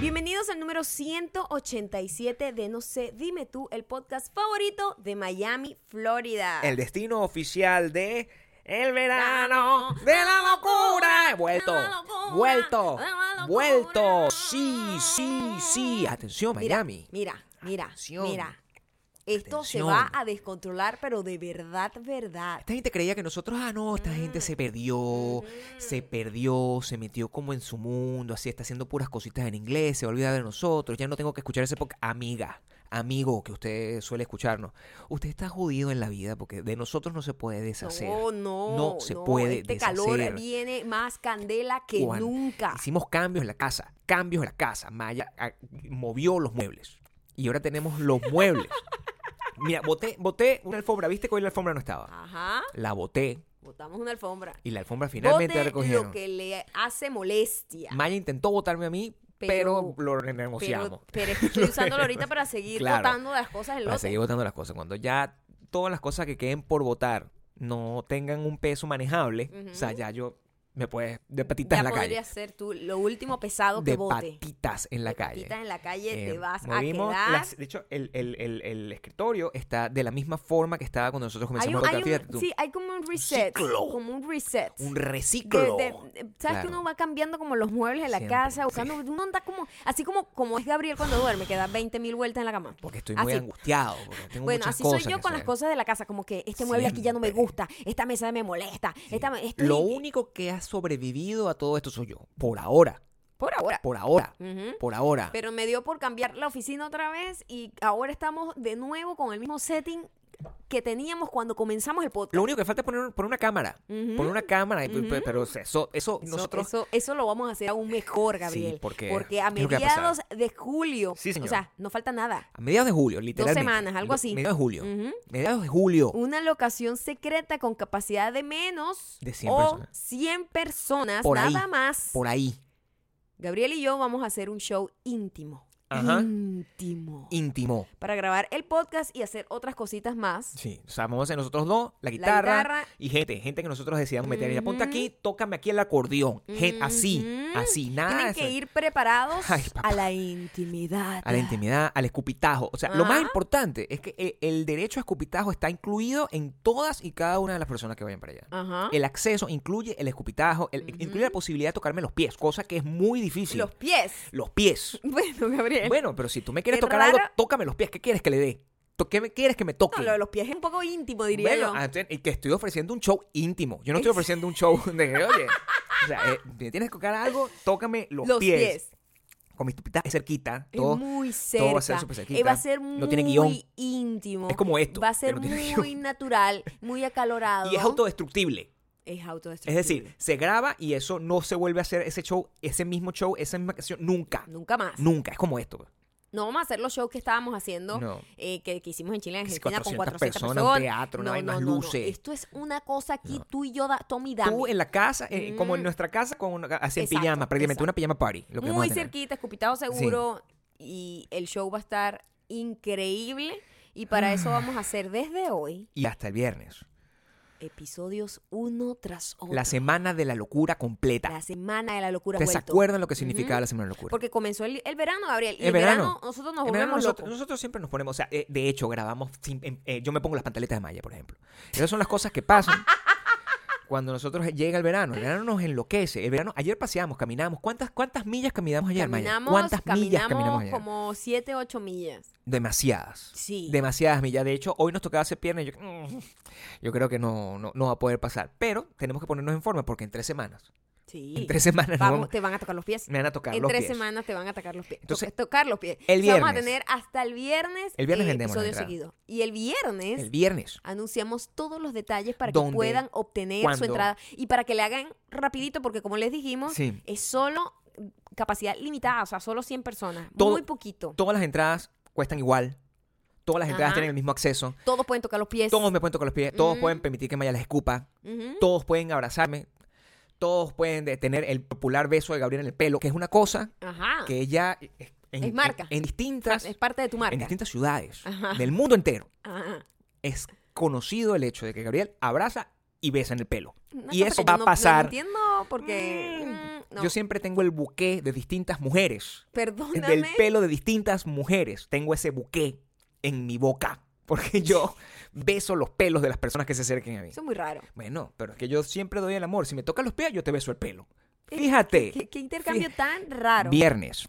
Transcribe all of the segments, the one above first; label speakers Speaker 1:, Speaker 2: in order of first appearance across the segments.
Speaker 1: Bienvenidos al número 187 de No sé, dime tú, el podcast favorito de Miami, Florida.
Speaker 2: El destino oficial de El verano de la locura. He Vuelto,
Speaker 1: Ah. De la locura,
Speaker 2: vuelto,
Speaker 1: de la locura.
Speaker 2: vuelto. Sí, sí, sí. Atención,
Speaker 1: Mira,
Speaker 2: Miami.
Speaker 1: Mira, mira,
Speaker 2: Atención.
Speaker 1: mira. Esto
Speaker 2: Atención.
Speaker 1: se va a descontrolar, pero de verdad, verdad.
Speaker 2: Esta gente creía que nosotros, ah, no, esta gente se perdió, se perdió, se metió como en su mundo, así está haciendo puras cositas en inglés, se va a olvidar de nosotros, ya no tengo que escuchar ese podcast. Amiga, amigo que usted suele escucharnos, usted está jodido en la vida porque de nosotros no se puede deshacer.
Speaker 1: No, no,
Speaker 2: No se puede
Speaker 1: Este
Speaker 2: deshacer.
Speaker 1: calor viene más candela que
Speaker 2: Cuan-
Speaker 1: nunca.
Speaker 2: Hicimos cambios en la casa, cambios en la casa. Maya ah, movió los muebles. Y ahora tenemos los muebles. Mira, boté, boté una alfombra. ¿Viste que hoy la alfombra no estaba?
Speaker 1: Ajá.
Speaker 2: La boté
Speaker 1: Botamos una alfombra.
Speaker 2: y la alfombra finalmente la
Speaker 1: Bote
Speaker 2: recogieron.
Speaker 1: lo que le hace molestia.
Speaker 2: Maya intentó botarme a mí, pero,
Speaker 1: Pero-
Speaker 2: lo renegociamos.
Speaker 1: Pero, pero es que estoy usándolo ahorita para seguir
Speaker 2: Claro.
Speaker 1: botando las cosas del
Speaker 2: Para
Speaker 1: lote.
Speaker 2: seguir votando las cosas. Cuando ya todas las cosas que queden por votar no tengan un peso manejable, o sea, ya yo me puedes de patitas
Speaker 1: Ya
Speaker 2: en la
Speaker 1: podría
Speaker 2: calle.
Speaker 1: ser tú lo último pesado que
Speaker 2: De
Speaker 1: bote.
Speaker 2: patitas en la
Speaker 1: De
Speaker 2: calle.
Speaker 1: patitas en la calle
Speaker 2: Eh,
Speaker 1: te vas a
Speaker 2: movimos
Speaker 1: quedar.
Speaker 2: las- de hecho, el, el- el- el escritorio está de la misma forma que estaba cuando nosotros
Speaker 1: Hay
Speaker 2: comenzamos
Speaker 1: un,
Speaker 2: a
Speaker 1: hay
Speaker 2: tocar
Speaker 1: un- sí, hay como un reset.
Speaker 2: ciclo.
Speaker 1: Como un reset.
Speaker 2: un
Speaker 1: De-
Speaker 2: reciclo.
Speaker 1: de- ¿Sabes que
Speaker 2: Claro.
Speaker 1: uno va cambiando como los muebles de la
Speaker 2: Siempre,
Speaker 1: casa? Buscando, Uno anda como, así como, como es Gabriel cuando duerme, que da 20 mil vueltas en la cama.
Speaker 2: Porque estoy muy
Speaker 1: Así.
Speaker 2: angustiado. porque tengo
Speaker 1: Bueno,
Speaker 2: muchas
Speaker 1: así
Speaker 2: cosas
Speaker 1: soy yo
Speaker 2: que
Speaker 1: con las
Speaker 2: hacer.
Speaker 1: cosas de la casa, como que este mueble aquí ya no me
Speaker 2: Siempre.
Speaker 1: gusta, esta mesa me molesta, esta me- estoy-
Speaker 2: Lo único que ha sobrevivido a todo esto soy yo. Por ahora.
Speaker 1: por ahora.
Speaker 2: Por ahora.
Speaker 1: Ujú.
Speaker 2: Por ahora.
Speaker 1: Pero me dio por cambiar la oficina otra vez y ahora estamos de nuevo con el mismo setting que teníamos cuando comenzamos el podcast.
Speaker 2: Lo único que falta es poner, poner una cámara.
Speaker 1: Ujú.
Speaker 2: Poner una cámara. y- Pero eso, eso
Speaker 1: Mm, Eso-
Speaker 2: nosotros
Speaker 1: eso, eso lo vamos a hacer aún mejor, Gabriel.
Speaker 2: porque
Speaker 1: a
Speaker 2: es lo que va a pasar.
Speaker 1: mediados de julio,
Speaker 2: Sí, señor.
Speaker 1: o sea, no falta nada.
Speaker 2: a mediados de julio, literalmente.
Speaker 1: semanas, algo
Speaker 2: lo-
Speaker 1: así. Mm.
Speaker 2: Mediados de julio. Oh.
Speaker 1: Ujú.
Speaker 2: Mediados de julio.
Speaker 1: Una locación secreta con capacidad de menos
Speaker 2: De 100
Speaker 1: o
Speaker 2: personas.
Speaker 1: 100 personas,
Speaker 2: Por
Speaker 1: nada
Speaker 2: ahí,
Speaker 1: más.
Speaker 2: Por ahí.
Speaker 1: Gabriel y yo vamos a hacer un show íntimo.
Speaker 2: Ajá.
Speaker 1: Íntimo.
Speaker 2: Íntimo.
Speaker 1: para grabar el podcast y hacer otras cositas más.
Speaker 2: Sí, o sea, vamos a hacer nosotros dos, la guitarra,
Speaker 1: guitarra.
Speaker 2: y gente, gente que nosotros decidamos meter. Ya ponte
Speaker 1: Ujú.
Speaker 2: aquí, tócame aquí el acordeón. Gen- así,
Speaker 1: Ujú.
Speaker 2: así, nada.
Speaker 1: Tienen
Speaker 2: de
Speaker 1: que
Speaker 2: Ah, eso.
Speaker 1: ir preparados
Speaker 2: Ay, papá.
Speaker 1: a la intimidad.
Speaker 2: A la intimidad, al escupitajo. O sea, lo
Speaker 1: Ajá.
Speaker 2: más importante es que el, el derecho a escupitajo está incluido en todas y cada una de las personas que vayan para allá.
Speaker 1: Ajá.
Speaker 2: El acceso incluye el escupitajo, el- incluye la posibilidad de tocarme los pies, cosa que es muy difícil.
Speaker 1: Los pies.
Speaker 2: Los pies.
Speaker 1: Bueno, Gabriel.
Speaker 2: Bueno, pero si tú me quieres
Speaker 1: Qué
Speaker 2: tocar algo,
Speaker 1: raro.
Speaker 2: tócame los pies. ¿Qué quieres que le dé? To- ¿Qué me quieres que me toque?
Speaker 1: No, lo de los pies es un poco íntimo, diría yo.
Speaker 2: Bueno, antes- ah, y que estoy ofreciendo un show íntimo. Yo no estoy ofreciendo un show de que, oye, o sea, eh, me tienes que tocar algo, tócame los,
Speaker 1: Los
Speaker 2: pies.
Speaker 1: pies.
Speaker 2: Con mis tupitas cerquita.
Speaker 1: Es
Speaker 2: Todo.
Speaker 1: muy cerca.
Speaker 2: todo va a ser súper cerquita.
Speaker 1: Eh, va a ser muy
Speaker 2: No tiene guión.
Speaker 1: íntimo.
Speaker 2: Es como esto,
Speaker 1: Va a
Speaker 2: que
Speaker 1: ser
Speaker 2: no tiene
Speaker 1: muy
Speaker 2: guión.
Speaker 1: natural, muy acalorado.
Speaker 2: Y es autodestructible.
Speaker 1: Es
Speaker 2: Es
Speaker 1: autodestructible.
Speaker 2: decir, se graba y eso no se vuelve a hacer ese show, ese mismo show, esa misma canción, nunca.
Speaker 1: nunca más. No.
Speaker 2: Nunca. Es como esto.
Speaker 1: vamos a hacer los shows que estábamos haciendo,
Speaker 2: No.
Speaker 1: eh, que, que hicimos en Chile, en
Speaker 2: Que si
Speaker 1: Argentina, con
Speaker 2: 400
Speaker 1: 400 personas.
Speaker 2: personas, un teatro, una
Speaker 1: no,
Speaker 2: vaina,
Speaker 1: no,
Speaker 2: unas
Speaker 1: no, no.
Speaker 2: luces.
Speaker 1: Esto es una cosa aquí, tú y yo, da, Tommy Dami.
Speaker 2: Tú en la casa, eh, como en
Speaker 1: Mm.
Speaker 2: nuestra casa, con una- así en
Speaker 1: Exacto,
Speaker 2: pijama, prácticamente
Speaker 1: exacto.
Speaker 2: una pijama party. Lo que vamos
Speaker 1: muy
Speaker 2: a tener.
Speaker 1: cerquita, escupitado seguro. Y el show va a estar increíble. Y para
Speaker 2: Ah.
Speaker 1: eso vamos a hacer desde hoy
Speaker 2: Y hasta el viernes.
Speaker 1: episodios uno tras otro.
Speaker 2: La semana de la locura completa.
Speaker 1: La semana de la locura.
Speaker 2: ¿Ustedes se
Speaker 1: vuelto.
Speaker 2: acuerdan lo que significaba la semana de la locura?
Speaker 1: Porque comenzó el, el verano, Gabriel. Y
Speaker 2: El
Speaker 1: el verano, nosotros nos Ah,
Speaker 2: En verano
Speaker 1: volvemos
Speaker 2: nosotros,
Speaker 1: locos.
Speaker 2: nosotros siempre nos ponemos, o sea, eh, de hecho, grabamos, sin- em, eh, yo me pongo las pantaletas de malla, por ejemplo. Esas son las cosas que pasan cuando nosotros llega el verano. El verano nos enloquece. El verano, ayer paseamos, caminamos. ¿Cuántas, cuántas millas caminamos ayer, Maya?
Speaker 1: Caminamos,
Speaker 2: ¿Cuántas millas
Speaker 1: caminamos
Speaker 2: caminamos ayer?
Speaker 1: como 7, 8 millas.
Speaker 2: Demasiadas.
Speaker 1: Sí.
Speaker 2: Demasiadas millas. De hecho, hoy nos tocaba hacer piernas y yo, mm, yo creo que no, no, no va a poder pasar. Pero tenemos que ponernos en forma porque en tres semanas,
Speaker 1: Sí.
Speaker 2: en tres semanas nos
Speaker 1: Vamos,
Speaker 2: vamos-
Speaker 1: te van a tocar los pies.
Speaker 2: me van a tocar
Speaker 1: En
Speaker 2: los
Speaker 1: tres
Speaker 2: pies.
Speaker 1: semanas te van a atacar los pies.
Speaker 2: Entonces,
Speaker 1: Toca- tocar los pies.
Speaker 2: el
Speaker 1: O sea, Vamos a
Speaker 2: viernes.
Speaker 1: tener hasta el viernes, eh,
Speaker 2: El viernes vendemos las
Speaker 1: episodio
Speaker 2: entradas.
Speaker 1: seguido. Y el viernes
Speaker 2: El viernes.
Speaker 1: anunciamos todos los detalles para que
Speaker 2: ¿Dónde?
Speaker 1: puedan obtener
Speaker 2: ¿Cuándo?
Speaker 1: su entrada y para que le hagan rapidito porque como les dijimos
Speaker 2: Sí.
Speaker 1: es solo capacidad limitada, o sea, solo 100 personas,
Speaker 2: Todo-
Speaker 1: muy poquito.
Speaker 2: Todas las entradas cuestan igual. Todas las entradas
Speaker 1: Ajá.
Speaker 2: tienen el mismo acceso.
Speaker 1: Todos pueden tocar los pies.
Speaker 2: Todos me pueden tocar los pies. Todos
Speaker 1: Mm.
Speaker 2: pueden permitir que Maya les escupa.
Speaker 1: Ujú.
Speaker 2: Todos pueden abrazarme. Todos pueden de- tener el popular beso de Gabriel en el pelo, que es una cosa
Speaker 1: Ajá.
Speaker 2: que ella es- en,
Speaker 1: Ah. Es marca.
Speaker 2: en, en distintas
Speaker 1: Es parte de tu marca.
Speaker 2: en este distintas ciudades
Speaker 1: Ajá.
Speaker 2: del mundo entero
Speaker 1: Ajá.
Speaker 2: es conocido el hecho de que Gabriel abraza y besan el pelo.
Speaker 1: Una
Speaker 2: y
Speaker 1: cosa
Speaker 2: eso
Speaker 1: que
Speaker 2: va
Speaker 1: yo
Speaker 2: a
Speaker 1: no-
Speaker 2: pasar.
Speaker 1: No entiendo porque... mm, no.
Speaker 2: Yo siempre tengo el buqué de distintas mujeres.
Speaker 1: Perdóname.
Speaker 2: Del pelo de distintas mujeres. Tengo ese buqué en mi boca. Porque yo beso los pelos de las personas que se acerquen a mí.
Speaker 1: Eso es muy raro.
Speaker 2: Bueno, pero es que yo siempre doy el amor. Si me tocan los pies, yo te beso el pelo. Fíjate.
Speaker 1: Eh, ¿Qué, qué intercambio
Speaker 2: Fí-
Speaker 1: tan raro?
Speaker 2: Viernes.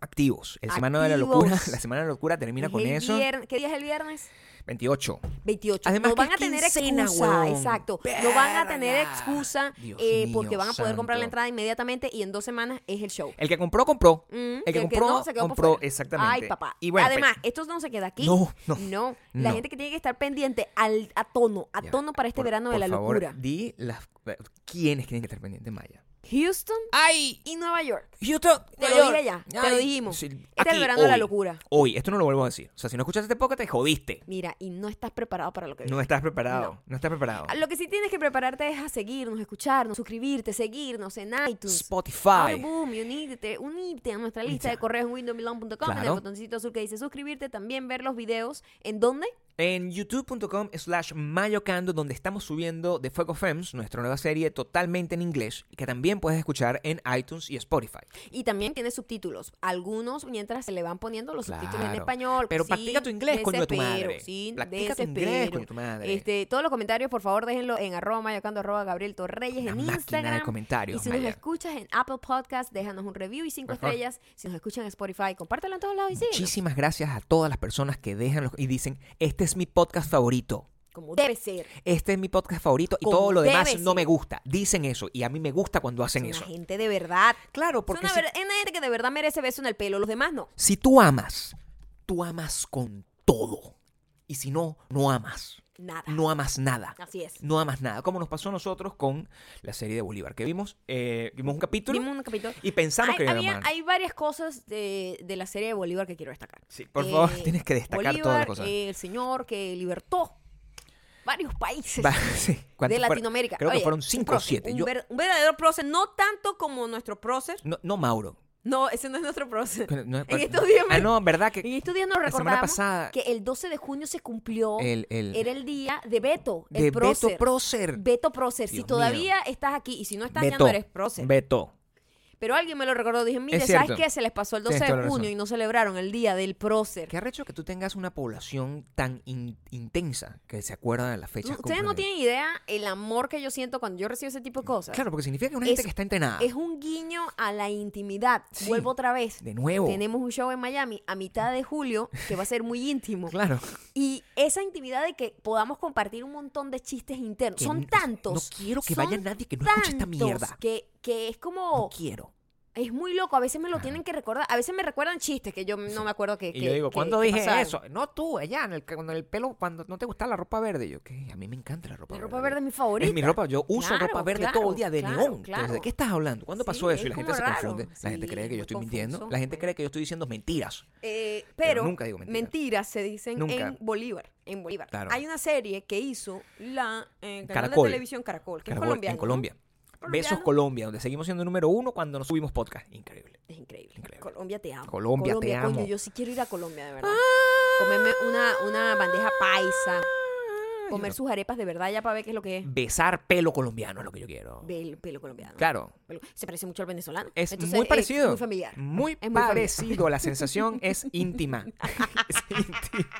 Speaker 2: Activos. El Semana de la Locura.
Speaker 1: Activos.
Speaker 2: La Semana de la Locura termina
Speaker 1: Es
Speaker 2: con
Speaker 1: el
Speaker 2: eso.
Speaker 1: vier- ¿Qué día es el viernes?
Speaker 2: 28.
Speaker 1: 28.
Speaker 2: Además
Speaker 1: no
Speaker 2: que
Speaker 1: van
Speaker 2: es
Speaker 1: a tener
Speaker 2: quincena,
Speaker 1: excusa,
Speaker 2: huevón.
Speaker 1: exacto. No van a tener
Speaker 2: Verga.
Speaker 1: excusa
Speaker 2: Dios
Speaker 1: eh,
Speaker 2: mío,
Speaker 1: porque van a poder comprar la
Speaker 2: santo.
Speaker 1: entrada inmediatamente y en dos semanas es el show.
Speaker 2: El que compró, compró.
Speaker 1: Mm,
Speaker 2: el que compró,
Speaker 1: no, se quedó por
Speaker 2: compró.
Speaker 1: fuera.
Speaker 2: Exactamente.
Speaker 1: Ay, papá.
Speaker 2: Y bueno,
Speaker 1: Además,
Speaker 2: pe-
Speaker 1: esto no se queda aquí.
Speaker 2: No, no,
Speaker 1: La
Speaker 2: no.
Speaker 1: gente que tiene que estar pendiente al, a tono, a
Speaker 2: ya,
Speaker 1: tono para este
Speaker 2: por-
Speaker 1: verano de
Speaker 2: por
Speaker 1: la
Speaker 2: favor,
Speaker 1: locura.
Speaker 2: Di las. eh, ¿Quiénes tienen que estar pendientes, Maya?
Speaker 1: Houston
Speaker 2: ¡Ay!
Speaker 1: y Nueva York.
Speaker 2: Houston,
Speaker 1: Te lo
Speaker 2: Nueva
Speaker 1: dije
Speaker 2: York.
Speaker 1: ya, te lo
Speaker 2: Ay,
Speaker 1: dijimos.
Speaker 2: sí,
Speaker 1: Este es
Speaker 2: aquí,
Speaker 1: el verano de la
Speaker 2: hoy,
Speaker 1: locura.
Speaker 2: Hoy, esto no lo vuelvo a decir. O sea, si no escuchaste este podcast, te jodiste.
Speaker 1: Mira, y no estás preparado para lo que viene.
Speaker 2: No estás preparado.
Speaker 1: No.
Speaker 2: No, estás preparado.
Speaker 1: Lo que sí tienes que prepararte es a seguirnos, escucharnos, suscribirte, seguirnos en iTunes. Ahora,
Speaker 2: Spotify.
Speaker 1: boom, y unirte, unirte a nuestra lista
Speaker 2: Ya.
Speaker 1: de correos en windowmilon.com en el
Speaker 2: Claro.
Speaker 1: botoncito azul que dice suscribirte, también ver los videos. ¿En dónde?
Speaker 2: En youtube.com slash mayocando, donde estamos subiendo The Fuego Femmes, nuestra nueva serie totalmente en inglés, que también puedes escuchar en iTunes y Spotify.
Speaker 1: Y también tiene subtítulos. Algunos mientras se le van poniendo los subtítulos en
Speaker 2: Claro.
Speaker 1: español.
Speaker 2: Pero
Speaker 1: sin
Speaker 2: practica tu inglés, coño de tu
Speaker 1: desespero,
Speaker 2: madre.
Speaker 1: sin
Speaker 2: Practica tu
Speaker 1: desespero.
Speaker 2: inglés, coño de tu madre.
Speaker 1: Este, todos los comentarios, por favor, déjenlo en arroba mayocando arroba Gabriel Torreyes
Speaker 2: Una
Speaker 1: en
Speaker 2: máquina de
Speaker 1: Instagram.
Speaker 2: comentarios,
Speaker 1: y si
Speaker 2: Maya.
Speaker 1: nos escuchas en Apple Podcast, déjanos un review y cinco
Speaker 2: Por favor.
Speaker 1: estrellas. Si nos escuchan en Spotify, compártelo en todos lados y síguenos.
Speaker 2: Muchísimas gracias a todas las personas que dejan los- y dicen, este es mi podcast favorito.
Speaker 1: Como debe ser.
Speaker 2: Este es mi podcast favorito y
Speaker 1: Como
Speaker 2: todo lo
Speaker 1: debe
Speaker 2: demás no
Speaker 1: ser.
Speaker 2: me gusta. Dicen eso y a mí me gusta cuando hacen
Speaker 1: Es
Speaker 2: eso.
Speaker 1: una gente de verdad.
Speaker 2: Claro,
Speaker 1: Es
Speaker 2: porque
Speaker 1: una,
Speaker 2: si,
Speaker 1: ver- es una gente que de verdad merece beso en el pelo, los demás no.
Speaker 2: si tú amas, tú amas con todo. Y si no, no amas.
Speaker 1: Nada.
Speaker 2: No amas nada.
Speaker 1: Así es.
Speaker 2: No amas nada. Como nos pasó a nosotros con la serie de Bolívar que vimos. eh, vimos un capítulo
Speaker 1: Vimos un capítulo.
Speaker 2: y pensamos
Speaker 1: Hay,
Speaker 2: que
Speaker 1: había-
Speaker 2: era
Speaker 1: hay varias cosas de, de la serie de Bolívar que quiero destacar.
Speaker 2: Sí, por favor,
Speaker 1: Eh,
Speaker 2: tienes que destacar
Speaker 1: Bolívar,
Speaker 2: todas las cosas.
Speaker 1: eh, el señor que libertó varios países
Speaker 2: Va- sí, ¿cuántos
Speaker 1: de
Speaker 2: fueron?
Speaker 1: Latinoamérica.
Speaker 2: Creo
Speaker 1: Oye,
Speaker 2: que fueron
Speaker 1: un
Speaker 2: 5 o
Speaker 1: prócer,
Speaker 2: 7.
Speaker 1: Un, ver- un verdadero prócer, no tanto como nuestro prócer.
Speaker 2: No, no Mauro.
Speaker 1: No, ese no es nuestro prócer.
Speaker 2: No, no,
Speaker 1: en estos días,
Speaker 2: ah,
Speaker 1: me-
Speaker 2: no, ¿verdad? Que
Speaker 1: en estos días nos
Speaker 2: la semana
Speaker 1: recordamos
Speaker 2: pasada-
Speaker 1: que el 12 de junio se cumplió.
Speaker 2: el, el,
Speaker 1: era el día de Beto, el
Speaker 2: de
Speaker 1: prócer.
Speaker 2: Beto Procer.
Speaker 1: Beto Prócer, si
Speaker 2: Dios
Speaker 1: todavía estás aquí y si no estás ya
Speaker 2: Beto.
Speaker 1: no eres prócer.
Speaker 2: Beto.
Speaker 1: Pero alguien me lo recordó, dije, mire,
Speaker 2: Es
Speaker 1: ¿sabes
Speaker 2: cierto.
Speaker 1: qué? Se les pasó el 12
Speaker 2: Tienes
Speaker 1: de
Speaker 2: toda la
Speaker 1: junio
Speaker 2: razón.
Speaker 1: y no celebraron el día del prócer.
Speaker 2: ¿Qué ha hecho que tú tengas una población tan in- intensa que se acuerda de las
Speaker 1: Tú-
Speaker 2: fechas?
Speaker 1: Ustedes no
Speaker 2: cumpleaños?
Speaker 1: tienen idea el amor que yo siento cuando yo recibo ese tipo de cosas.
Speaker 2: Claro, porque significa que una
Speaker 1: Es-
Speaker 2: gente que está entrenada.
Speaker 1: Es un guiño a la intimidad.
Speaker 2: Sí.
Speaker 1: Vuelvo otra vez.
Speaker 2: De nuevo.
Speaker 1: Tenemos un show en Miami a mitad de julio que va a ser muy íntimo.
Speaker 2: Claro.
Speaker 1: Y esa intimidad de que podamos compartir un montón de chistes internos.
Speaker 2: Que
Speaker 1: son
Speaker 2: n-
Speaker 1: tantos.
Speaker 2: No quiero que
Speaker 1: son
Speaker 2: vaya nadie que no escuche esta
Speaker 1: tantos Oh,
Speaker 2: mierda.
Speaker 1: Que, que es como.
Speaker 2: No quiero.
Speaker 1: Es muy loco, a veces me lo tienen que recordar, a veces me recuerdan chistes que yo no me acuerdo que...
Speaker 2: Y
Speaker 1: que-
Speaker 2: yo digo,
Speaker 1: que-
Speaker 2: ¿cuándo
Speaker 1: que
Speaker 2: dije
Speaker 1: pasaron.
Speaker 2: eso? No tú, allá, en el, cuando el pelo, cuando no te gusta la ropa verde. Y Yo, ¿qué? A mí me encanta la ropa
Speaker 1: La
Speaker 2: verde.
Speaker 1: ropa verde es mi favorita.
Speaker 2: Es mi ropa, yo uso
Speaker 1: Claro,
Speaker 2: ropa verde
Speaker 1: claro,
Speaker 2: todo el día de
Speaker 1: claro,
Speaker 2: neón.
Speaker 1: claro.
Speaker 2: Entonces, ¿De qué estás hablando? ¿Cuándo
Speaker 1: Sí,
Speaker 2: pasó eso? Y
Speaker 1: es
Speaker 2: la gente
Speaker 1: como
Speaker 2: se
Speaker 1: raro.
Speaker 2: confunde. La gente
Speaker 1: Sí,
Speaker 2: cree que
Speaker 1: muy
Speaker 2: yo estoy mintiendo.
Speaker 1: confuso.
Speaker 2: La gente cree que yo estoy diciendo mentiras.
Speaker 1: Eh, pero,
Speaker 2: Pero nunca digo mentiras.
Speaker 1: se dicen
Speaker 2: Nunca.
Speaker 1: en Bolívar. En Bolívar.
Speaker 2: Claro.
Speaker 1: Hay una serie que hizo la eh, canal
Speaker 2: Caracol.
Speaker 1: de televisión Caracol, que
Speaker 2: Caracol,
Speaker 1: es colombiana.
Speaker 2: en Colombia.
Speaker 1: ¿no?
Speaker 2: Besos
Speaker 1: Colombiano.
Speaker 2: Colombia, donde seguimos siendo número uno cuando nos subimos podcast. Increíble.
Speaker 1: Es increíble.
Speaker 2: Increíble.
Speaker 1: Colombia te amo.
Speaker 2: Colombia, te
Speaker 1: coño,
Speaker 2: amo. Ah.
Speaker 1: yo sí quiero ir a Colombia, de verdad. Comerme una, una bandeja paisa. Comer sus arepas de verdad ya para ver qué es lo que es.
Speaker 2: Besar pelo colombiano es lo que yo quiero.
Speaker 1: Del pelo colombiano.
Speaker 2: Claro.
Speaker 1: Pelo- Se parece mucho al venezolano.
Speaker 2: Es
Speaker 1: Entonces, eh,
Speaker 2: muy parecido.
Speaker 1: muy familiar.
Speaker 2: Muy
Speaker 1: Es muy
Speaker 2: parecido. La sensación es íntima. Es íntima.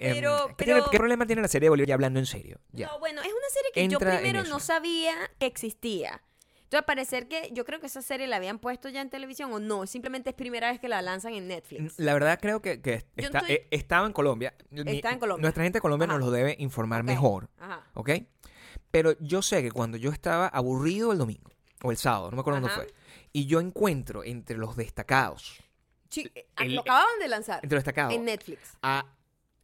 Speaker 2: Em,
Speaker 1: Pero-
Speaker 2: ¿qué, tiene-
Speaker 1: pero-
Speaker 2: qué problema tiene la serie de Bolívar? Ya hablando en serio. Ya.
Speaker 1: No, bueno, es una serie que
Speaker 2: Entra
Speaker 1: yo
Speaker 2: en
Speaker 1: primero
Speaker 2: eso.
Speaker 1: no sabía que existía. Entonces, al parecer que yo creo que esa serie la habían puesto ya en televisión o no, simplemente es primera vez que la lanzan en Netflix.
Speaker 2: La verdad creo que, que
Speaker 1: pues. Yo
Speaker 2: está-
Speaker 1: estoy-
Speaker 2: eh, estaba en Colombia. Mi-
Speaker 1: Estaba en Colombia.
Speaker 2: Nuestra gente de Colombia
Speaker 1: Ajá.
Speaker 2: nos lo debe informar
Speaker 1: Ok.
Speaker 2: mejor,
Speaker 1: Ajá.
Speaker 2: ¿ok? Pero yo sé que cuando yo estaba aburrido el domingo o el sábado, no me acuerdo
Speaker 1: Ajá.
Speaker 2: dónde fue, y yo encuentro entre los destacados,
Speaker 1: Sí, eh,
Speaker 2: El-
Speaker 1: lo acababan de lanzar
Speaker 2: entre los destacados,
Speaker 1: en Netflix.
Speaker 2: a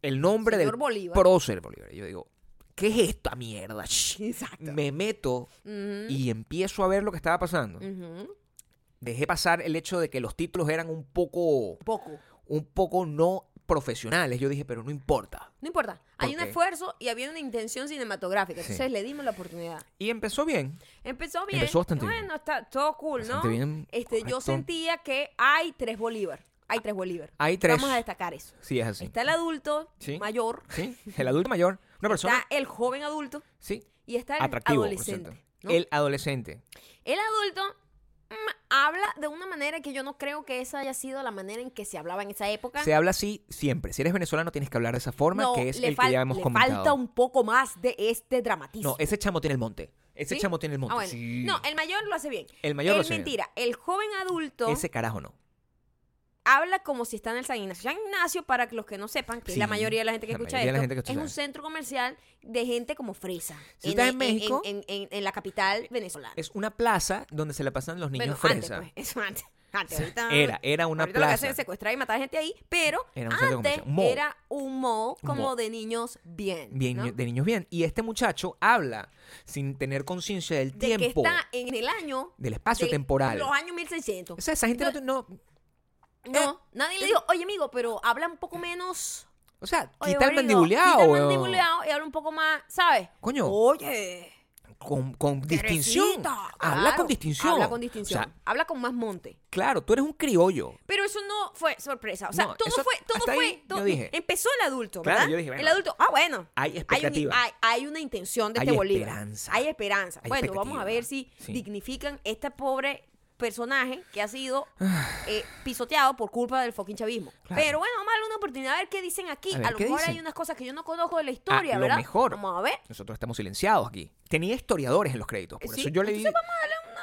Speaker 2: el nombre
Speaker 1: Señor
Speaker 2: del
Speaker 1: Bolívar.
Speaker 2: prócer Bolívar. Y Yo digo, ¿qué es esta mierda? Shh.
Speaker 1: Exacto.
Speaker 2: Me meto
Speaker 1: Ujú,
Speaker 2: y empiezo a ver lo que estaba pasando.
Speaker 1: ujú.
Speaker 2: Dejé pasar el hecho de que los títulos eran un poco,
Speaker 1: Poco.
Speaker 2: un poco no profesionales. Yo dije, pero no importa.
Speaker 1: No importa. Hay un
Speaker 2: qué?
Speaker 1: esfuerzo y había una intención cinematográfica.
Speaker 2: Sí.
Speaker 1: Entonces le dimos la oportunidad.
Speaker 2: Y empezó bien.
Speaker 1: Empezó bien.
Speaker 2: Empezó bastante bien.
Speaker 1: bueno, está todo cool, ¿no?
Speaker 2: Bastante bien,
Speaker 1: Este, yo
Speaker 2: correcto.
Speaker 1: sentía que hay tres Bolívar. Hay tres Bolívar.
Speaker 2: Hay tres.
Speaker 1: Vamos a destacar eso.
Speaker 2: Sí, es así.
Speaker 1: Está el adulto
Speaker 2: Sí.
Speaker 1: mayor,
Speaker 2: Sí, el adulto mayor. Una persona.
Speaker 1: Está el joven adulto
Speaker 2: sí.
Speaker 1: y está el
Speaker 2: Atractivo. por
Speaker 1: adolescente.
Speaker 2: cierto.
Speaker 1: ¿no?
Speaker 2: El adolescente.
Speaker 1: El adulto mm, habla de una manera que yo no creo que esa haya sido la manera en que se hablaba en esa época.
Speaker 2: Se habla así siempre. Si eres venezolano, tienes que hablar de esa forma,
Speaker 1: no,
Speaker 2: que es
Speaker 1: le
Speaker 2: el
Speaker 1: fal-
Speaker 2: que ya hemos
Speaker 1: le
Speaker 2: comentado.
Speaker 1: falta un poco más de este dramatismo.
Speaker 2: No, ese chamo tiene el monte. Ese
Speaker 1: ¿Sí?
Speaker 2: chamo tiene el monte.
Speaker 1: Ah, bueno.
Speaker 2: sí.
Speaker 1: No, el mayor lo hace bien.
Speaker 2: El mayor lo
Speaker 1: es
Speaker 2: hace bien.
Speaker 1: mentira. El joven adulto
Speaker 2: Ese carajo no.
Speaker 1: habla como si está en el San Ignacio. San Ignacio, para los que no sepan, que es la
Speaker 2: Sí,
Speaker 1: mayoría de la gente que
Speaker 2: la
Speaker 1: escucha
Speaker 2: mayoría de
Speaker 1: esto,
Speaker 2: la gente que escucha
Speaker 1: es un
Speaker 2: esto.
Speaker 1: centro comercial de gente como fresa.
Speaker 2: Si estás en México-
Speaker 1: en- en- en la capital venezolana.
Speaker 2: Es una plaza donde se la pasan los niños
Speaker 1: bueno,
Speaker 2: fresa.
Speaker 1: antes, pues, eso antes. Antes, ahorita.
Speaker 2: Era, era una
Speaker 1: ahorita Lo que
Speaker 2: plaza.
Speaker 1: hacen es secuestrar y matar gente ahí, pero
Speaker 2: Era un centro
Speaker 1: antes
Speaker 2: comercial, un mall.
Speaker 1: era un mall
Speaker 2: Un
Speaker 1: como
Speaker 2: mall.
Speaker 1: de niños bien.
Speaker 2: Bien,
Speaker 1: ¿no?
Speaker 2: de niños bien. Y este muchacho habla sin tener conciencia del
Speaker 1: De
Speaker 2: tiempo,
Speaker 1: que está en el año.
Speaker 2: del espacio
Speaker 1: de
Speaker 2: temporal.
Speaker 1: Los
Speaker 2: O eh,
Speaker 1: años 1600.
Speaker 2: sea, esa gente no te- no,
Speaker 1: No, nadie le dijo, oye amigo, pero habla un poco menos.
Speaker 2: O sea,
Speaker 1: Oye,
Speaker 2: quita
Speaker 1: gordito,
Speaker 2: el mandibuleado,
Speaker 1: Quita el
Speaker 2: weón.
Speaker 1: mandibuleado y habla un poco más, ¿sabes?
Speaker 2: Coño.
Speaker 1: Oye.
Speaker 2: Con, con distinción.
Speaker 1: Teresita,
Speaker 2: Habla
Speaker 1: claro,
Speaker 2: con distinción.
Speaker 1: Habla con distinción.
Speaker 2: O sea,
Speaker 1: habla con más monte.
Speaker 2: claro, tú eres un criollo.
Speaker 1: Pero eso no fue sorpresa. O sea,
Speaker 2: No,
Speaker 1: todo
Speaker 2: eso-
Speaker 1: fue, todo
Speaker 2: hasta
Speaker 1: fue.
Speaker 2: ahí
Speaker 1: todo-
Speaker 2: yo dije.
Speaker 1: empezó el adulto,
Speaker 2: Claro,
Speaker 1: ¿verdad?
Speaker 2: yo dije, bueno,
Speaker 1: el adulto, ah, bueno.
Speaker 2: hay
Speaker 1: un-
Speaker 2: expectativa.
Speaker 1: Hay, hay una intención de
Speaker 2: Hay
Speaker 1: este Bolívar.
Speaker 2: esperanza.
Speaker 1: Hay esperanza.
Speaker 2: Hay
Speaker 1: bueno, vamos a
Speaker 2: expectativa.
Speaker 1: ver si
Speaker 2: Sí.
Speaker 1: dignifican este pobre personaje que ha sido eh, pisoteado por culpa del fucking chavismo.
Speaker 2: Ah. Claro.
Speaker 1: Pero bueno, vamos a darle una oportunidad a ver qué dicen aquí.
Speaker 2: A
Speaker 1: A,
Speaker 2: ver,
Speaker 1: lo
Speaker 2: ¿qué
Speaker 1: mejor
Speaker 2: dicen?
Speaker 1: hay unas cosas que yo no conozco de la historia,
Speaker 2: a
Speaker 1: ¿verdad?
Speaker 2: lo mejor.
Speaker 1: Vamos a ver.
Speaker 2: Nosotros estamos silenciados aquí. Tenía historiadores en los créditos. Por
Speaker 1: Eh, Sí,
Speaker 2: eso yo le di.
Speaker 1: entonces vamos a darle una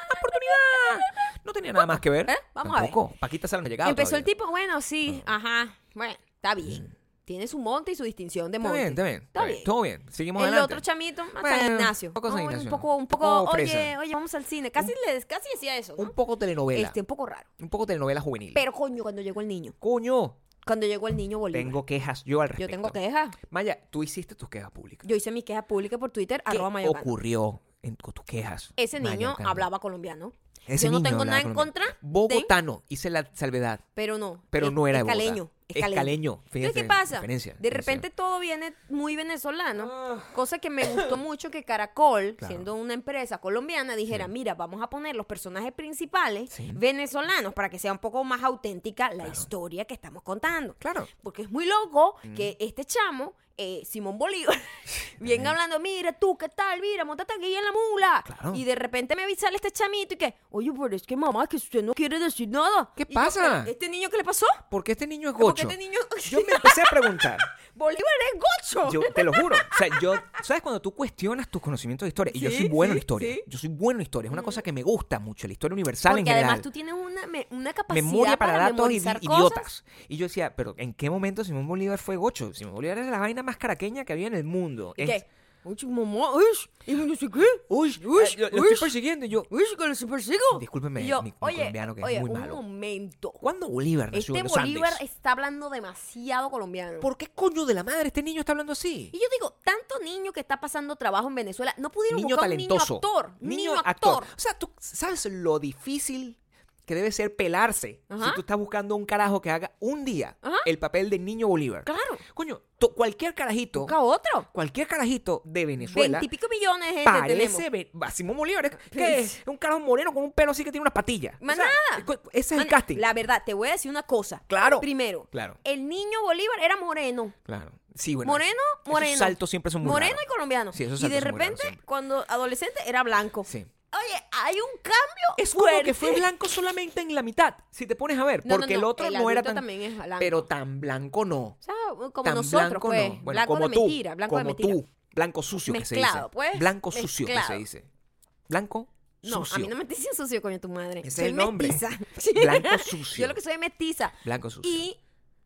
Speaker 2: oportunidad. No tenía nada más que ver.
Speaker 1: ¿Eh? Vamos a ver.
Speaker 2: Tampoco. Paquita Sal no ha llegado.
Speaker 1: Empezó el
Speaker 2: todavía.
Speaker 1: tipo, bueno, sí, ajá, bueno, está bien. Tiene su monte y su distinción de
Speaker 2: Está
Speaker 1: monte.
Speaker 2: bien, está bien. Está bien. Todo bien. Seguimos
Speaker 1: el
Speaker 2: adelante.
Speaker 1: otro chamito, ah,
Speaker 2: Bueno,
Speaker 1: San Ignacio.
Speaker 2: un poco San
Speaker 1: Ah, bueno,
Speaker 2: Ignacio.
Speaker 1: Un poco, un
Speaker 2: Un
Speaker 1: poco,
Speaker 2: poco
Speaker 1: oye,
Speaker 2: fresa.
Speaker 1: oye, vamos al cine. Casi, le, casi decía eso, ¿no?
Speaker 2: Un poco telenovela.
Speaker 1: Este, un poco raro.
Speaker 2: Un poco telenovela juvenil.
Speaker 1: Pero coño, cuando llegó el niño,
Speaker 2: Coño,
Speaker 1: cuando llegó el niño Bolívar.
Speaker 2: tengo quejas yo al
Speaker 1: yo
Speaker 2: respecto.
Speaker 1: tengo quejas.
Speaker 2: Maya, tú hiciste tus quejas públicas.
Speaker 1: Yo hice mis quejas públicas por Twitter,
Speaker 2: ¿Qué
Speaker 1: arroba Mayocando.
Speaker 2: ocurrió en, con tus quejas?
Speaker 1: Ese
Speaker 2: Maya
Speaker 1: niño
Speaker 2: Ocando?
Speaker 1: hablaba colombiano.
Speaker 2: Ese
Speaker 1: yo no
Speaker 2: niño
Speaker 1: tengo
Speaker 2: hablaba
Speaker 1: nada en
Speaker 2: colombiano.
Speaker 1: contra. de-
Speaker 2: Bogotano, hice la salvedad,
Speaker 1: pero no.
Speaker 2: pero
Speaker 1: es-
Speaker 2: no era
Speaker 1: es
Speaker 2: de Bogotá.
Speaker 1: caleño. Es caleño.
Speaker 2: fíjate.
Speaker 1: Entonces, ¿qué pasa?
Speaker 2: diferencia,
Speaker 1: de
Speaker 2: diferencia.
Speaker 1: repente todo viene muy venezolano. Cosa que me gustó mucho que Caracol,
Speaker 2: Claro.
Speaker 1: siendo una empresa colombiana, dijera, mira, vamos a poner los personajes principales
Speaker 2: Sí.
Speaker 1: venezolanos para que sea un poco más auténtica la historia que estamos contando.
Speaker 2: Claro. Mm.
Speaker 1: Porque es muy loco que este chamo, eh, Simón Bolívar, bien hablando, mira tú, ¿qué tal? Mira, montate aquí en la mula.
Speaker 2: Claro.
Speaker 1: Y de repente me avisale este chamito y que, oye, pero es que mamá, que usted no quiere decir nada.
Speaker 2: ¿Qué
Speaker 1: Y yo,
Speaker 2: pasa?
Speaker 1: "¿Pero ¿Este niño qué le pasó?
Speaker 2: ¿Por qué este niño es
Speaker 1: Porque
Speaker 2: gocho?
Speaker 1: este niño...
Speaker 2: Yo me empecé a preguntar.
Speaker 1: Bolívar es gocho.
Speaker 2: Yo te lo juro. O sea, yo, ¿sabes? Cuando tú cuestionas tus conocimientos de historia, y yo
Speaker 1: Sí,
Speaker 2: soy bueno en
Speaker 1: sí,
Speaker 2: historia,
Speaker 1: sí. Mm.
Speaker 2: yo soy bueno en historia, es una cosa que me gusta mucho, la historia universal en
Speaker 1: Porque
Speaker 2: general.
Speaker 1: además tú tienes una, me- una capacidad
Speaker 2: memoria para, datos y-
Speaker 1: memorizar cosas.
Speaker 2: idiotas. Y yo decía, pero ¿en qué momento Simón Bolívar fue gocho? Simón Bolívar era la vaina más caraqueña que había en el mundo.
Speaker 1: ¿Y
Speaker 2: Es-
Speaker 1: qué? Uy, mamá, uy, y no sé qué.
Speaker 2: Uy,
Speaker 1: uy,
Speaker 2: eh, lo, lo
Speaker 1: uy.
Speaker 2: estoy persiguiendo. Y yo,
Speaker 1: Uy, que lo persigo.
Speaker 2: Discúlpeme,
Speaker 1: Y yo,
Speaker 2: mi- mi
Speaker 1: oye,
Speaker 2: colombiano, que es
Speaker 1: oye,
Speaker 2: muy
Speaker 1: un
Speaker 2: malo.
Speaker 1: momento.
Speaker 2: ¿cuándo Bolívar nació
Speaker 1: Este
Speaker 2: en los
Speaker 1: Bolívar
Speaker 2: Andes?
Speaker 1: está hablando demasiado colombiano.
Speaker 2: ¿Por qué coño de la madre este niño está hablando así?
Speaker 1: Y yo digo, tanto niño que está pasando trabajo en Venezuela, no pudieron
Speaker 2: Niño
Speaker 1: buscar
Speaker 2: talentoso.
Speaker 1: un niño actor.
Speaker 2: Niño
Speaker 1: actor.
Speaker 2: O sea, tú sabes lo difícil que debe ser pelarse
Speaker 1: Ajá.
Speaker 2: si tú estás buscando un carajo que haga un día
Speaker 1: Ajá.
Speaker 2: el papel de niño Bolívar.
Speaker 1: Claro.
Speaker 2: Coño, to- cualquier carajito,
Speaker 1: Busca otro.
Speaker 2: cualquier carajito de Venezuela
Speaker 1: Veintipico millones de gente tenemos.
Speaker 2: parece ve- a Simón Bolívar es- que es un carajo moreno con un pelo así que tiene unas patillas.
Speaker 1: Más nada.
Speaker 2: cu- Ese es el
Speaker 1: Ana,
Speaker 2: casting.
Speaker 1: La verdad, te voy a decir una cosa.
Speaker 2: Claro.
Speaker 1: Primero,
Speaker 2: Claro.
Speaker 1: el niño Bolívar era moreno.
Speaker 2: Claro. Sí, bueno.
Speaker 1: moreno,
Speaker 2: esos
Speaker 1: moreno.
Speaker 2: saltos siempre son muy
Speaker 1: Moreno
Speaker 2: raros.
Speaker 1: y colombiano.
Speaker 2: Sí, esos
Speaker 1: y de
Speaker 2: saltos son muy raros
Speaker 1: repente,
Speaker 2: siempre.
Speaker 1: cuando adolescente, era blanco.
Speaker 2: Sí.
Speaker 1: Oye, hay un cambio.
Speaker 2: Es como
Speaker 1: fuerte.
Speaker 2: que fue blanco solamente en la mitad, si te pones a ver,
Speaker 1: No, no,
Speaker 2: porque el
Speaker 1: no,
Speaker 2: otro
Speaker 1: el
Speaker 2: no era
Speaker 1: adulto
Speaker 2: tan
Speaker 1: también es blanco.
Speaker 2: pero tan blanco no.
Speaker 1: O sea, como
Speaker 2: tan
Speaker 1: nosotros,
Speaker 2: blanco
Speaker 1: pues.
Speaker 2: no. Bueno,
Speaker 1: blanco
Speaker 2: como
Speaker 1: de
Speaker 2: tú,
Speaker 1: mentira, blanco de
Speaker 2: como
Speaker 1: mentira.
Speaker 2: tú, blanco sucio que se dice.
Speaker 1: Mezclado, pues,
Speaker 2: Blanco sucio que se
Speaker 1: mezclado.
Speaker 2: dice. Blanco
Speaker 1: No,
Speaker 2: sucio.
Speaker 1: a mí no me dicen sucio, coño, tu madre.
Speaker 2: Ese es
Speaker 1: soy
Speaker 2: el nombre.
Speaker 1: mestiza.
Speaker 2: Blanco sucio.
Speaker 1: Yo lo que soy es mestiza.
Speaker 2: Blanco sucio.
Speaker 1: Y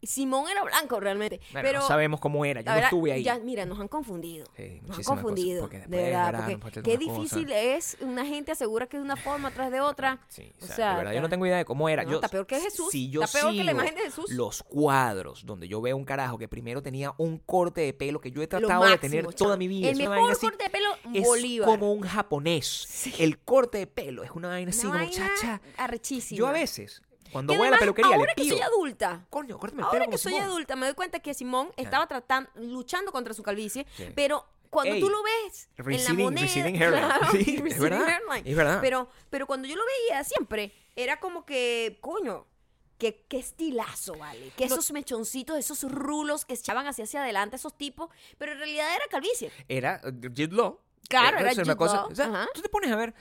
Speaker 1: Simón era blanco realmente.
Speaker 2: Bueno,
Speaker 1: pero
Speaker 2: no sabemos cómo era, yo
Speaker 1: la
Speaker 2: no
Speaker 1: verdad,
Speaker 2: estuve ahí.
Speaker 1: ya, mira, nos han confundido.
Speaker 2: Sí,
Speaker 1: nos han
Speaker 2: muchísimas
Speaker 1: confundido.
Speaker 2: cosas, porque
Speaker 1: de
Speaker 2: después de
Speaker 1: verdad,
Speaker 2: verdad nos
Speaker 1: porque
Speaker 2: faltan
Speaker 1: qué
Speaker 2: unas cosas.
Speaker 1: difícil es una gente asegura que es de una forma tras de otra.
Speaker 2: Sí, o sea, de verdad, yo no
Speaker 1: está-
Speaker 2: tengo idea de cómo era.
Speaker 1: No,
Speaker 2: yo,
Speaker 1: está peor que Jesús,
Speaker 2: Si yo
Speaker 1: está peor que la
Speaker 2: sigo
Speaker 1: imagen de Jesús.
Speaker 2: Los cuadros donde yo veo un carajo que primero tenía un corte de pelo que yo he
Speaker 1: lo
Speaker 2: tratado de
Speaker 1: máximo,
Speaker 2: tener
Speaker 1: chamo.
Speaker 2: toda mi vida.
Speaker 1: El
Speaker 2: es una
Speaker 1: mejor
Speaker 2: vaina así,
Speaker 1: corte de pelo
Speaker 2: es
Speaker 1: Bolívar.
Speaker 2: como un japonés. El corte de pelo es una vaina
Speaker 1: Una
Speaker 2: así,
Speaker 1: vaina
Speaker 2: como chacha.
Speaker 1: arrechísima.
Speaker 2: Yo a veces, cuando
Speaker 1: Que
Speaker 2: voy a la
Speaker 1: además,
Speaker 2: peluquería, le
Speaker 1: ahora que
Speaker 2: pido.
Speaker 1: soy adulta.
Speaker 2: Coño, córtame el pelo
Speaker 1: Ahora
Speaker 2: como
Speaker 1: que soy
Speaker 2: Simón".
Speaker 1: adulta, me doy cuenta que Simón estaba tratando, luchando contra su calvicie,
Speaker 2: Sí.
Speaker 1: pero cuando
Speaker 2: Ey,
Speaker 1: tú lo ves en
Speaker 2: receding-
Speaker 1: la moneda,
Speaker 2: receding hairline. Sí, es
Speaker 1: receding
Speaker 2: verdad,
Speaker 1: hairline.
Speaker 2: es verdad.
Speaker 1: Pero, pero cuando yo lo veía siempre, era como que, coño, Qué, qué estilazo, vale. Que esos mechoncitos, esos rulos que echaban hacia hacia adelante esos tipos, pero en realidad era calvicie.
Speaker 2: Era Jit Law. eh,
Speaker 1: Claro, era
Speaker 2: eso
Speaker 1: Jude Law,
Speaker 2: O sea,
Speaker 1: ajá.
Speaker 2: tú te pones a ver.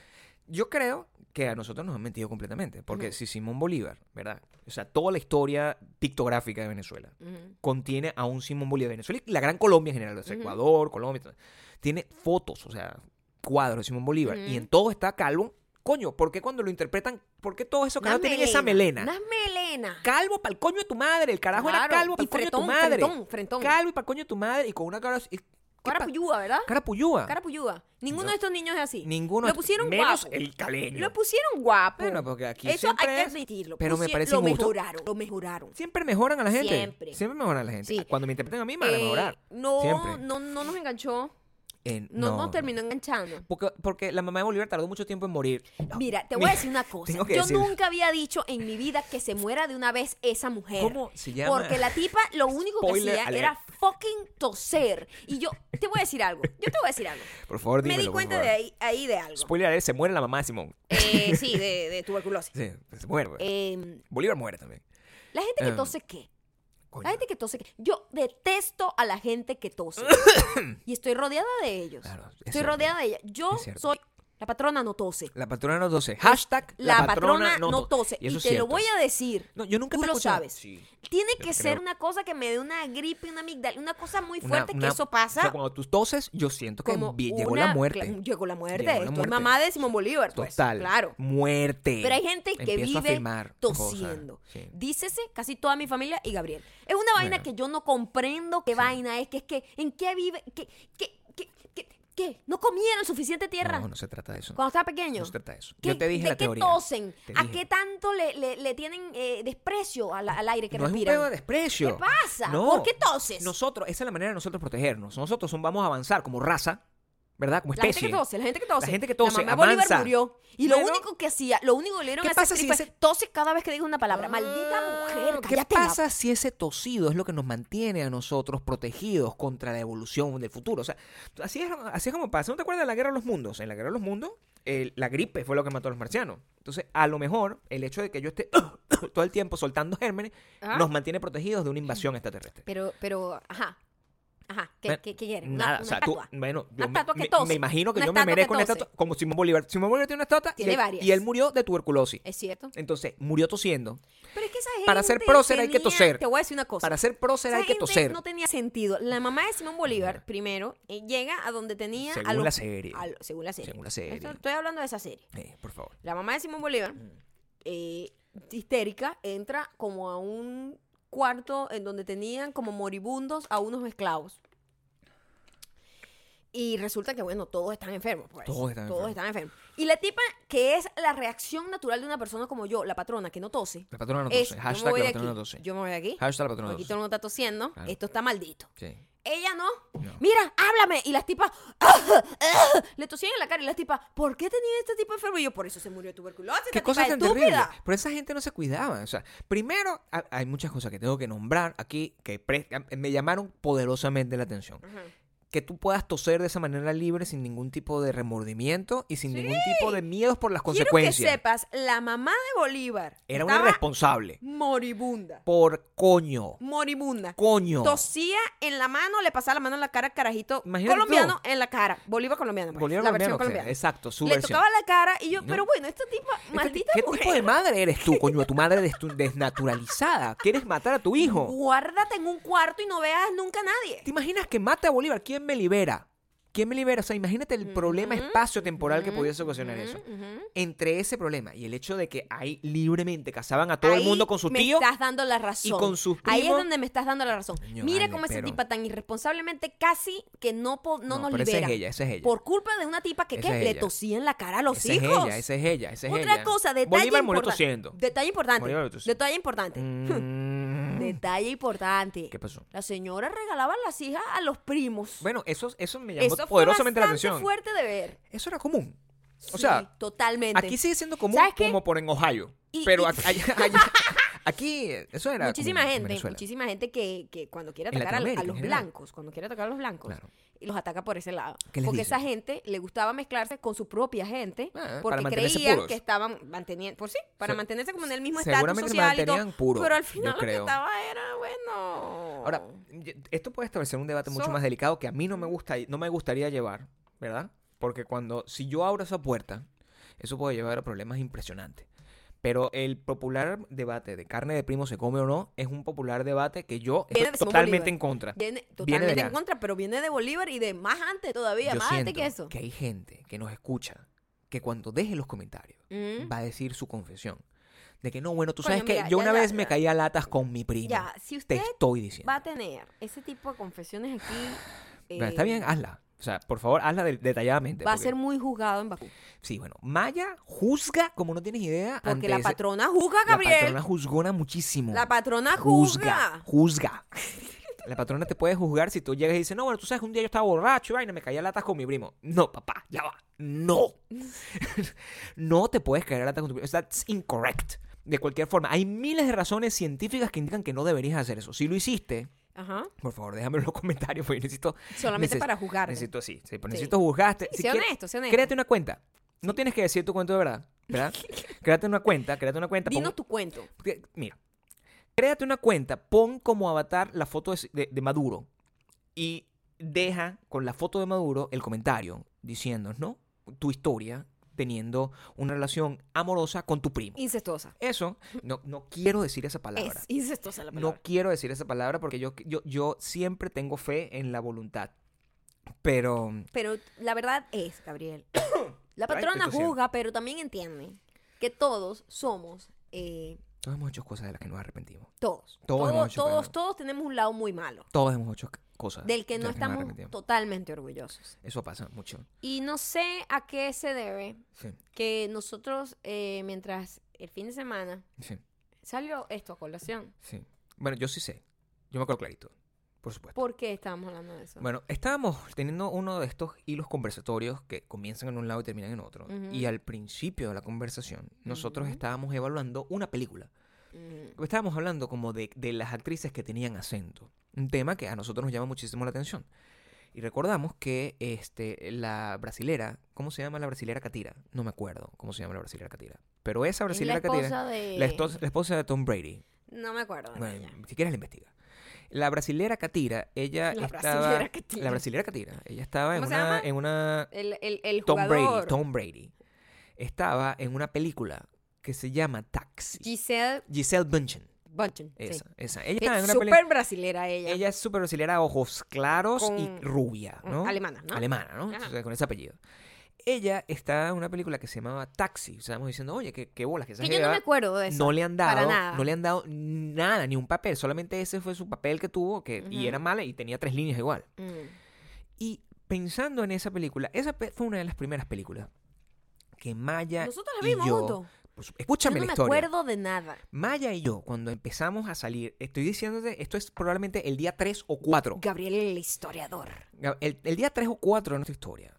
Speaker 2: Yo creo que a nosotros nos han mentido completamente. Porque si Simón Bolívar, ¿verdad? O sea, toda la historia pictográfica de Venezuela
Speaker 1: Ujú.
Speaker 2: contiene a un Simón Bolívar de Venezuela y la gran Colombia en general, o sea,
Speaker 1: Ujú.
Speaker 2: Ecuador, Colombia, etc. tiene fotos, o sea, cuadros de Simón Bolívar.
Speaker 1: Ujú.
Speaker 2: Y en todo está calvo. Coño, ¿por qué cuando lo interpretan, por qué todos esos
Speaker 1: Una
Speaker 2: canales tienen esa melena?
Speaker 1: Una melena.
Speaker 2: Calvo pa'l coño de tu madre. El carajo
Speaker 1: Claro,
Speaker 2: era calvo
Speaker 1: y
Speaker 2: pa'l coño de tu
Speaker 1: fretón,
Speaker 2: madre.
Speaker 1: fretón, fretón.
Speaker 2: Calvo y pa'l coño de tu madre. Y con una cara. así- y- ¿qué
Speaker 1: Cara
Speaker 2: pa-
Speaker 1: puyúa, ¿verdad?
Speaker 2: Cara puyúa.
Speaker 1: Cara puyúa. Ninguno
Speaker 2: Ah. No.
Speaker 1: de estos niños es así.
Speaker 2: Ninguno.
Speaker 1: Lo pusieron
Speaker 2: menos
Speaker 1: guapo.
Speaker 2: el caleño.
Speaker 1: Lo pusieron guapo.
Speaker 2: Bueno, porque aquí
Speaker 1: Eso
Speaker 2: siempre
Speaker 1: hay que
Speaker 2: es-
Speaker 1: admitirlo.
Speaker 2: pero me
Speaker 1: Pusie-
Speaker 2: parece
Speaker 1: Lo
Speaker 2: injusto.
Speaker 1: mejoraron, lo mejoraron.
Speaker 2: Siempre mejoran a la gente.
Speaker 1: Siempre.
Speaker 2: mejoran a la gente.
Speaker 1: Sí.
Speaker 2: Cuando me interpreten a mí, me van a
Speaker 1: Eh,
Speaker 2: mejorar.
Speaker 1: no,
Speaker 2: Siempre.
Speaker 1: no, no nos enganchó.
Speaker 2: En-
Speaker 1: No, nos terminó enganchando.
Speaker 2: Porque, porque la mamá de Bolívar tardó mucho tiempo en morir.
Speaker 1: Mira, te voy a decir una cosa.
Speaker 2: tengo que
Speaker 1: Yo
Speaker 2: decirlo.
Speaker 1: nunca había dicho en mi vida que se muera de una vez esa mujer.
Speaker 2: ¿Cómo se llama?
Speaker 1: Porque la tipa lo único
Speaker 2: Spoiler
Speaker 1: que hacía
Speaker 2: alert.
Speaker 1: era fucking toser. Y yo te voy a decir algo. Yo te voy a decir algo.
Speaker 2: Por favor, dímelo.
Speaker 1: Me di
Speaker 2: por
Speaker 1: cuenta
Speaker 2: favor.
Speaker 1: de ahí, ahí de algo.
Speaker 2: Spoiler, alert, se muere la mamá de Simón.
Speaker 1: Eh, sí, de, de tuberculosis.
Speaker 2: Sí, se muere. pues.
Speaker 1: Eh,
Speaker 2: Bolívar muere también.
Speaker 1: la gente que
Speaker 2: Em,
Speaker 1: tose, ¿qué?
Speaker 2: Coño.
Speaker 1: La gente que tose, ¿qué? Yo detesto a la gente que tose. y estoy rodeada de ellos.
Speaker 2: Claro, es
Speaker 1: estoy
Speaker 2: cierto.
Speaker 1: rodeada de ellas. Yo
Speaker 2: Es cierto.
Speaker 1: soy la patrona no tose.
Speaker 2: La patrona no tose. Hashtag
Speaker 1: La, patrona, no tose. Y,
Speaker 2: eso
Speaker 1: te
Speaker 2: es
Speaker 1: lo
Speaker 2: cierto.
Speaker 1: voy a decir.
Speaker 2: No, yo nunca
Speaker 1: Tú
Speaker 2: te he
Speaker 1: lo
Speaker 2: escuchado.
Speaker 1: sabes.
Speaker 2: Sí.
Speaker 1: Tiene
Speaker 2: Yo
Speaker 1: que
Speaker 2: creo-
Speaker 1: ser una cosa que me dé una gripe, una amigdala, una cosa muy
Speaker 2: Una-
Speaker 1: fuerte
Speaker 2: una-
Speaker 1: que eso
Speaker 2: o
Speaker 1: pasa.
Speaker 2: sea, cuando tú toses, yo siento que
Speaker 1: como
Speaker 2: vi- llegó la
Speaker 1: una-
Speaker 2: muerte.
Speaker 1: cla- Llegó la muerte.
Speaker 2: Llegó la
Speaker 1: Esto es
Speaker 2: muerte.
Speaker 1: mamá de Simón Bolívar. pues,
Speaker 2: Total.
Speaker 1: Claro.
Speaker 2: Muerte.
Speaker 1: Pero hay gente que
Speaker 2: Empiezo a
Speaker 1: vive
Speaker 2: afirmar cosas,
Speaker 1: tosiendo.
Speaker 2: sí.
Speaker 1: Dícese casi toda mi familia y Gabriel. Es una vaina
Speaker 2: Bueno.
Speaker 1: que yo no comprendo qué vaina es, que es que, ¿en qué vive? ¿Qué? ¿Qué? ¿Qué? ¿Qué? qué? ¿No comieron suficiente tierra?
Speaker 2: No, no se trata de eso.
Speaker 1: Cuando estaba pequeño.
Speaker 2: No se trata de eso.
Speaker 1: ¿Qué-
Speaker 2: Yo te dije
Speaker 1: ¿De
Speaker 2: la
Speaker 1: qué
Speaker 2: teoría.
Speaker 1: tosen?
Speaker 2: Te
Speaker 1: ¿A
Speaker 2: dije.
Speaker 1: qué tanto le, le- le tienen eh, desprecio al, al aire que
Speaker 2: no es un
Speaker 1: respiran?
Speaker 2: pedo de desprecio.
Speaker 1: ¿Qué pasa?
Speaker 2: No.
Speaker 1: ¿Por qué toses?
Speaker 2: Nosotros, esa es la manera de nosotros protegernos. Nosotros son- vamos a avanzar como raza, ¿verdad? Como
Speaker 1: La gente que
Speaker 2: especie.
Speaker 1: tose, la gente que tose.
Speaker 2: La gente que tose,
Speaker 1: mamá de Bolívar
Speaker 2: avanza.
Speaker 1: murió. Y
Speaker 2: Bueno.
Speaker 1: lo único que hacía, lo único que le dieron
Speaker 2: ¿Qué
Speaker 1: a esa
Speaker 2: pasa
Speaker 1: actriz
Speaker 2: si
Speaker 1: fue,
Speaker 2: ese-
Speaker 1: tose cada vez que diga una palabra. Maldita mujer,
Speaker 2: Ah, ¿Qué
Speaker 1: cállate la
Speaker 2: pasa si ese tosido es lo que nos mantiene a nosotros protegidos contra la evolución del futuro? O sea, así es, así es como pasa. ¿No te acuerdas de la Guerra de los Mundos? En la Guerra de los Mundos, el- la gripe fue lo que mató a los marcianos. Entonces, a lo mejor, el hecho de que yo esté todo el tiempo soltando gérmenes
Speaker 1: Ajá.
Speaker 2: nos mantiene protegidos de una
Speaker 1: Mm.
Speaker 2: invasión extraterrestre.
Speaker 1: Pero, pero, ajá. Ajá, ¿qué,
Speaker 2: Bueno,
Speaker 1: qué- qué quieren? Una-
Speaker 2: Nada,
Speaker 1: una
Speaker 2: o sea,
Speaker 1: estatua.
Speaker 2: tú, bueno, yo
Speaker 1: Una
Speaker 2: me,
Speaker 1: estatua que
Speaker 2: me-
Speaker 1: tose.
Speaker 2: me imagino que
Speaker 1: Una
Speaker 2: yo me
Speaker 1: estatua que
Speaker 2: merezco una
Speaker 1: tose.
Speaker 2: estatua como Simón Bolívar. Simón Bolívar tiene una estatua y
Speaker 1: Tiene
Speaker 2: él-
Speaker 1: varias.
Speaker 2: y él murió de tuberculosis.
Speaker 1: Es cierto.
Speaker 2: Entonces, murió tosiendo.
Speaker 1: Pero es que esa gente
Speaker 2: Para ser prócer hay que
Speaker 1: tenía-
Speaker 2: toser.
Speaker 1: Te voy a decir una cosa.
Speaker 2: Para ser prócer
Speaker 1: Esa
Speaker 2: hay que
Speaker 1: gente
Speaker 2: toser.
Speaker 1: no tenía sentido. La mamá de Simón Bolívar, primero, eh, llega a donde tenía... a
Speaker 2: Según
Speaker 1: los-
Speaker 2: la serie.
Speaker 1: a lo- según la serie.
Speaker 2: Según la serie.
Speaker 1: Esto- estoy hablando de esa serie.
Speaker 2: Eh, por favor.
Speaker 1: La mamá de Simón Bolívar, eh, histérica, entra como a un cuarto en donde tenían como moribundos a unos esclavos. Y resulta que, bueno, todos están enfermos. pues.
Speaker 2: Todos están enfermos.
Speaker 1: enfermos. Y la tipa, que es la reacción natural de una persona como yo, la patrona, que no tose.
Speaker 2: La patrona no
Speaker 1: es,
Speaker 2: tose.
Speaker 1: yo me
Speaker 2: Hashtag
Speaker 1: voy
Speaker 2: la
Speaker 1: de
Speaker 2: patrona
Speaker 1: aquí.
Speaker 2: no tose.
Speaker 1: Yo me voy de aquí.
Speaker 2: Hashtag la patrona no
Speaker 1: Aquí todo el
Speaker 2: tose.
Speaker 1: mundo está tosiendo.
Speaker 2: Claro.
Speaker 1: Esto está maldito.
Speaker 2: Sí.
Speaker 1: Ella no.
Speaker 2: No.
Speaker 1: Mira, háblame. Y las tipas le tosían en la cara. Y las tipas, ¿por qué tenía este tipo enfermo? Y yo, por eso se murió de tuberculosis.
Speaker 2: Qué
Speaker 1: esta
Speaker 2: cosa
Speaker 1: tipa
Speaker 2: tan terrible.
Speaker 1: estúpida.
Speaker 2: Pero esa gente no se cuidaba. O sea, primero, ha- hay muchas cosas que tengo que nombrar aquí que pre- me llamaron poderosamente la atención. que tú puedas toser de esa manera libre sin ningún tipo de remordimiento y sin ningún tipo de miedos por las
Speaker 1: Quiero que
Speaker 2: consecuencias.
Speaker 1: sepas, la mamá de Bolívar
Speaker 2: Era una
Speaker 1: estaba
Speaker 2: irresponsable.
Speaker 1: moribunda.
Speaker 2: Por coño.
Speaker 1: Moribunda.
Speaker 2: Coño.
Speaker 1: Tosía en la mano, le pasaba la mano en la cara, al carajito
Speaker 2: Imagínate
Speaker 1: colombiano en la cara. Bolívar colombiano. pues,
Speaker 2: Bolívar
Speaker 1: la versión
Speaker 2: colombiano, o sea,
Speaker 1: colombiana.
Speaker 2: exacto, su
Speaker 1: le
Speaker 2: versión.
Speaker 1: tocaba la cara y yo,
Speaker 2: No.
Speaker 1: pero bueno, esta tipa,
Speaker 2: Este
Speaker 1: maldita
Speaker 2: ti- ¿Qué
Speaker 1: mujer.
Speaker 2: tipo de madre eres tú, coño? Tu madre des- tu- desnaturalizada. ¿Quieres matar a tu hijo?
Speaker 1: Guárdate en un cuarto y no veas nunca a nadie.
Speaker 2: ¿Te imaginas que mata a Bolívar? ¿Quién me libera? ¿Quién me libera? O sea, imagínate el problema espacio-temporal que pudiese ocasionar eso. Entre ese problema y el hecho de que ahí libremente casaban a todo el
Speaker 1: Ahí
Speaker 2: mundo con su
Speaker 1: me
Speaker 2: tío.
Speaker 1: estás dando la razón.
Speaker 2: con sus
Speaker 1: Ahí es
Speaker 2: primos.
Speaker 1: donde me estás dando la razón.
Speaker 2: Coño,
Speaker 1: Mira
Speaker 2: vale,
Speaker 1: cómo esa
Speaker 2: pero-
Speaker 1: tipa tan irresponsablemente casi que no, po- no,
Speaker 2: No,
Speaker 1: nos
Speaker 2: pero esa
Speaker 1: libera.
Speaker 2: es ella, esa es ella.
Speaker 1: Por culpa de una tipa que
Speaker 2: Esa
Speaker 1: ¿qué?
Speaker 2: es
Speaker 1: le
Speaker 2: ella.
Speaker 1: tosía en la cara a los
Speaker 2: Esa es
Speaker 1: hijos.
Speaker 2: ella, esa es ella, esa es
Speaker 1: Otra
Speaker 2: ella.
Speaker 1: cosa, detalle
Speaker 2: Bolívar murió
Speaker 1: importante.
Speaker 2: tosiendo.
Speaker 1: Detalle importante.
Speaker 2: Bolívar murió tosiendo.
Speaker 1: Detalle importante.
Speaker 2: Mm.
Speaker 1: Detalle importante.
Speaker 2: ¿Qué pasó?
Speaker 1: La señora regalaba las hijas a los primos.
Speaker 2: Bueno, eso, eso me llamó
Speaker 1: Eso fue
Speaker 2: poderosamente la
Speaker 1: bastante
Speaker 2: atención.
Speaker 1: fuerte de ver.
Speaker 2: Eso era común.
Speaker 1: Sí,
Speaker 2: O sea,
Speaker 1: totalmente.
Speaker 2: aquí sigue siendo común
Speaker 1: ¿Sabes qué?
Speaker 2: como por en Ohio.
Speaker 1: Y-
Speaker 2: pero
Speaker 1: y-
Speaker 2: a- a- a- aquí eso era.
Speaker 1: muchísima
Speaker 2: común en
Speaker 1: gente,
Speaker 2: Venezuela.
Speaker 1: muchísima gente que, que cuando quiere
Speaker 2: En
Speaker 1: atacar a, a
Speaker 2: Latinoamérica, en
Speaker 1: los
Speaker 2: general.
Speaker 1: blancos, cuando quiere atacar a los blancos,
Speaker 2: Claro.
Speaker 1: y los ataca por ese lado.
Speaker 2: ¿Qué les
Speaker 1: Porque
Speaker 2: dice?
Speaker 1: esa gente le gustaba mezclarse con su propia gente
Speaker 2: Ah, para
Speaker 1: porque
Speaker 2: mantenerse
Speaker 1: creían
Speaker 2: puros.
Speaker 1: que estaban manteniendo, por sí, para
Speaker 2: Se-
Speaker 1: mantenerse como en el mismo estatus
Speaker 2: seguramente se
Speaker 1: social y todo.
Speaker 2: mantenían puros,
Speaker 1: pero al
Speaker 2: yo
Speaker 1: final lo que
Speaker 2: creo.
Speaker 1: estaba era bueno.
Speaker 2: Ahora, yo- esto puede establecer un debate mucho
Speaker 1: Oh. So-
Speaker 2: más delicado que a mí no me gusta, no me gustaría llevar, ¿verdad? Porque cuando, si yo abro esa puerta, eso puede llevar a problemas impresionantes. Pero el popular debate de carne de primo se come o no es un popular debate que yo
Speaker 1: Viene
Speaker 2: estoy
Speaker 1: de Simón
Speaker 2: totalmente
Speaker 1: Bolívar.
Speaker 2: en contra.
Speaker 1: Viene
Speaker 2: viene de
Speaker 1: totalmente en
Speaker 2: allá.
Speaker 1: contra, pero viene de Bolívar y de más antes todavía,
Speaker 2: Yo
Speaker 1: más antes que
Speaker 2: siento
Speaker 1: eso.
Speaker 2: que hay gente que nos escucha que cuando deje los comentarios
Speaker 1: Mm.
Speaker 2: va a decir su confesión. De que no, bueno, tú
Speaker 1: Coño,
Speaker 2: sabes que
Speaker 1: mira,
Speaker 2: yo
Speaker 1: ya,
Speaker 2: una
Speaker 1: ya,
Speaker 2: vez me
Speaker 1: ya.
Speaker 2: caí a latas con mi primo.
Speaker 1: Ya, si
Speaker 2: Te
Speaker 1: usted
Speaker 2: estoy diciendo.
Speaker 1: va a tener ese tipo de confesiones aquí,
Speaker 2: Bueno,
Speaker 1: eh,
Speaker 2: Está bien, hazla. O sea, por favor, hazla de- detalladamente.
Speaker 1: va a
Speaker 2: porque-
Speaker 1: ser muy juzgado en Bakú.
Speaker 2: Sí, bueno. Maya juzga, como no tienes idea,
Speaker 1: Porque
Speaker 2: ante
Speaker 1: la
Speaker 2: ese-
Speaker 1: patrona juzga, Gabriel.
Speaker 2: La patrona juzgona muchísimo.
Speaker 1: La patrona
Speaker 2: juzga.
Speaker 1: juzga.
Speaker 2: Juzga. La patrona te puede juzgar si tú llegas y dices, no, bueno, tú sabes que un día yo estaba borracho y vaina, me caía latas con mi primo. No, papá, ya va. No. no te puedes caer a latas con tu primo. That's incorrect. De cualquier forma, hay miles de razones científicas que indican que no deberías hacer eso. Si lo hiciste,
Speaker 1: Ajá.
Speaker 2: por favor, déjame en los comentarios porque yo necesito...
Speaker 1: Solamente
Speaker 2: neces-
Speaker 1: para juzgar.
Speaker 2: Necesito, sí, sí, pero
Speaker 1: Sí.
Speaker 2: necesito juzgaste.
Speaker 1: Sí, sé honesto, sé honesto.
Speaker 2: Créate una cuenta. No tienes que decir tu cuento de verdad, ¿verdad? créate una cuenta, créate una cuenta.
Speaker 1: Dinos
Speaker 2: pon-
Speaker 1: tu cuento.
Speaker 2: que- Mira, créate una cuenta, pon como avatar la foto de, de- de Maduro y deja con la foto de Maduro el comentario diciendo, ¿no? Tu historia teniendo una relación amorosa con tu primo.
Speaker 1: Incestuosa.
Speaker 2: Eso, no, no quiero decir esa palabra.
Speaker 1: Es incestuosa la
Speaker 2: No
Speaker 1: palabra.
Speaker 2: quiero decir esa palabra porque yo, yo, yo siempre tengo fe en la voluntad. Pero
Speaker 1: Pero la verdad es, Gabriel. la
Speaker 2: Ay,
Speaker 1: patrona
Speaker 2: estoy tosiendo.
Speaker 1: juzga, pero también entiende que todos somos. eh,
Speaker 2: todos hemos hecho cosas de las que nos arrepentimos.
Speaker 1: todos.
Speaker 2: Todos
Speaker 1: Todo-
Speaker 2: hemos hecho Ah,
Speaker 1: todos,
Speaker 2: cosas.
Speaker 1: todos tenemos un lado muy malo.
Speaker 2: Todos hemos hecho c- cosas
Speaker 1: Del que
Speaker 2: de
Speaker 1: no
Speaker 2: las nos
Speaker 1: estamos
Speaker 2: arrepentimos.
Speaker 1: totalmente orgullosos.
Speaker 2: Eso pasa mucho.
Speaker 1: Y no sé a qué se debe
Speaker 2: Sí,
Speaker 1: que nosotros, eh, mientras el fin de semana
Speaker 2: sí.
Speaker 1: salió esto a colación,
Speaker 2: Sí. Bueno, yo sí sé. Yo me acuerdo clarito. Por supuesto.
Speaker 1: ¿por qué estábamos hablando de eso?
Speaker 2: Bueno, estábamos teniendo uno de estos hilos conversatorios que comienzan en un lado y terminan en otro.
Speaker 1: Ujú.
Speaker 2: Y al principio de la conversación, nosotros
Speaker 1: Ujú.
Speaker 2: estábamos evaluando una película.
Speaker 1: Mm.
Speaker 2: Estábamos hablando como de, de las actrices que tenían acento. Un tema que a nosotros nos llama muchísimo la atención. Y recordamos que este, la brasilera, ¿cómo se llama la brasilera Catira? No me acuerdo cómo se llama la brasilera Catira. Pero esa
Speaker 1: Es la
Speaker 2: brasilera Catira,
Speaker 1: esposa de...
Speaker 2: la, estos- la esposa de Tom Brady.
Speaker 1: No me acuerdo. de
Speaker 2: Bueno,
Speaker 1: ella.
Speaker 2: si quieres la investiga. La brasilera Catira, ella
Speaker 1: La
Speaker 2: estaba...
Speaker 1: brasilera Catira.
Speaker 2: La brasilera Catira. Ella estaba en
Speaker 1: ¿Cómo se
Speaker 2: una,
Speaker 1: llama?
Speaker 2: en una...
Speaker 1: El, el, el
Speaker 2: Tom Brady.
Speaker 1: jugador.
Speaker 2: Tom Brady. Estaba en una película que se llama Taxi.
Speaker 1: Giselle
Speaker 2: Giselle Bündchen.
Speaker 1: Bunchen. sí.
Speaker 2: Esa, esa. Ella
Speaker 1: Que
Speaker 2: estaba en
Speaker 1: Es
Speaker 2: una película...
Speaker 1: súper brasilera ella.
Speaker 2: Ella es súper brasilera, ojos claros y
Speaker 1: Con-
Speaker 2: rubia, ¿no?
Speaker 1: Alemana, ¿no?
Speaker 2: Alemana, ¿no?
Speaker 1: Ajá.
Speaker 2: Entonces, con ese apellido. Ella está en una película que se llamaba Taxi. Estábamos diciendo, oye, qué, qué bolas que esa
Speaker 1: Que yo no
Speaker 2: jeva-
Speaker 1: me acuerdo de eso.
Speaker 2: no le han
Speaker 1: para
Speaker 2: dado
Speaker 1: nada.
Speaker 2: no le han dado nada ni un papel solamente ese fue su papel que tuvo que y
Speaker 1: Ujú.
Speaker 2: era mala y tenía tres líneas igual
Speaker 1: Mm.
Speaker 2: y pensando en esa película esa pe- fue una de las primeras películas que Maya
Speaker 1: Nosotros la
Speaker 2: y
Speaker 1: vimos
Speaker 2: yo-
Speaker 1: juntos.
Speaker 2: por su-
Speaker 1: Yo
Speaker 2: escúchame
Speaker 1: no
Speaker 2: la
Speaker 1: me
Speaker 2: historia
Speaker 1: acuerdo de nada.
Speaker 2: Maya y yo cuando empezamos a salir estoy diciéndote esto es probablemente el día 3 o 4
Speaker 1: Gabriel el historiador.
Speaker 2: Gab- El, el día 3 o 4 de nuestra historia,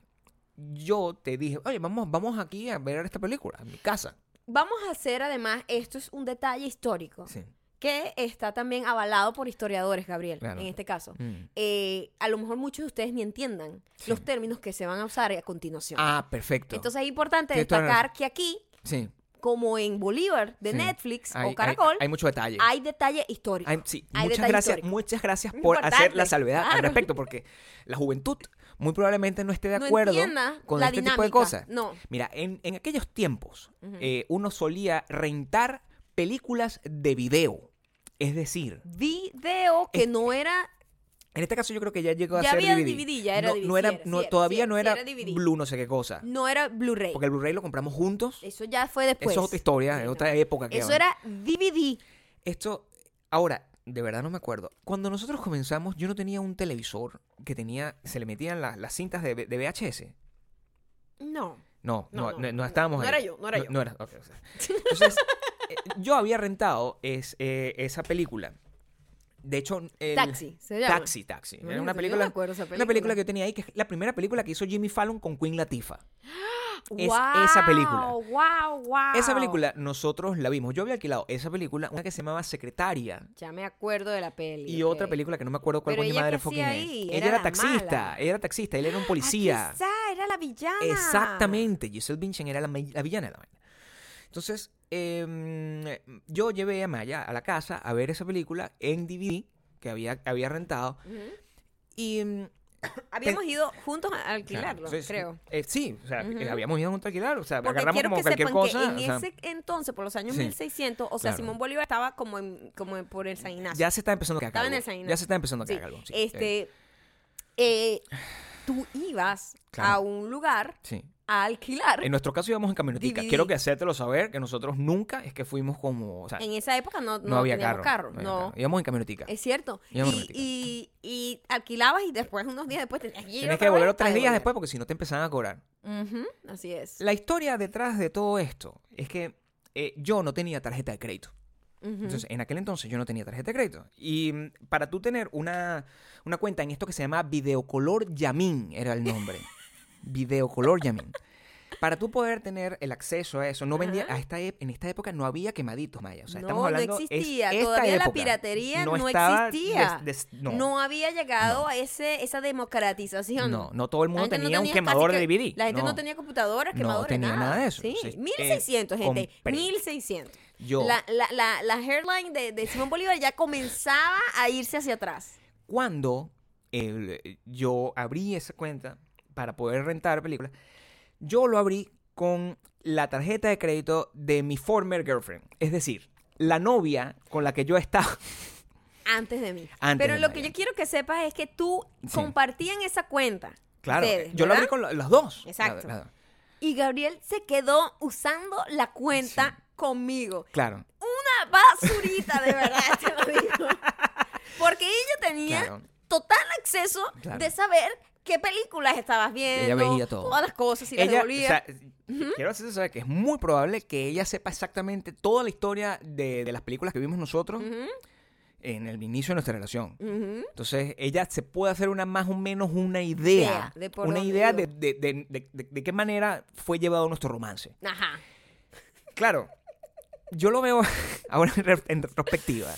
Speaker 2: yo te dije, oye, vamos, vamos aquí a ver esta película, en mi casa.
Speaker 1: Vamos a hacer además, esto es un detalle histórico
Speaker 2: Sí.
Speaker 1: que está también avalado por historiadores, Gabriel,
Speaker 2: Claro.
Speaker 1: en este caso.
Speaker 2: Mm.
Speaker 1: Eh, a lo mejor muchos de ustedes ni entiendan
Speaker 2: Sí.
Speaker 1: los términos que se van a usar a continuación.
Speaker 2: Ah, perfecto.
Speaker 1: Entonces es importante
Speaker 2: Tienes toda la
Speaker 1: destacar que aquí,
Speaker 2: sí.
Speaker 1: como en Bolívar de
Speaker 2: Sí.
Speaker 1: Netflix
Speaker 2: Hay- hay-
Speaker 1: o Caracol, Ah,
Speaker 2: Hay, mucho detalle.
Speaker 1: hay detalle histórico.
Speaker 2: Ay, sí,
Speaker 1: Hay
Speaker 2: muchas
Speaker 1: detalle
Speaker 2: gracias,
Speaker 1: histórico.
Speaker 2: muchas gracias por
Speaker 1: Importante,
Speaker 2: hacer la salvedad al
Speaker 1: claro.
Speaker 2: respecto, porque la juventud muy probablemente no esté de
Speaker 1: no
Speaker 2: acuerdo
Speaker 1: entienda
Speaker 2: con
Speaker 1: la
Speaker 2: este
Speaker 1: dinámica.
Speaker 2: tipo de cosas.
Speaker 1: No.
Speaker 2: Mira, en, en aquellos tiempos
Speaker 1: Ujú.
Speaker 2: eh, uno solía rentar películas de video. Es decir,
Speaker 1: Video que
Speaker 2: Es-
Speaker 1: no era
Speaker 2: en este caso yo creo que ya llegó a
Speaker 1: Ya
Speaker 2: ser
Speaker 1: había
Speaker 2: DVD.
Speaker 1: DVD, ya era
Speaker 2: no,
Speaker 1: DVD,
Speaker 2: no era,
Speaker 1: sí era,
Speaker 2: no-
Speaker 1: sí era,
Speaker 2: todavía
Speaker 1: sí era,
Speaker 2: no
Speaker 1: sí
Speaker 2: era,
Speaker 1: era DVD.
Speaker 2: Blue no sé qué cosa.
Speaker 1: no era Blu-ray.
Speaker 2: Porque el Blu-ray lo compramos juntos.
Speaker 1: Eso ya fue después.
Speaker 2: Eso es otra historia, es otra época. Que
Speaker 1: pues. Eso
Speaker 2: van.
Speaker 1: era DVD.
Speaker 2: Esto, ahora, de verdad no me acuerdo. Cuando nosotros comenzamos, yo no tenía un televisor que tenía, se le metían las, las cintas de, de VHS.
Speaker 1: No.
Speaker 2: No,
Speaker 1: No,
Speaker 2: no, no,
Speaker 1: no,
Speaker 2: no estábamos
Speaker 1: no
Speaker 2: ahí.
Speaker 1: era yo, no era yo.
Speaker 2: No era, ok, o sea. Entonces, eh, yo había rentado es, eh, esa película De hecho, el-
Speaker 1: Taxi, se llama.
Speaker 2: Taxi, Taxi.
Speaker 1: Imagínate,
Speaker 2: Era una
Speaker 1: yo me
Speaker 2: película,
Speaker 1: acuerdo esa
Speaker 2: Una película
Speaker 1: película.
Speaker 2: que yo tenía ahí, que es la primera película que hizo Jimmy Fallon con Queen Latifah. Es esa película.
Speaker 1: Wow, wow.
Speaker 2: Esa película nosotros la vimos. Yo había alquilado esa película, una que se llamaba Secretaria.
Speaker 1: Ya me acuerdo de la peli.
Speaker 2: Y
Speaker 1: ok.
Speaker 2: otra película que no me acuerdo cuál
Speaker 1: Pero
Speaker 2: coño
Speaker 1: ella,
Speaker 2: madre
Speaker 1: ¿qué
Speaker 2: fucking
Speaker 1: hacía
Speaker 2: es.
Speaker 1: ahí?
Speaker 2: Ella
Speaker 1: Era
Speaker 2: era,
Speaker 1: la
Speaker 2: taxista,
Speaker 1: mala.
Speaker 2: ella era taxista, él era un
Speaker 1: Ah,
Speaker 2: policía.
Speaker 1: quizá, era la villana.
Speaker 2: Exactamente, Giselle Bündchen era la, ma- la villana de la vaina. Entonces, eh, yo llevé a Maya a la casa a ver esa película en DVD que había, había rentado
Speaker 1: Ujú.
Speaker 2: y... mm,
Speaker 1: Habíamos ido juntos a alquilarlo,
Speaker 2: claro, entonces,
Speaker 1: creo.
Speaker 2: eh, sí, o sea,
Speaker 1: Ujú.
Speaker 2: eh, habíamos ido a un alquilar, o sea,
Speaker 1: Porque
Speaker 2: agarramos
Speaker 1: quiero
Speaker 2: como
Speaker 1: que
Speaker 2: cualquier
Speaker 1: sepan
Speaker 2: cosa.
Speaker 1: que en
Speaker 2: o sea,
Speaker 1: ese entonces, por los años
Speaker 2: sí.
Speaker 1: 1600, o sea,
Speaker 2: Claro.
Speaker 1: Simón Bolívar estaba como, en- como en- por el San Ignacio.
Speaker 2: ya se está empezando a cagar.
Speaker 1: Estaba en
Speaker 2: algo,
Speaker 1: el San Ignacio.
Speaker 2: Ya se está empezando a
Speaker 1: Sí,
Speaker 2: cagar. algo, sí, eh,
Speaker 1: este, eh, tú ibas a
Speaker 2: Claro.
Speaker 1: un lugar
Speaker 2: sí.
Speaker 1: a alquilar.
Speaker 2: En
Speaker 1: En,
Speaker 2: nuestro caso íbamos en camionetica.
Speaker 1: DVD.
Speaker 2: Quiero que hacértelo saber que nosotros nunca es que fuimos como. O sea,
Speaker 1: esa época no, no,
Speaker 2: no, había
Speaker 1: teníamos
Speaker 2: carro.
Speaker 1: carro.
Speaker 2: había
Speaker 1: no,
Speaker 2: carro. Íbamos en camionetica.
Speaker 1: es cierto. Y,
Speaker 2: Íbamos en camionetica.
Speaker 1: y, y alquilabas y después, unos días después, tenías que ir
Speaker 2: Tienes
Speaker 1: otra
Speaker 2: que volver
Speaker 1: vez
Speaker 2: otros
Speaker 1: a
Speaker 2: días
Speaker 1: devolver.
Speaker 2: después porque si no te empezaban a cobrar.
Speaker 1: Ujú, así es.
Speaker 2: La historia detrás de todo esto es que eh, yo no tenía tarjeta de crédito.
Speaker 1: Ujú.
Speaker 2: Entonces, en aquel entonces yo no tenía tarjeta de crédito. Y mm, para tú tener una, una cuenta en esto que se llama Videocolor Yamin, era el nombre. Videocolor Yamin. Para tú poder tener el acceso a eso, no vendía, a esta, e- en esta época no había quemaditos, Maya. O sea,
Speaker 1: No,
Speaker 2: estamos
Speaker 1: no
Speaker 2: hablando, es
Speaker 1: existía.
Speaker 2: esta
Speaker 1: Todavía la
Speaker 2: época.
Speaker 1: piratería no
Speaker 2: estaba
Speaker 1: existía.
Speaker 2: des- des-
Speaker 1: no.
Speaker 2: no,
Speaker 1: había llegado a ese esa democratización.
Speaker 2: no, no todo el
Speaker 1: La
Speaker 2: mundo
Speaker 1: gente no
Speaker 2: tenía un
Speaker 1: casi
Speaker 2: quemador
Speaker 1: que-
Speaker 2: de DVD.
Speaker 1: La gente no, tenía computadoras,
Speaker 2: No
Speaker 1: quemadores,
Speaker 2: tenía nada de eso.
Speaker 1: Sí,
Speaker 2: Entonces, eh,
Speaker 1: 1600, gente.
Speaker 2: compré.
Speaker 1: 1600.
Speaker 2: Yo,
Speaker 1: La, la, la, la hairline de, de Simón Bolívar ya comenzaba a irse hacia atrás.
Speaker 2: cuando el- yo abrí esa cuenta para poder rentar películas, yo lo abrí con la tarjeta de crédito de mi former girlfriend. Es decir, la novia con la que yo estaba.
Speaker 1: Antes de mí.
Speaker 2: Antes
Speaker 1: Pero
Speaker 2: de
Speaker 1: lo
Speaker 2: Maya.
Speaker 1: que yo quiero que sepas es que tú
Speaker 2: Sí.
Speaker 1: compartían esa cuenta.
Speaker 2: Claro,
Speaker 1: ustedes,
Speaker 2: yo lo
Speaker 1: ¿verdad?
Speaker 2: abrí con lo- los dos.
Speaker 1: Exacto.
Speaker 2: La- la-
Speaker 1: Y Gabriel se quedó usando la cuenta conmigo.
Speaker 2: claro.
Speaker 1: Una basurita, de verdad, te lo digo. Porque ella tenía
Speaker 2: Claro.
Speaker 1: total acceso
Speaker 2: Claro.
Speaker 1: de saber qué películas estabas viendo.
Speaker 2: veía todo.
Speaker 1: Todas las cosas, y las
Speaker 2: Ella, o
Speaker 1: devolvía.
Speaker 2: sea, quiero hacerse saber que es muy probable que ella sepa exactamente toda la historia de, de las películas que vimos nosotros
Speaker 1: Ujú,
Speaker 2: en el inicio de nuestra relación.
Speaker 1: ujú.
Speaker 2: Entonces, ella se puede hacer una más o menos una
Speaker 1: Idea
Speaker 2: idea.
Speaker 1: de por
Speaker 2: una
Speaker 1: dónde
Speaker 2: idea
Speaker 1: iba.
Speaker 2: de, de- de- de- de- de qué manera fue llevado nuestro romance.
Speaker 1: Ajá.
Speaker 2: Claro, yo lo veo ahora en re- en retrospectiva.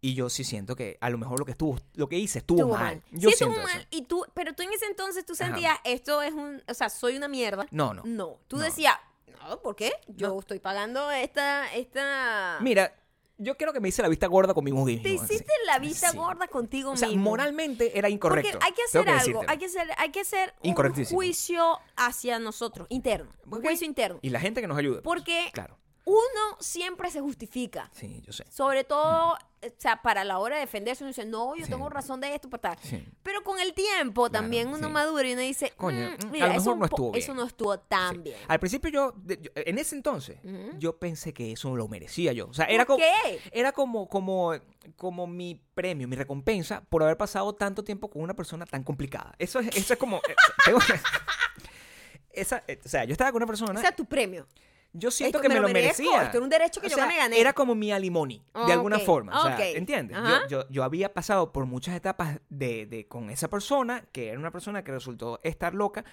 Speaker 2: Y yo sí siento que a lo mejor lo que estuvo, lo que hice estuvo,
Speaker 1: Mm. Estuvo
Speaker 2: mal. Yo
Speaker 1: sí, estuvo
Speaker 2: siento
Speaker 1: mal.
Speaker 2: eso.
Speaker 1: Y tú, pero tú en ese entonces tú
Speaker 2: Ajá.
Speaker 1: sentías, esto es un, o sea, soy una mierda.
Speaker 2: No, no.
Speaker 1: No. Tú
Speaker 2: No.
Speaker 1: decías, no, ¿por qué? Yo estoy pagando esta, esta.
Speaker 2: Mira, yo creo que me hice la vista gorda conmigo mismo.
Speaker 1: Te
Speaker 2: así.
Speaker 1: hiciste la vista
Speaker 2: Sí.
Speaker 1: gorda contigo
Speaker 2: O sea,
Speaker 1: mismo.
Speaker 2: moralmente era incorrecto.
Speaker 1: Porque hay que
Speaker 2: tengo
Speaker 1: hacer algo,
Speaker 2: decírtelo.
Speaker 1: hay que hacer, hay que hacer un
Speaker 2: Incorrectísimo.
Speaker 1: juicio hacia nosotros, interno. Un
Speaker 2: Ok.
Speaker 1: juicio interno.
Speaker 2: Y la gente que nos ayude. pues.
Speaker 1: Porque
Speaker 2: Claro,
Speaker 1: uno siempre se justifica.
Speaker 2: sí, yo sé.
Speaker 1: Sobre todo, o sea, para la hora de defenderse, uno dice, no, yo
Speaker 2: Sí.
Speaker 1: tengo razón de esto, pues, tal.
Speaker 2: Sí.
Speaker 1: Pero con el tiempo también uno
Speaker 2: sí.
Speaker 1: madura y uno dice,
Speaker 2: Coño,
Speaker 1: "Mm,
Speaker 2: mm, a
Speaker 1: mira,
Speaker 2: lo
Speaker 1: eso,
Speaker 2: mejor
Speaker 1: un
Speaker 2: no
Speaker 1: po-
Speaker 2: estuvo bien".
Speaker 1: eso no estuvo tan
Speaker 2: Sí. Ah,
Speaker 1: bien.
Speaker 2: Al principio yo, de- yo- en ese entonces,
Speaker 1: Ujú.
Speaker 2: yo pensé que eso lo merecía yo. O sea,
Speaker 1: ¿Por
Speaker 2: era como,
Speaker 1: qué?
Speaker 2: era como, como, como mi premio, mi recompensa por haber pasado tanto tiempo con una persona tan complicada. Eso es, eso es como, eh, tengo que- esa, eh, o sea, yo estaba con una persona,
Speaker 1: O sea, tu premio.
Speaker 2: yo siento
Speaker 1: esto
Speaker 2: que
Speaker 1: me
Speaker 2: me,
Speaker 1: lo
Speaker 2: lo
Speaker 1: merezco,
Speaker 2: merecía.
Speaker 1: esto era un derecho que
Speaker 2: O
Speaker 1: yo
Speaker 2: sea,
Speaker 1: me gané.
Speaker 2: Era como mi alimony,
Speaker 1: Ah,
Speaker 2: de alguna
Speaker 1: ok,
Speaker 2: forma. O sea,
Speaker 1: ok.
Speaker 2: ¿entiendes?
Speaker 1: Ajá.
Speaker 2: Yo, yo, yo había pasado por muchas etapas de, de- con esa persona, que era una persona que resultó estar loca.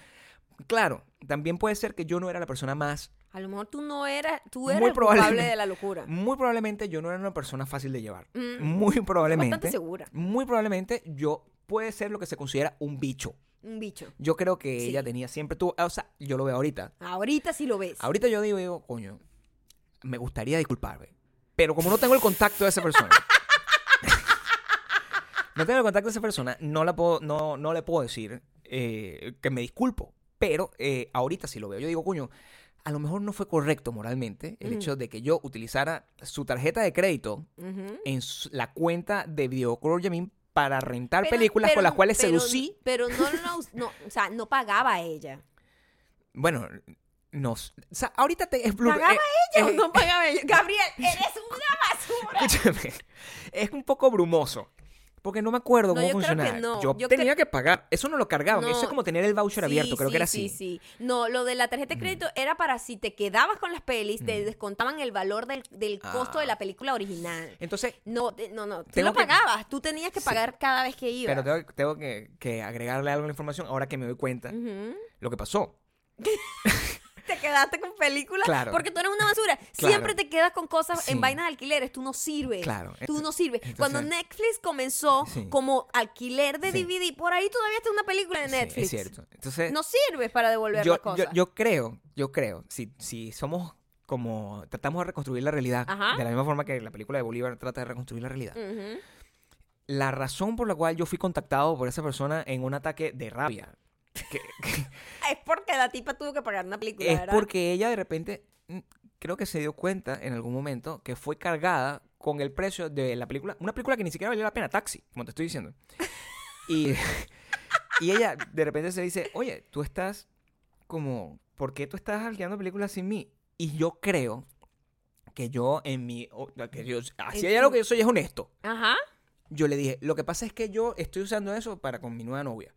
Speaker 2: Claro, también puede ser que yo no era la persona más
Speaker 1: A lo mejor tú no eras, tú
Speaker 2: Muy
Speaker 1: eras el culpable
Speaker 2: probablemente.
Speaker 1: de la locura.
Speaker 2: Muy probablemente yo no era una persona fácil de llevar.
Speaker 1: Mm.
Speaker 2: Muy
Speaker 1: Bastante
Speaker 2: probablemente.
Speaker 1: segura.
Speaker 2: Muy probablemente yo puede ser lo que se considera un bicho.
Speaker 1: Un bicho.
Speaker 2: Yo creo que
Speaker 1: Sí.
Speaker 2: ella tenía siempre tu, o sea, yo lo veo ahorita.
Speaker 1: Ahorita sí lo ves.
Speaker 2: Ahorita yo digo, digo, coño, me gustaría disculparme, pero como no tengo el contacto de esa persona. no tengo el contacto de esa persona, no la puedo no no le puedo decir eh, que me disculpo, pero eh, ahorita sí lo veo. Yo digo, coño, a lo mejor no fue correcto moralmente el
Speaker 1: Ujú.
Speaker 2: hecho de que yo utilizara su tarjeta de crédito
Speaker 1: Ujú.
Speaker 2: en su- la cuenta de Videocolor Yamin para rentar
Speaker 1: Pero-
Speaker 2: películas
Speaker 1: pero-
Speaker 2: con las cuales
Speaker 1: pero-
Speaker 2: seducí.
Speaker 1: Pero no, no, no, o sea, no pagaba a ella.
Speaker 2: Bueno, nos. O sea, ahorita te. Es blur-
Speaker 1: ¿Pagaba
Speaker 2: eh,
Speaker 1: ella o
Speaker 2: eh,
Speaker 1: no pagaba ella? Gabriel, eres una basura.
Speaker 2: Escúchame. Es un poco brumoso. Porque no me acuerdo
Speaker 1: No,
Speaker 2: cómo
Speaker 1: yo creo que
Speaker 2: funcionaba.
Speaker 1: no.
Speaker 2: Yo,
Speaker 1: Yo cre-
Speaker 2: tenía que pagar. Eso no lo cargaban.
Speaker 1: No.
Speaker 2: Eso es como tener el voucher abierto.
Speaker 1: Sí,
Speaker 2: Creo
Speaker 1: sí,
Speaker 2: que era
Speaker 1: sí,
Speaker 2: así.
Speaker 1: sí. No, lo de la tarjeta de crédito era para si te quedabas con las pelis, te descontaban el valor del, del costo
Speaker 2: Ah.
Speaker 1: de la película original.
Speaker 2: Entonces,
Speaker 1: No, te- no, no. Tú
Speaker 2: Tengo
Speaker 1: lo
Speaker 2: que-
Speaker 1: pagabas. Tú tenías que
Speaker 2: Sí.
Speaker 1: pagar cada vez que ibas.
Speaker 2: pero tengo, tengo que, que agregarle algo a la información ahora que me doy cuenta
Speaker 1: Ujú.
Speaker 2: lo que pasó.
Speaker 1: Te quedaste con películas
Speaker 2: Claro.
Speaker 1: porque tú eres una basura.
Speaker 2: Claro.
Speaker 1: Siempre te quedas con cosas
Speaker 2: Sí.
Speaker 1: en vainas de alquileres. Tú no sirves.
Speaker 2: Claro.
Speaker 1: Eh, Tú
Speaker 2: Ento-
Speaker 1: no sirves. Cuando
Speaker 2: entonces-
Speaker 1: Netflix comenzó
Speaker 2: Sí.
Speaker 1: como alquiler de
Speaker 2: Sí.
Speaker 1: DVD, por ahí todavía está una película de
Speaker 2: Sí,
Speaker 1: Netflix.
Speaker 2: es cierto. Entonces,
Speaker 1: No sirves para devolver
Speaker 2: yo,
Speaker 1: las
Speaker 2: yo,
Speaker 1: cosas.
Speaker 2: yo creo, yo creo, si, si somos como tratamos de reconstruir la realidad
Speaker 1: Ajá. Mm.
Speaker 2: de la misma forma que la película de Bolívar trata de reconstruir la realidad.
Speaker 1: Ujú.
Speaker 2: La razón por la cual yo fui contactado por esa persona en un ataque de rabia que- que
Speaker 1: Es porque la tipa tuvo que pagar una película,
Speaker 2: es
Speaker 1: ¿verdad?
Speaker 2: porque ella de repente mm, creo que se dio cuenta en algún momento que fue cargada con el precio de la película, una película que ni siquiera valía la pena, Taxi, como te estoy diciendo. Y, y ella de repente se dice, oye, tú estás como, ¿por qué tú estás alquilando películas sin mí? Y yo creo que yo en mi, o- que yo, así
Speaker 1: En
Speaker 2: hay
Speaker 1: tu-
Speaker 2: algo que yo soy es honesto.
Speaker 1: Ajá.
Speaker 2: Yo le dije, lo que pasa es que yo estoy usando eso para con mi nueva novia.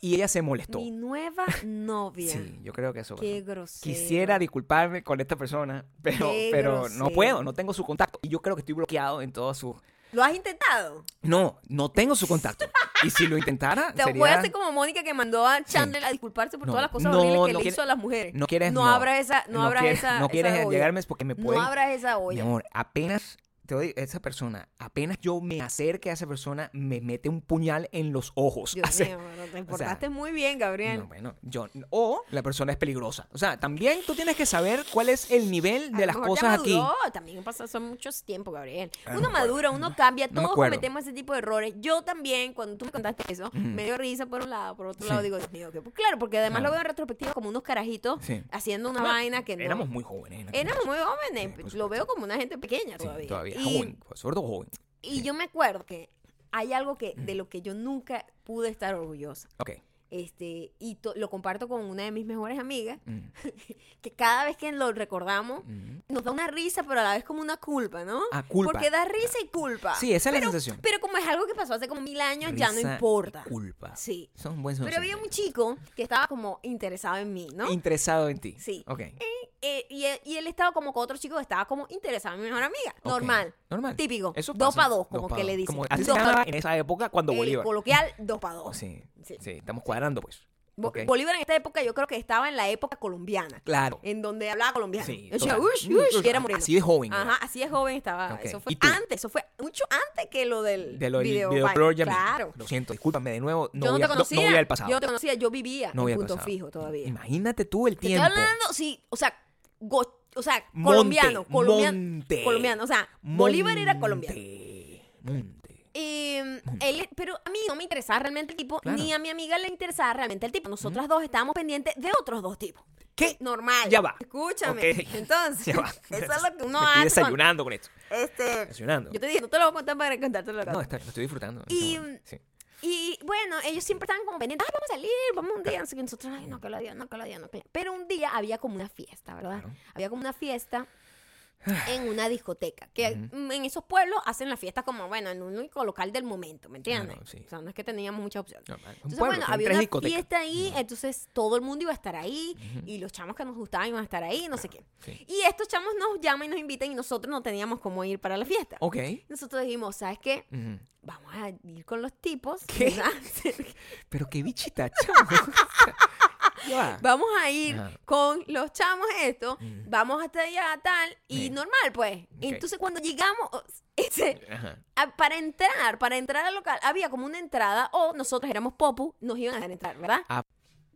Speaker 2: Y ella se molestó.
Speaker 1: Mi nueva novia.
Speaker 2: Sí, yo creo que eso pasó.
Speaker 1: Qué grosero.
Speaker 2: Quisiera disculparme con esta persona, pero,
Speaker 1: Qué
Speaker 2: pero no
Speaker 1: grosero.
Speaker 2: puedo, no tengo su contacto. Y yo creo que estoy bloqueado en todo su...
Speaker 1: ¿Lo has intentado?
Speaker 2: No, no tengo su contacto. Y si lo intentara,
Speaker 1: Te
Speaker 2: sería...
Speaker 1: voy a hacer como Mónica que mandó a Chandler a disculparse por
Speaker 2: No,
Speaker 1: todas las cosas
Speaker 2: no,
Speaker 1: horribles que
Speaker 2: no
Speaker 1: le
Speaker 2: quiere-
Speaker 1: hizo a las mujeres.
Speaker 2: No quieres...
Speaker 1: No, abras esa, no, abras
Speaker 2: quieres-
Speaker 1: esa.
Speaker 2: No
Speaker 1: esa
Speaker 2: quieres
Speaker 1: olla.
Speaker 2: llegarme porque me pueden...
Speaker 1: No abras esa olla.
Speaker 2: Mi amor, apenas... Te digo, esa persona, apenas yo me acerque a esa persona, me mete un puñal en los ojos.
Speaker 1: Dios
Speaker 2: Hace-
Speaker 1: mío, pero te portaste muy bien,
Speaker 2: No,
Speaker 1: Gabriel.
Speaker 2: bueno, yo, o la persona es peligrosa. O sea, también tú tienes que saber cuál es el nivel
Speaker 1: A lo
Speaker 2: de las
Speaker 1: mejor ya
Speaker 2: cosas aquí.
Speaker 1: maduró, También pasa, son muchos tiempos, Gabriel.
Speaker 2: Ah, no
Speaker 1: uno
Speaker 2: me acuerdo.
Speaker 1: madura, uno cambia,
Speaker 2: No me
Speaker 1: todos
Speaker 2: acuerdo.
Speaker 1: cometemos ese tipo de errores. Yo también, cuando tú me contaste eso, me dio risa por un lado, por otro lado
Speaker 2: Sí.
Speaker 1: digo, Dios mío, que pues, claro, porque además
Speaker 2: Claro.
Speaker 1: lo veo en retrospectiva como unos carajitos
Speaker 2: Sí.
Speaker 1: haciendo una
Speaker 2: Bueno,
Speaker 1: vaina que no.
Speaker 2: Éramos muy jóvenes. en aquel
Speaker 1: Éramos muy jóvenes,
Speaker 2: Sí, por
Speaker 1: lo veo como una gente pequeña
Speaker 2: Sí,
Speaker 1: todavía.
Speaker 2: todavía.
Speaker 1: Y-
Speaker 2: Joven, sobre todo joven.
Speaker 1: Y yo me acuerdo que hay algo que de lo que yo nunca pude estar orgullosa.
Speaker 2: Ok.
Speaker 1: Este, y to- lo comparto con una de mis mejores amigas,
Speaker 2: Mm,
Speaker 1: que cada vez que lo recordamos
Speaker 2: mm.
Speaker 1: nos da una risa, pero a la vez como una culpa, ¿no?
Speaker 2: Ah, culpa.
Speaker 1: Porque da risa y culpa.
Speaker 2: Sí, esa es la
Speaker 1: Pero-
Speaker 2: sensación.
Speaker 1: Pero como es algo que pasó hace como mil años, ya no
Speaker 2: Risa y
Speaker 1: importa.
Speaker 2: Culpa.
Speaker 1: Sí.
Speaker 2: Son buenos
Speaker 1: Pero había un chico que estaba como interesado en mí, ¿no?
Speaker 2: Interesado en ti.
Speaker 1: Sí.
Speaker 2: Ok.
Speaker 1: Eh, y, él- y él estaba como con otro chico que estaba como interesado en mi mejor amiga.
Speaker 2: Ok.
Speaker 1: Normal.
Speaker 2: Normal.
Speaker 1: Típico.
Speaker 2: Eso
Speaker 1: dos
Speaker 2: pasa.
Speaker 1: para dos, como
Speaker 2: pa'
Speaker 1: que le dicen.
Speaker 2: Como así se
Speaker 1: Dos pa'
Speaker 2: llamaba en esa época cuando
Speaker 1: El
Speaker 2: Bolívar. Oh,
Speaker 1: coloquial, dos para dos.
Speaker 2: Sí.
Speaker 1: Sí.
Speaker 2: Sí, estamos cuadrando, pues.
Speaker 1: Bo-
Speaker 2: Ok.
Speaker 1: Bolívar Eh, en esta época yo creo que estaba en la época colombiana,
Speaker 2: Claro.
Speaker 1: en donde hablaba colombiano.
Speaker 2: Sí,
Speaker 1: o sea,
Speaker 2: total.
Speaker 1: ush,
Speaker 2: Mm,
Speaker 1: ush,
Speaker 2: ush,
Speaker 1: y era moreno.
Speaker 2: así de joven era.
Speaker 1: Ajá, así de joven estaba.
Speaker 2: Ok.
Speaker 1: Eso fue
Speaker 2: ¿Y tú?
Speaker 1: antes, eso fue mucho antes que lo del,
Speaker 2: De lo del
Speaker 1: video,
Speaker 2: videoblog ya me-
Speaker 1: Claro.
Speaker 2: Lo siento, discúlpame de nuevo. No
Speaker 1: yo no
Speaker 2: voy a-
Speaker 1: te conocía.
Speaker 2: no voy al pasado.
Speaker 1: Yo no te conocía, yo vivía
Speaker 2: No voy
Speaker 1: en
Speaker 2: al
Speaker 1: punto
Speaker 2: pasado.
Speaker 1: fijo todavía.
Speaker 2: Imagínate tú el
Speaker 1: Te estoy
Speaker 2: tiempo.
Speaker 1: hablando, sí, o sea, go- o sea,
Speaker 2: Monte,
Speaker 1: colombiano, colombiano,
Speaker 2: monte,
Speaker 1: colombiano, o sea, Bolívar era
Speaker 2: Monte,
Speaker 1: colombiano.
Speaker 2: Monte.
Speaker 1: Eh, él, pero a mí no me interesaba realmente el tipo,
Speaker 2: Claro.
Speaker 1: ni a mi amiga le interesaba realmente el tipo. Nosotras dos estábamos pendientes de otros dos tipos.
Speaker 2: ¿Qué?
Speaker 1: Normal.
Speaker 2: Ya va.
Speaker 1: Escúchame.
Speaker 2: Ok.
Speaker 1: Entonces,
Speaker 2: Ya va.
Speaker 1: eso es lo que uno
Speaker 2: Me
Speaker 1: hace.
Speaker 2: estoy
Speaker 1: cuando-
Speaker 2: desayunando con esto.
Speaker 1: este,
Speaker 2: Desayunando.
Speaker 1: yo te dije, no te lo voy a contar para contártelo. ahora.
Speaker 2: No, está, lo estoy disfrutando. este
Speaker 1: Y- mm,
Speaker 2: Sí.
Speaker 1: Y bueno, ellos siempre estaban como pendientes, ah, vamos a salir, vamos un día, así que nosotros, ay, no, que lo dio, no, que lo dio, no, que lo Pero un día había como una fiesta, ¿verdad?
Speaker 2: Claro.
Speaker 1: Había como una fiesta en una discoteca, que mm, en esos pueblos hacen la fiesta como, bueno, en un único local del momento, ¿me entiendes?
Speaker 2: Claro, sí.
Speaker 1: O sea, no es que teníamos muchas opciones.
Speaker 2: Normal. Un
Speaker 1: Entonces,
Speaker 2: pueblo,
Speaker 1: bueno,
Speaker 2: tienen
Speaker 1: había
Speaker 2: tres
Speaker 1: una
Speaker 2: discotecas.
Speaker 1: fiesta ahí, entonces todo el mundo iba a estar ahí, y los chamos que nos gustaban iban a estar ahí, no sé qué.
Speaker 2: sí.
Speaker 1: Y estos chamos nos llaman y nos invitan, y nosotros no teníamos cómo ir para la fiesta.
Speaker 2: Ok.
Speaker 1: Nosotros dijimos, ¿sabes qué?
Speaker 2: Ujú.
Speaker 1: vamos a ir con los tipos.
Speaker 2: ¿Qué?
Speaker 1: ¿verdad?
Speaker 2: Pero qué bichita, chamo. Ya va.
Speaker 1: vamos a ir
Speaker 2: Ajá.
Speaker 1: con los chamos esto, vamos hasta allá tal y
Speaker 2: Ok.
Speaker 1: normal pues.
Speaker 2: Ok.
Speaker 1: Entonces cuando llegamos, o- ese-
Speaker 2: Ajá.
Speaker 1: a- para entrar, para entrar al local, había como una entrada o nosotros éramos popu, nos iban a dejar entrar, ¿verdad?
Speaker 2: Ah.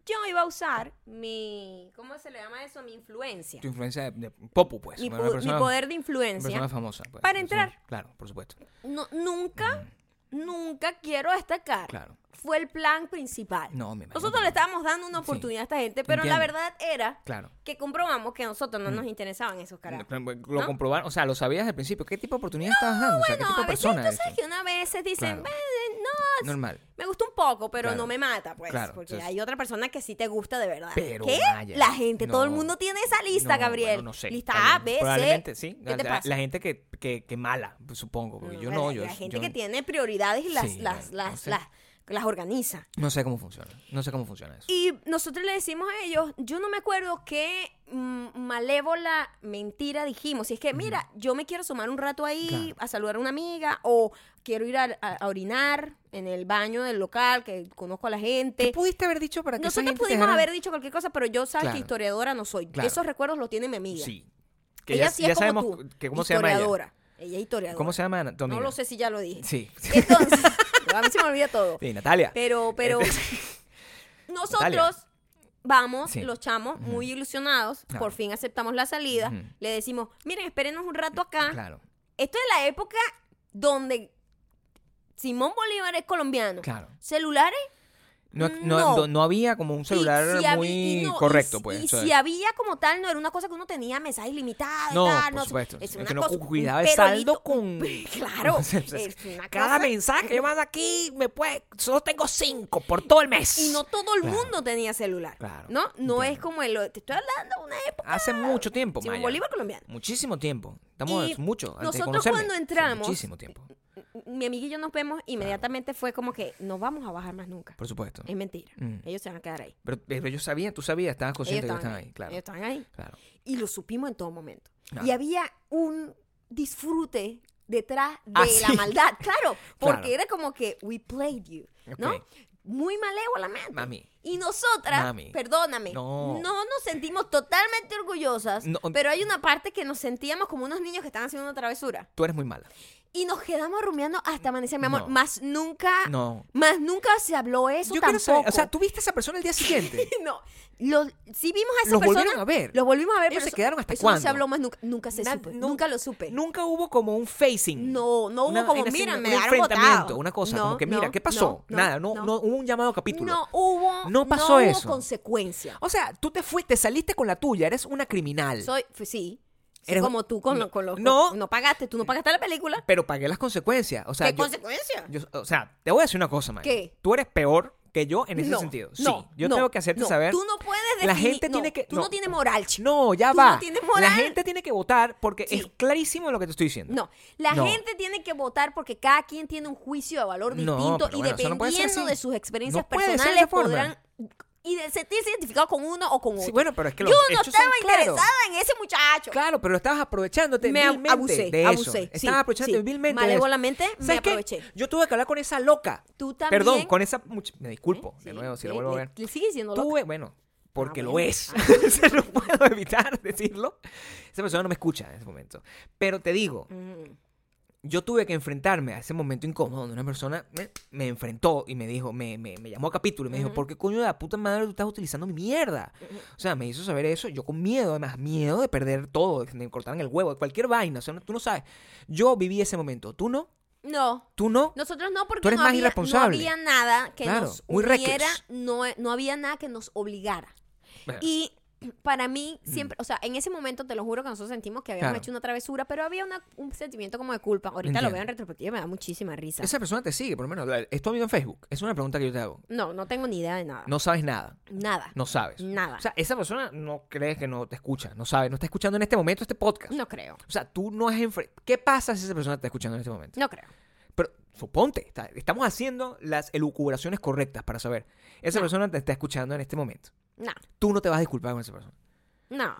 Speaker 1: Yo iba a usar mi, ¿cómo se le llama eso? Mi influencia.
Speaker 2: Tu influencia de, de Popu, pues.
Speaker 1: Mi, pu-
Speaker 2: Bueno, una
Speaker 1: mi
Speaker 2: persona-
Speaker 1: poder de
Speaker 2: una
Speaker 1: influencia.
Speaker 2: persona famosa. pues.
Speaker 1: para
Speaker 2: Persona-
Speaker 1: entrar.
Speaker 2: Claro, por supuesto.
Speaker 1: No- nunca, nunca quiero destacar.
Speaker 2: Mm. Claro.
Speaker 1: Fue el plan principal.
Speaker 2: No, me imagino
Speaker 1: Nosotros
Speaker 2: que
Speaker 1: le
Speaker 2: no.
Speaker 1: estábamos dando una oportunidad a esta gente, pero la
Speaker 2: Entiendo.
Speaker 1: verdad era
Speaker 2: Claro. Mm.
Speaker 1: que comprobamos que a nosotros no nos interesaban esos carajos.
Speaker 2: Lo, lo
Speaker 1: ¿No?
Speaker 2: comprobaron, o sea, lo sabías al principio. ¿Qué tipo de oportunidad estabas dando? o sea, ¿qué
Speaker 1: No,
Speaker 2: tipo
Speaker 1: a
Speaker 2: de
Speaker 1: veces
Speaker 2: persona
Speaker 1: tú
Speaker 2: eres tú?
Speaker 1: sabes que una vez dicen,
Speaker 2: Claro.
Speaker 1: "Bueno, no,
Speaker 2: Normal.
Speaker 1: Me gusta un poco, pero
Speaker 2: Claro.
Speaker 1: no me mata, pues.
Speaker 2: Claro,
Speaker 1: porque
Speaker 2: entonces-
Speaker 1: hay otra persona que sí te gusta de verdad.
Speaker 2: Pero,
Speaker 1: ¿Qué?
Speaker 2: Maya,
Speaker 1: la gente, todo el
Speaker 2: no.
Speaker 1: mundo tiene esa lista,
Speaker 2: No,
Speaker 1: Gabriel.
Speaker 2: bueno, no sé.
Speaker 1: Lista
Speaker 2: está
Speaker 1: A,
Speaker 2: bien.
Speaker 1: B, C.
Speaker 2: Probablemente, sí.
Speaker 1: ¿Qué te
Speaker 2: la,
Speaker 1: pasa?
Speaker 2: la gente que, que, que mala, pues, supongo. Porque
Speaker 1: No,
Speaker 2: yo
Speaker 1: la-
Speaker 2: no, yo.
Speaker 1: La gente
Speaker 2: yo-
Speaker 1: que tiene prioridades y las,
Speaker 2: Sí,
Speaker 1: las,
Speaker 2: bueno, no
Speaker 1: las,
Speaker 2: sé.
Speaker 1: las, las organiza.
Speaker 2: No sé cómo funciona. No sé cómo funciona eso.
Speaker 1: Y nosotros le decimos a ellos, yo no me acuerdo qué mm, malévola mentira dijimos. Si es que, mira, yo me quiero asomar un rato ahí
Speaker 2: Claro.
Speaker 1: a saludar a una amiga o quiero ir a, a- a orinar en el baño del local que conozco a la gente.
Speaker 2: pudiste haber dicho para esa
Speaker 1: Nosotros
Speaker 2: gente te
Speaker 1: pudimos
Speaker 2: dejara-
Speaker 1: haber dicho cualquier cosa, pero yo sabes
Speaker 2: Claro.
Speaker 1: que historiadora no soy.
Speaker 2: Claro.
Speaker 1: Esos recuerdos los tiene mi amiga.
Speaker 2: Sí. Que
Speaker 1: Ella
Speaker 2: ya,
Speaker 1: sí
Speaker 2: ya
Speaker 1: es como
Speaker 2: sabemos
Speaker 1: tú.
Speaker 2: que, cómo se llama ella.
Speaker 1: Historiadora. Ella es historiadora.
Speaker 2: ¿Cómo se llama Ana- tu
Speaker 1: No
Speaker 2: amiga?
Speaker 1: lo sé si ya lo dije.
Speaker 2: Sí.
Speaker 1: Entonces, a mí se me olvida todo.
Speaker 2: Sí, Natalia.
Speaker 1: Pero, pero
Speaker 2: Este-
Speaker 1: nosotros
Speaker 2: Natalia.
Speaker 1: vamos,
Speaker 2: Sí.
Speaker 1: los chamos, muy ilusionados,
Speaker 2: Claro.
Speaker 1: por fin aceptamos la salida,
Speaker 2: Ujú.
Speaker 1: le decimos, miren, espérenos un rato acá.
Speaker 2: Claro,
Speaker 1: Esto es la época donde Simón Bolívar es colombiano.
Speaker 2: claro.
Speaker 1: Celulares,
Speaker 2: No, no,
Speaker 1: No.
Speaker 2: no- no había como un celular
Speaker 1: y si habi-
Speaker 2: muy
Speaker 1: y no, y
Speaker 2: correcto,
Speaker 1: si-
Speaker 2: pues.
Speaker 1: Y
Speaker 2: o sea,
Speaker 1: si había como tal, no era una cosa que uno tenía mensajes ilimitados. y
Speaker 2: no,
Speaker 1: tal,
Speaker 2: por
Speaker 1: no sé.
Speaker 2: supuesto.
Speaker 1: Es
Speaker 2: Es
Speaker 1: una
Speaker 2: que no
Speaker 1: cosa-
Speaker 2: cu-
Speaker 1: un
Speaker 2: cuidaba el saldo
Speaker 1: perolito,
Speaker 2: con.
Speaker 1: Claro,
Speaker 2: O sea,
Speaker 1: es una
Speaker 2: cada
Speaker 1: cosa-
Speaker 2: mensaje que manda aquí me puede. Solo tengo cinco por todo el mes.
Speaker 1: Y no todo el
Speaker 2: Claro.
Speaker 1: mundo tenía celular.
Speaker 2: Claro,
Speaker 1: ¿No? No es
Speaker 2: entiendo.
Speaker 1: como el. Te estoy hablando de una época.
Speaker 2: Hace mucho tiempo,
Speaker 1: Simón
Speaker 2: Maya.
Speaker 1: Bolívar colombiano.
Speaker 2: Muchísimo tiempo. Estamos
Speaker 1: Y
Speaker 2: mucho. antes de
Speaker 1: nosotros
Speaker 2: conocerme.
Speaker 1: cuando entramos-
Speaker 2: Muchísimo tiempo.
Speaker 1: Mi amiga y yo nos vemos, inmediatamente fue como que no vamos a bajar más nunca.
Speaker 2: Por supuesto.
Speaker 1: Es mentira.
Speaker 2: Mm.
Speaker 1: Ellos se van a quedar ahí.
Speaker 2: Pero, pero yo sabía, tú sabías, estabas
Speaker 1: Ellos
Speaker 2: consciente que estaban ahí. Claro.
Speaker 1: Ellos estaban ahí.
Speaker 2: claro.
Speaker 1: Y lo supimos en todo momento.
Speaker 2: Claro.
Speaker 1: Y había un disfrute detrás de
Speaker 2: Ah,
Speaker 1: la
Speaker 2: sí.
Speaker 1: maldad. Claro, porque
Speaker 2: Claro.
Speaker 1: era como que we played you, ¿no?
Speaker 2: Ok.
Speaker 1: Muy malévolamente.
Speaker 2: Mami.
Speaker 1: Y nosotras,
Speaker 2: Mami.
Speaker 1: perdóname,
Speaker 2: No.
Speaker 1: nos sentimos totalmente orgullosas,
Speaker 2: No.
Speaker 1: pero hay una parte que nos sentíamos como unos niños que estaban haciendo una travesura.
Speaker 2: Tú eres muy mala.
Speaker 1: Y nos quedamos rumiando hasta amanecer, mi amor.
Speaker 2: No.
Speaker 1: Más nunca,
Speaker 2: No.
Speaker 1: más nunca se habló eso
Speaker 2: yo quiero
Speaker 1: tampoco.
Speaker 2: saber. O sea, tú viste a esa persona el día siguiente.
Speaker 1: no, los, sí vimos a esa
Speaker 2: Los
Speaker 1: persona.
Speaker 2: volvieron a ver.
Speaker 1: Los volvimos a ver,
Speaker 2: Ellos
Speaker 1: pero
Speaker 2: se
Speaker 1: eso-
Speaker 2: quedaron hasta
Speaker 1: eso No se
Speaker 2: cuándo.
Speaker 1: habló más nunca, nunca se
Speaker 2: Na-
Speaker 1: supe,
Speaker 2: nu-
Speaker 1: nunca lo supe.
Speaker 2: Nunca hubo como un facing.
Speaker 1: No, no hubo
Speaker 2: Una-
Speaker 1: como,
Speaker 2: una-
Speaker 1: mira,
Speaker 2: un
Speaker 1: me dejaron
Speaker 2: enfrentamiento,
Speaker 1: botado.
Speaker 2: una cosa,
Speaker 1: No,
Speaker 2: como que mira,
Speaker 1: no,
Speaker 2: ¿qué pasó?
Speaker 1: no,
Speaker 2: Nada, no,
Speaker 1: no.
Speaker 2: no. hubo un llamado a capítulo.
Speaker 1: No hubo,
Speaker 2: No pasó
Speaker 1: hubo
Speaker 2: eso.
Speaker 1: consecuencia.
Speaker 2: O sea, tú te fuiste, saliste con la tuya, eres una criminal.
Speaker 1: Soy, fue- sí, Sí,
Speaker 2: Eres-
Speaker 1: como tú con, lo- con los...
Speaker 2: No.
Speaker 1: No pagaste, tú no pagaste la película.
Speaker 2: Pero pagué las consecuencias. O sea,
Speaker 1: ¿Qué
Speaker 2: yo,
Speaker 1: consecuencia?
Speaker 2: yo- o sea, te voy a decir una cosa, Maya.
Speaker 1: ¿Qué?
Speaker 2: Tú eres peor que yo en ese
Speaker 1: No,
Speaker 2: sentido. Sí.
Speaker 1: no,
Speaker 2: yo
Speaker 1: no,
Speaker 2: tengo que hacerte
Speaker 1: no.
Speaker 2: saber.
Speaker 1: Tú no puedes decir...
Speaker 2: La gente tiene que.
Speaker 1: Tú no, tienes moral, chico.
Speaker 2: No, ya
Speaker 1: Tú
Speaker 2: va.
Speaker 1: no tienes moral.
Speaker 2: La gente tiene que votar porque
Speaker 1: Sí.
Speaker 2: es clarísimo lo que te estoy diciendo.
Speaker 1: No, la
Speaker 2: No.
Speaker 1: gente tiene que votar porque cada quien tiene un juicio de valor
Speaker 2: No,
Speaker 1: distinto
Speaker 2: pero
Speaker 1: y
Speaker 2: bueno, eso no puede ser
Speaker 1: dependiendo
Speaker 2: así.
Speaker 1: de sus experiencias
Speaker 2: No puede ser de
Speaker 1: personales
Speaker 2: esa forma.
Speaker 1: podrán y de sentirse identificado con uno o con otro.
Speaker 2: Sí, bueno, pero es que los
Speaker 1: Yo no
Speaker 2: hechos son
Speaker 1: estaba
Speaker 2: claros.
Speaker 1: interesada en ese muchacho.
Speaker 2: Claro, pero lo estabas aprovechándote
Speaker 1: Me ab-
Speaker 2: vilmente
Speaker 1: abusé,
Speaker 2: de eso.
Speaker 1: abusé.
Speaker 2: Estabas
Speaker 1: sí,
Speaker 2: aprovechándote
Speaker 1: sí.
Speaker 2: vilmente de eso.
Speaker 1: Malévolamente me
Speaker 2: ¿Sabes qué?
Speaker 1: aproveché.
Speaker 2: Yo tuve que hablar con esa loca.
Speaker 1: Tú también. ¿Eh?
Speaker 2: Perdón, con esa... much- Me disculpo,
Speaker 1: Sí,
Speaker 2: de nuevo, si
Speaker 1: le-
Speaker 2: la vuelvo a
Speaker 1: le-
Speaker 2: ver.
Speaker 1: le sigue diciendo loca.
Speaker 2: Tuve, e-, bueno, porque lo
Speaker 1: bueno.
Speaker 2: es.
Speaker 1: Ah,
Speaker 2: Se lo puedo evitar decirlo. Esa persona no me escucha en ese momento. Pero te digo,
Speaker 1: Mm.
Speaker 2: yo tuve que enfrentarme a ese momento incómodo donde una persona me, me enfrentó y me dijo, me, me- me llamó a capítulo y me dijo, ¿por qué coño de la puta madre tú estás utilizando mi mierda? O sea, me hizo saber eso, yo con miedo, además, miedo de perder todo, de que me cortaran el huevo, de cualquier vaina, o sea, no- tú no sabes. Yo viví ese momento, tú no,
Speaker 1: No,
Speaker 2: tú no.
Speaker 1: nosotros no porque
Speaker 2: Tú eres
Speaker 1: no,
Speaker 2: más
Speaker 1: había,
Speaker 2: irresponsable.
Speaker 1: no había nada que
Speaker 2: Claro,
Speaker 1: nos
Speaker 2: muy
Speaker 1: uniera,
Speaker 2: reckless.
Speaker 1: no, no había nada que nos obligara.
Speaker 2: Bueno,
Speaker 1: Y para mí siempre, o sea, en ese momento te lo juro que nosotros sentimos que habíamos
Speaker 2: Mm. Claro.
Speaker 1: hecho una travesura, pero había una- un sentimiento como de culpa. Ahorita lo
Speaker 2: Entiendo.
Speaker 1: veo en retrospectiva y me da muchísima risa.
Speaker 2: esa persona te sigue, por lo menos, la- es tu amigo en Facebook. Es una pregunta que yo te hago.
Speaker 1: No, no tengo ni idea de nada.
Speaker 2: No sabes nada,
Speaker 1: Nada.
Speaker 2: no sabes.
Speaker 1: Nada.
Speaker 2: O sea, esa persona no crees que no te escucha, no sabe, no está escuchando en este momento este podcast.
Speaker 1: no creo.
Speaker 2: O sea, tú no has enfre- ¿Qué pasa si esa persona te está escuchando en este momento?
Speaker 1: No creo.
Speaker 2: Pero suponte, está- estamos haciendo las elucubraciones correctas para saber. Esa persona te está escuchando en este momento.
Speaker 1: No.
Speaker 2: Tú no te vas a disculpar con esa persona.
Speaker 1: No.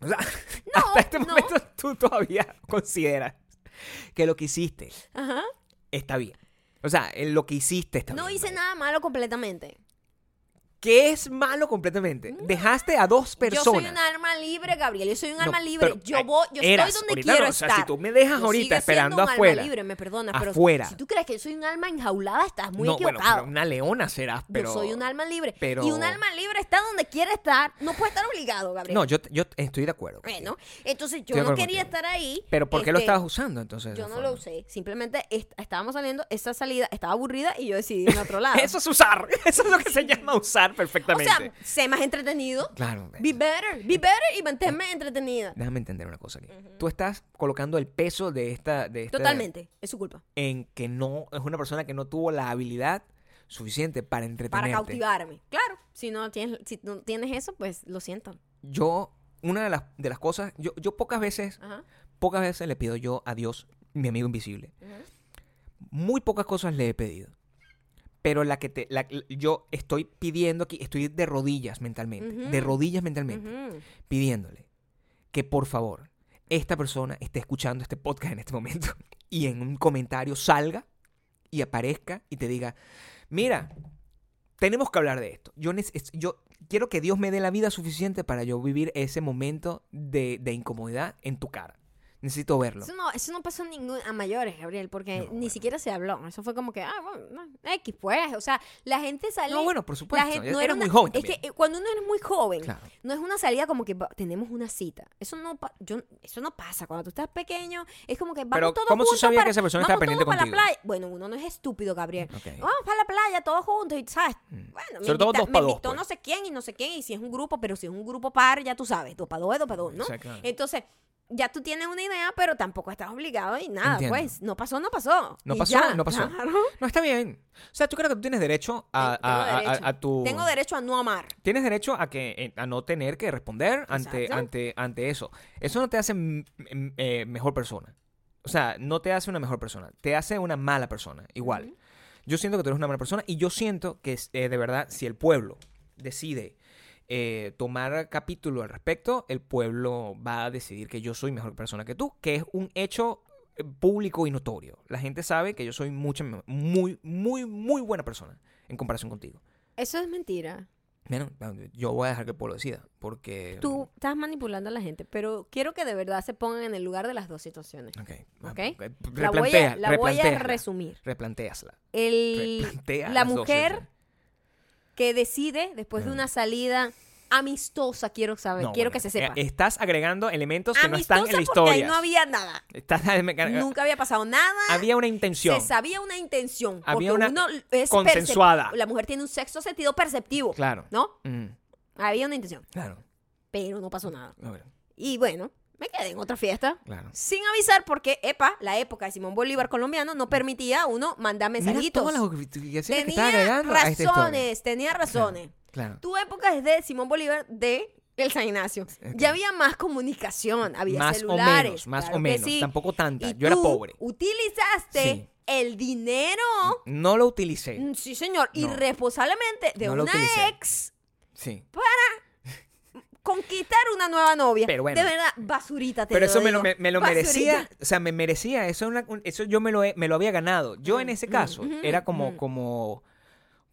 Speaker 2: O sea,
Speaker 1: No,
Speaker 2: hasta este
Speaker 1: no.
Speaker 2: momento tú todavía consideras que lo que hiciste
Speaker 1: Ajá.
Speaker 2: está bien. O sea, eh, lo que hiciste está bien.
Speaker 1: No hice
Speaker 2: María.
Speaker 1: nada malo completamente.
Speaker 2: Que es malo completamente. Dejaste a dos personas.
Speaker 1: Yo soy un alma libre, Gabriel. Yo soy un
Speaker 2: No,
Speaker 1: alma libre.
Speaker 2: pero,
Speaker 1: yo
Speaker 2: eh,
Speaker 1: voy, yo
Speaker 2: eras,
Speaker 1: estoy donde
Speaker 2: ahorita
Speaker 1: quiero
Speaker 2: no, o sea,
Speaker 1: estar.
Speaker 2: si tú me dejas
Speaker 1: Yo
Speaker 2: ahorita
Speaker 1: sigo
Speaker 2: esperando
Speaker 1: siendo un
Speaker 2: afuera,
Speaker 1: Alma libre, me perdonas, pero
Speaker 2: afuera.
Speaker 1: si tú crees que yo soy un alma enjaulada, estás muy
Speaker 2: no, bueno,
Speaker 1: equivocado.
Speaker 2: pero una leona serás, pero.
Speaker 1: yo soy un alma libre.
Speaker 2: pero-
Speaker 1: Y un alma libre está donde quiere estar. No puede estar obligado, Gabriel.
Speaker 2: No, yo, yo estoy de acuerdo. contigo.
Speaker 1: Bueno, entonces yo
Speaker 2: Estoy de
Speaker 1: no
Speaker 2: acuerdo
Speaker 1: quería
Speaker 2: contigo.
Speaker 1: estar ahí.
Speaker 2: Pero ¿por qué lo
Speaker 1: Este,
Speaker 2: estabas usando entonces? de
Speaker 1: Yo
Speaker 2: esa
Speaker 1: no lo
Speaker 2: forma?
Speaker 1: usé. Simplemente est- estábamos saliendo, esa salida estaba aburrida y yo decidí irme a otro lado.
Speaker 2: Eso es usar. Eso es lo que se llama usar explicar
Speaker 1: O
Speaker 2: perfectamente.
Speaker 1: sea, sé más entretenido.
Speaker 2: claro.
Speaker 1: Be better, be better y manténme entretenida.
Speaker 2: Déjame entender una cosa aquí. Tú estás colocando el peso de esta, de esta-
Speaker 1: Totalmente, es su culpa.
Speaker 2: en que no es una persona que no tuvo la habilidad suficiente para
Speaker 1: Para
Speaker 2: entretenerte.
Speaker 1: cautivarme. Claro, si no tienes, si no tienes eso, pues lo siento.
Speaker 2: Yo una de las de las cosas, yo yo pocas veces,
Speaker 1: Ajá.
Speaker 2: pocas veces le pido yo a Dios, mi amigo invisible. Muy pocas cosas le he pedido. Pero la que te la- yo estoy pidiendo aquí, estoy de rodillas mentalmente,
Speaker 1: Ujú.
Speaker 2: de rodillas mentalmente.
Speaker 1: Ujú.
Speaker 2: pidiéndole que por favor esta persona esté escuchando este podcast en este momento y en un comentario salga y aparezca y te diga, mira, tenemos que hablar de esto. Yo, neces- es- yo quiero que Dios me dé la vida suficiente para yo vivir ese momento de, de incomodidad en tu cara. Necesito verlo.
Speaker 1: Eso no, eso no pasó en ningún, a mayores, Gabriel, porque
Speaker 2: No,
Speaker 1: ni
Speaker 2: bueno.
Speaker 1: siquiera se habló. Eso fue como que, ah, bueno, no, X, pues. O sea, la gente sale.
Speaker 2: No, bueno, por
Speaker 1: la
Speaker 2: supuesto.
Speaker 1: gente,
Speaker 2: ya
Speaker 1: no
Speaker 2: eres
Speaker 1: era
Speaker 2: muy
Speaker 1: una-
Speaker 2: joven.
Speaker 1: Es que
Speaker 2: también.
Speaker 1: eh, cuando uno es muy joven,
Speaker 2: Claro.
Speaker 1: no es una salida como que va- tenemos una cita. Eso no, pa- yo, eso no pasa. Cuando tú estás pequeño, es como que vamos
Speaker 2: Pero,
Speaker 1: todos
Speaker 2: ¿cómo se
Speaker 1: juntos
Speaker 2: sabía
Speaker 1: para-
Speaker 2: que esa persona
Speaker 1: vamos
Speaker 2: estaba pendiente
Speaker 1: todos para la
Speaker 2: contigo?
Speaker 1: playa. Bueno, uno no es estúpido, Gabriel.
Speaker 2: Ok. Mm.
Speaker 1: Vamos para la playa todos juntos y, ¿sabes? Bueno, me,
Speaker 2: Sobre todo
Speaker 1: invita-
Speaker 2: dos
Speaker 1: me
Speaker 2: pa' dos,
Speaker 1: invitó
Speaker 2: pues.
Speaker 1: no sé quién y no sé quién. Y si es un grupo, pero si es un grupo par, ya tú sabes. Dos para dos es dos para dos, ¿no?
Speaker 2: Exactamente.
Speaker 1: Entonces, ya tú tienes una idea, pero tampoco estás obligado y nada,
Speaker 2: Entiendo.
Speaker 1: pues. No pasó, no pasó.
Speaker 2: No
Speaker 1: Y
Speaker 2: pasó,
Speaker 1: ya,
Speaker 2: no pasó.
Speaker 1: claro.
Speaker 2: No, está bien. O sea, yo creo que tú tienes derecho a,
Speaker 1: Tengo
Speaker 2: a- a- a-
Speaker 1: derecho.
Speaker 2: a tu...
Speaker 1: Tengo derecho a no amar.
Speaker 2: Tienes derecho a que eh, a no tener que responder ante,
Speaker 1: Exacto.
Speaker 2: ante, ante eso. Eso no te hace mm, mm, eh, mejor persona. O sea, no te hace una mejor persona. Te hace una mala persona. Igual. Yo siento que tú eres una mala persona y yo siento que eh, de verdad, si el pueblo decide eh, tomar capítulo al respecto, el pueblo va a decidir que yo soy mejor persona que tú, que es un hecho eh, público y notorio. La gente sabe que yo soy mucha, me- muy, muy, muy buena persona en comparación contigo.
Speaker 1: Eso es mentira.
Speaker 2: Bueno, yo voy a dejar que el pueblo decida, porque...
Speaker 1: Tú estás manipulando a la gente, pero quiero que de verdad se pongan en el lugar de las dos situaciones.
Speaker 2: Ok.
Speaker 1: Ok. La voy a,
Speaker 2: Replantea,
Speaker 1: la voy a
Speaker 2: replantéasla,
Speaker 1: resumir.
Speaker 2: replantéasla,
Speaker 1: El,
Speaker 2: replantea
Speaker 1: la
Speaker 2: las dos
Speaker 1: mujer
Speaker 2: opciones.
Speaker 1: que decide después de
Speaker 2: Mm.
Speaker 1: una salida amistosa, quiero saber,
Speaker 2: No,
Speaker 1: quiero
Speaker 2: bueno,
Speaker 1: que se
Speaker 2: eh,
Speaker 1: sepa.
Speaker 2: Estás agregando elementos que no
Speaker 1: amistosa
Speaker 2: están en la
Speaker 1: porque ahí
Speaker 2: historia.
Speaker 1: no había nada.
Speaker 2: Estás- eh,
Speaker 1: Nunca había pasado nada.
Speaker 2: Había una intención.
Speaker 1: Se sabía una intención.
Speaker 2: Había
Speaker 1: porque
Speaker 2: una
Speaker 1: uno es percep-
Speaker 2: consensuada.
Speaker 1: La mujer tiene un sexto sentido perceptivo.
Speaker 2: Claro.
Speaker 1: ¿No?
Speaker 2: Mm,
Speaker 1: Había una intención,
Speaker 2: claro.
Speaker 1: pero no pasó nada.
Speaker 2: A ver,
Speaker 1: Y bueno, me quedé en otra fiesta.
Speaker 2: claro.
Speaker 1: Sin avisar porque, epa, la época de Simón Bolívar colombiano no permitía a uno mandar
Speaker 2: Mira
Speaker 1: mensajitos.
Speaker 2: todas las justificaciones que estás
Speaker 1: tenía
Speaker 2: agregando a esta historia.
Speaker 1: razones, tenía razones.
Speaker 2: Claro.
Speaker 1: Tu época es de Simón Bolívar de el San Ignacio. Ya había más comunicación, había
Speaker 2: más
Speaker 1: celulares.
Speaker 2: o menos, más
Speaker 1: claro
Speaker 2: o
Speaker 1: que
Speaker 2: menos.
Speaker 1: sí.
Speaker 2: Tampoco tanta.
Speaker 1: Y
Speaker 2: Yo era
Speaker 1: tú
Speaker 2: pobre.
Speaker 1: Utilizaste
Speaker 2: Sí.
Speaker 1: el dinero.
Speaker 2: No lo utilicé.
Speaker 1: Mm, Sí, señor.
Speaker 2: No.
Speaker 1: Irresponsablemente de
Speaker 2: No lo
Speaker 1: una
Speaker 2: utilicé.
Speaker 1: ex
Speaker 2: Sí.
Speaker 1: conquistar una nueva novia.
Speaker 2: Pero bueno.
Speaker 1: De verdad, basurita te
Speaker 2: Pero
Speaker 1: lo
Speaker 2: eso me
Speaker 1: digo,
Speaker 2: lo, me, me lo
Speaker 1: basurita.
Speaker 2: merecía, o sea, me merecía, eso, es una- un- eso yo me lo, he- me lo había ganado. Yo en ese caso
Speaker 1: Mm, ujú, mm.
Speaker 2: era como,
Speaker 1: ujú.
Speaker 2: como,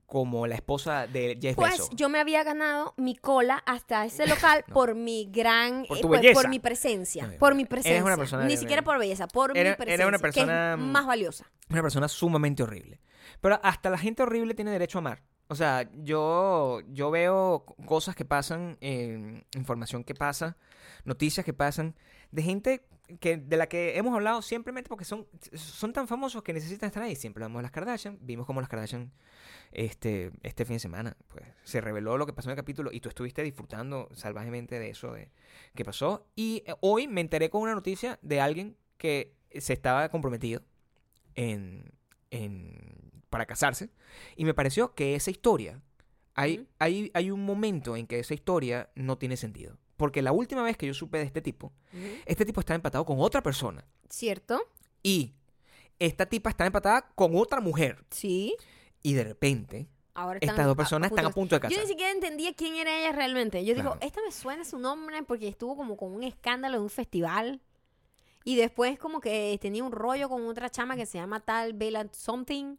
Speaker 2: como la esposa de Jeff
Speaker 1: Pues
Speaker 2: Bezos.
Speaker 1: yo me había ganado mi cola hasta ese local por mi gran.
Speaker 2: Por
Speaker 1: eh,
Speaker 2: tu
Speaker 1: pues,
Speaker 2: belleza.
Speaker 1: por mi presencia.
Speaker 2: Ay,
Speaker 1: por mi
Speaker 2: eres
Speaker 1: presencia.
Speaker 2: una persona
Speaker 1: Ni
Speaker 2: de-
Speaker 1: siquiera por belleza, por
Speaker 2: Era-
Speaker 1: mi
Speaker 2: era
Speaker 1: presencia.
Speaker 2: una
Speaker 1: que es
Speaker 2: persona, mm,
Speaker 1: más valiosa.
Speaker 2: Una persona sumamente horrible. Pero hasta la gente horrible tiene derecho a amar. O sea, yo, yo veo c- cosas que pasan, eh, información que pasa, noticias que pasan, de gente que, de la que hemos hablado simplemente porque son, son tan famosos que necesitan estar ahí. Siempre hablamos de las Kardashian, vimos cómo las Kardashian este, este fin de semana, pues se reveló lo que pasó en el capítulo y tú estuviste disfrutando salvajemente de eso de que pasó. Y eh, hoy me enteré con una noticia de alguien que se estaba comprometido en, en- para casarse y me pareció que esa historia, hay,
Speaker 1: Ujú.
Speaker 2: hay, hay un momento en que esa historia no tiene sentido. Porque la última vez que yo supe de este tipo, este tipo estaba empatado con otra persona
Speaker 1: ¿Cierto?
Speaker 2: y esta tipa estaba empatada con otra mujer
Speaker 1: Sí.
Speaker 2: y de repente
Speaker 1: Ahora están
Speaker 2: estas dos personas están a
Speaker 1: punto
Speaker 2: punto de
Speaker 1: de- Yo
Speaker 2: casar.
Speaker 1: ni siquiera entendía quién era ella realmente. Yo digo,
Speaker 2: Claro.
Speaker 1: esta me suena su nombre porque estuvo como con un escándalo en un festival. Y después como que eh, tenía un rollo con otra chama que se llama tal Bella Something.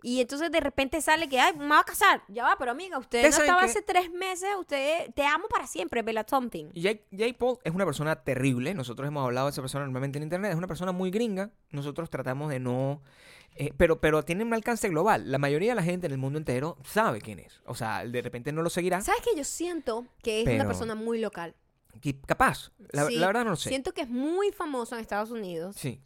Speaker 1: Y entonces de repente sale que, ay, me va a casar. Ya va, pero amiga, usted no
Speaker 2: Ustedes saben
Speaker 1: estaba
Speaker 2: que-
Speaker 1: hace tres meses. Usted, te amo para siempre, Bella Something.
Speaker 2: Jake, Jake Paul es una persona terrible. Nosotros hemos hablado de esa persona normalmente en internet. Es una persona muy gringa. Nosotros tratamos de no. eh, pero, pero tiene un alcance global. La mayoría de la gente en el mundo entero sabe quién es. O sea, de repente no lo seguirá.
Speaker 1: ¿Sabes que Yo siento que es una
Speaker 2: Pero-
Speaker 1: persona muy local.
Speaker 2: Y capaz. La,
Speaker 1: Sí,
Speaker 2: la verdad no lo sé.
Speaker 1: Siento que es muy famoso en Estados Unidos.
Speaker 2: Sí.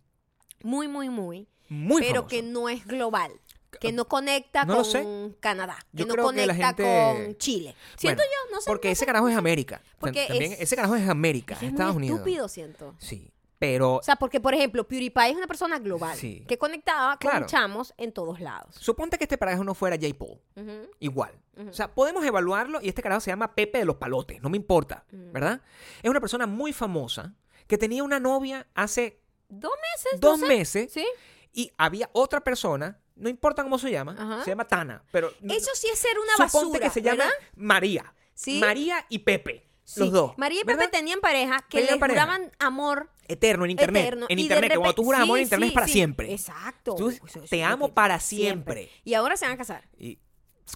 Speaker 1: Muy, muy, muy.
Speaker 2: Muy
Speaker 1: pero
Speaker 2: famoso.
Speaker 1: que no es global. que no conecta
Speaker 2: no lo sé.
Speaker 1: con Canadá, que
Speaker 2: Yo
Speaker 1: no
Speaker 2: creo que la
Speaker 1: conecta
Speaker 2: gente-
Speaker 1: con Chile. Siento
Speaker 2: Bueno,
Speaker 1: yo, no sé.
Speaker 2: Porque
Speaker 1: no
Speaker 2: ese
Speaker 1: sé.
Speaker 2: carajo es América. Tam-
Speaker 1: Porque
Speaker 2: También
Speaker 1: es-
Speaker 2: ese carajo es América,
Speaker 1: Es
Speaker 2: es
Speaker 1: muy
Speaker 2: Estados Unidos.
Speaker 1: estúpido, siento.
Speaker 2: Sí, pero
Speaker 1: O sea, porque, por ejemplo, PewDiePie es una persona global
Speaker 2: Sí.
Speaker 1: que conectaba con
Speaker 2: Claro.
Speaker 1: chamos en todos lados.
Speaker 2: suponte que este carajo no fuera J. Paul.
Speaker 1: Ujú,
Speaker 2: Igual.
Speaker 1: Ujú.
Speaker 2: O sea, podemos evaluarlo y este carajo se llama Pepe de los Palotes, no me importa,
Speaker 1: Ujú.
Speaker 2: ¿verdad? Es una persona muy famosa que tenía una novia hace
Speaker 1: Dos meses.
Speaker 2: dos
Speaker 1: no sé.
Speaker 2: meses
Speaker 1: ¿Sí?
Speaker 2: y había otra persona, no importa cómo se llama,
Speaker 1: Ajá.
Speaker 2: se llama Tana, pero no-
Speaker 1: Eso sí es ser una
Speaker 2: Mm. suponte
Speaker 1: basura.
Speaker 2: que se llama
Speaker 1: ¿verdad?
Speaker 2: María.
Speaker 1: Sí.
Speaker 2: María y Pepe,
Speaker 1: Sí.
Speaker 2: los dos.
Speaker 1: María y
Speaker 2: ¿verdad?
Speaker 1: Pepe tenían pareja que
Speaker 2: Tenían
Speaker 1: les
Speaker 2: pareja.
Speaker 1: juraban amor
Speaker 2: Eterno en internet,
Speaker 1: eterno.
Speaker 2: en
Speaker 1: y de
Speaker 2: internet, que cuando
Speaker 1: repente-
Speaker 2: tú juras amor en
Speaker 1: sí,
Speaker 2: internet es
Speaker 1: sí,
Speaker 2: para
Speaker 1: sí.
Speaker 2: siempre.
Speaker 1: Exacto.
Speaker 2: Tú-
Speaker 1: Eso- eso
Speaker 2: te
Speaker 1: es
Speaker 2: amo
Speaker 1: lo que-
Speaker 2: para siempre.
Speaker 1: Y ahora se van a casar
Speaker 2: Y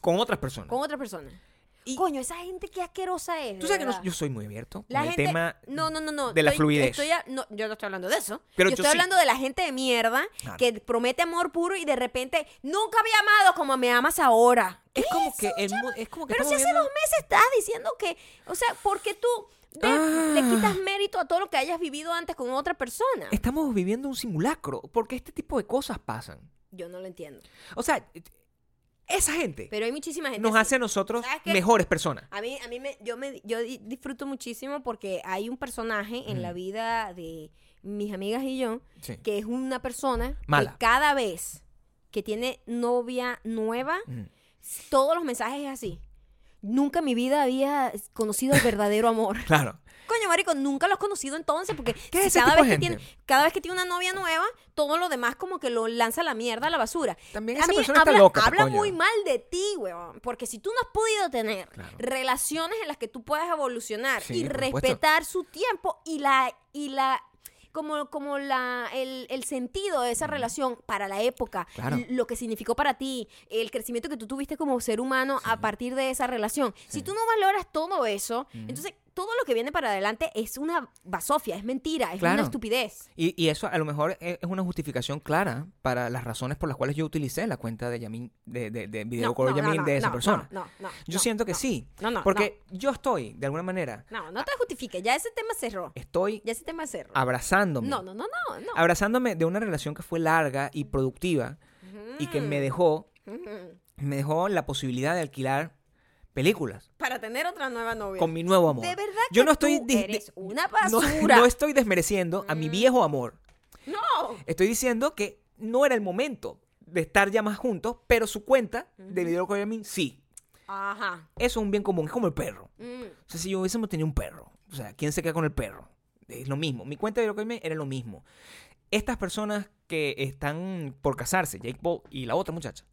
Speaker 2: con otras personas.
Speaker 1: con otra persona. Coño, esa gente qué asquerosa es.
Speaker 2: Tú
Speaker 1: de
Speaker 2: sabes que no-
Speaker 1: verdad.
Speaker 2: yo soy muy abierto
Speaker 1: La
Speaker 2: con el
Speaker 1: gente,
Speaker 2: tema
Speaker 1: no, no, no, no.
Speaker 2: de la
Speaker 1: estoy-
Speaker 2: fluidez.
Speaker 1: estoy a- no, yo no estoy hablando de eso.
Speaker 2: Pero
Speaker 1: yo
Speaker 2: yo
Speaker 1: estoy
Speaker 2: sí.
Speaker 1: hablando de la gente de mierda
Speaker 2: Claro.
Speaker 1: que promete amor puro y de repente nunca había amado como me amas ahora.
Speaker 2: Es
Speaker 1: ¿Qué
Speaker 2: como
Speaker 1: es
Speaker 2: que
Speaker 1: eso,
Speaker 2: el mu-
Speaker 1: chama?
Speaker 2: es como que
Speaker 1: Pero si hace
Speaker 2: estamos viendo-
Speaker 1: dos meses estás diciendo que, o sea, porque tú de-
Speaker 2: Ah.
Speaker 1: le quitas mérito a todo lo que hayas vivido antes con otra persona.
Speaker 2: estamos viviendo un simulacro, porque este tipo de cosas pasan.
Speaker 1: Yo no lo entiendo.
Speaker 2: O sea, eh, esa gente
Speaker 1: Pero hay muchísima gente.
Speaker 2: nos
Speaker 1: así.
Speaker 2: hace a nosotros
Speaker 1: ¿Sabes qué?
Speaker 2: mejores personas.
Speaker 1: A mí, a mí me, yo, me, yo di- disfruto muchísimo porque hay un personaje en la vida de mis amigas y yo
Speaker 2: Sí.
Speaker 1: que es una persona
Speaker 2: Mala.
Speaker 1: que cada vez que tiene novia nueva,
Speaker 2: Mm.
Speaker 1: todos los mensajes es así. Nunca en mi vida había conocido el verdadero amor.
Speaker 2: Claro.
Speaker 1: Coño, marico, nunca lo has conocido entonces porque
Speaker 2: ¿Qué es
Speaker 1: si
Speaker 2: ese
Speaker 1: cada
Speaker 2: tipo
Speaker 1: vez
Speaker 2: de
Speaker 1: que tiene,
Speaker 2: gente?
Speaker 1: cada vez que tiene una novia nueva, todo lo demás como que lo lanza a la mierda, a la basura.
Speaker 2: También
Speaker 1: A
Speaker 2: esa
Speaker 1: mí
Speaker 2: persona
Speaker 1: habla,
Speaker 2: está loca.
Speaker 1: habla
Speaker 2: coño.
Speaker 1: muy mal de ti, weón. Porque si tú no has podido tener
Speaker 2: Claro.
Speaker 1: relaciones en las que tú puedas evolucionar
Speaker 2: Sí,
Speaker 1: y
Speaker 2: por supuesto.
Speaker 1: respetar su tiempo y la, y la, como, como la, el, el sentido de esa relación para la época,
Speaker 2: Claro.
Speaker 1: l- lo que significó para ti, el crecimiento que tú tuviste como ser humano a partir de esa relación. Si tú no valoras todo eso, entonces todo lo que viene para adelante es una basofia, es mentira, es
Speaker 2: Claro.
Speaker 1: una estupidez.
Speaker 2: Y, y eso a lo mejor e, es es una justificación clara para las razones por las cuales yo utilicé la cuenta de Yamin, de, de, de video
Speaker 1: No,
Speaker 2: call
Speaker 1: no, no,
Speaker 2: Yamin
Speaker 1: no,
Speaker 2: de esa
Speaker 1: no,
Speaker 2: persona.
Speaker 1: no, no, no,
Speaker 2: yo
Speaker 1: no,
Speaker 2: siento que
Speaker 1: no.
Speaker 2: sí.
Speaker 1: No, no,
Speaker 2: porque yo estoy, de alguna manera,
Speaker 1: No, no te justifiques, ya ese tema cerró.
Speaker 2: estoy
Speaker 1: Ya ese tema cerró.
Speaker 2: Ah, abrazándome.
Speaker 1: No, no, no, no,
Speaker 2: Ah.
Speaker 1: no.
Speaker 2: Abrazándome de una relación que fue larga y productiva y que
Speaker 1: Mm.
Speaker 2: me dejó,
Speaker 1: Ujú.
Speaker 2: me dejó la posibilidad de alquilar películas
Speaker 1: Para tener otra nueva novia.
Speaker 2: con mi nuevo amor.
Speaker 1: Pues, De verdad
Speaker 2: Yo
Speaker 1: que
Speaker 2: no estoy
Speaker 1: tú
Speaker 2: dis-
Speaker 1: eres
Speaker 2: de-
Speaker 1: una
Speaker 2: no-
Speaker 1: basura. Mm.
Speaker 2: no estoy desmereciendo a mi viejo amor.
Speaker 1: No.
Speaker 2: Estoy diciendo que no era el momento de estar ya más juntos, pero su cuenta de video con Yamin sí.
Speaker 1: Ajá.
Speaker 2: Eso es un bien común, es como el perro.
Speaker 1: Mm.
Speaker 2: O sea, si yo hubiésemos tenido un perro, o sea, ¿quién se queda con el perro? Es lo mismo. Mi cuenta de Eurocoin era lo mismo. Estas personas que están por casarse, Jake Paul y la otra muchacha,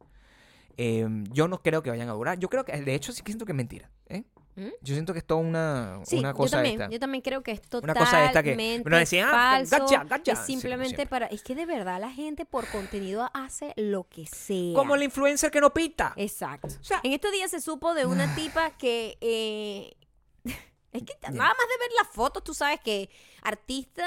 Speaker 2: eh, yo no creo que vayan a durar. Yo creo que, de hecho, sí que siento que es mentira. ¿eh?
Speaker 1: ¿Mm?
Speaker 2: Yo siento que es toda una,
Speaker 1: Sí,
Speaker 2: una
Speaker 1: yo
Speaker 2: cosa
Speaker 1: también,
Speaker 2: esta.
Speaker 1: yo también creo que es
Speaker 2: Una
Speaker 1: totalmente
Speaker 2: cosa de esta que- bueno, decía, ah,
Speaker 1: falso.
Speaker 2: gacha, gacha.
Speaker 1: Es
Speaker 2: Sí, como
Speaker 1: simplemente
Speaker 2: siempre.
Speaker 1: para... Es que de verdad la gente por contenido hace lo que sea.
Speaker 2: Como la influencer que no pita.
Speaker 1: Exacto.
Speaker 2: O sea-
Speaker 1: en estos días se supo de una tipa que... eh, es que nada más de ver las fotos, tú sabes que artista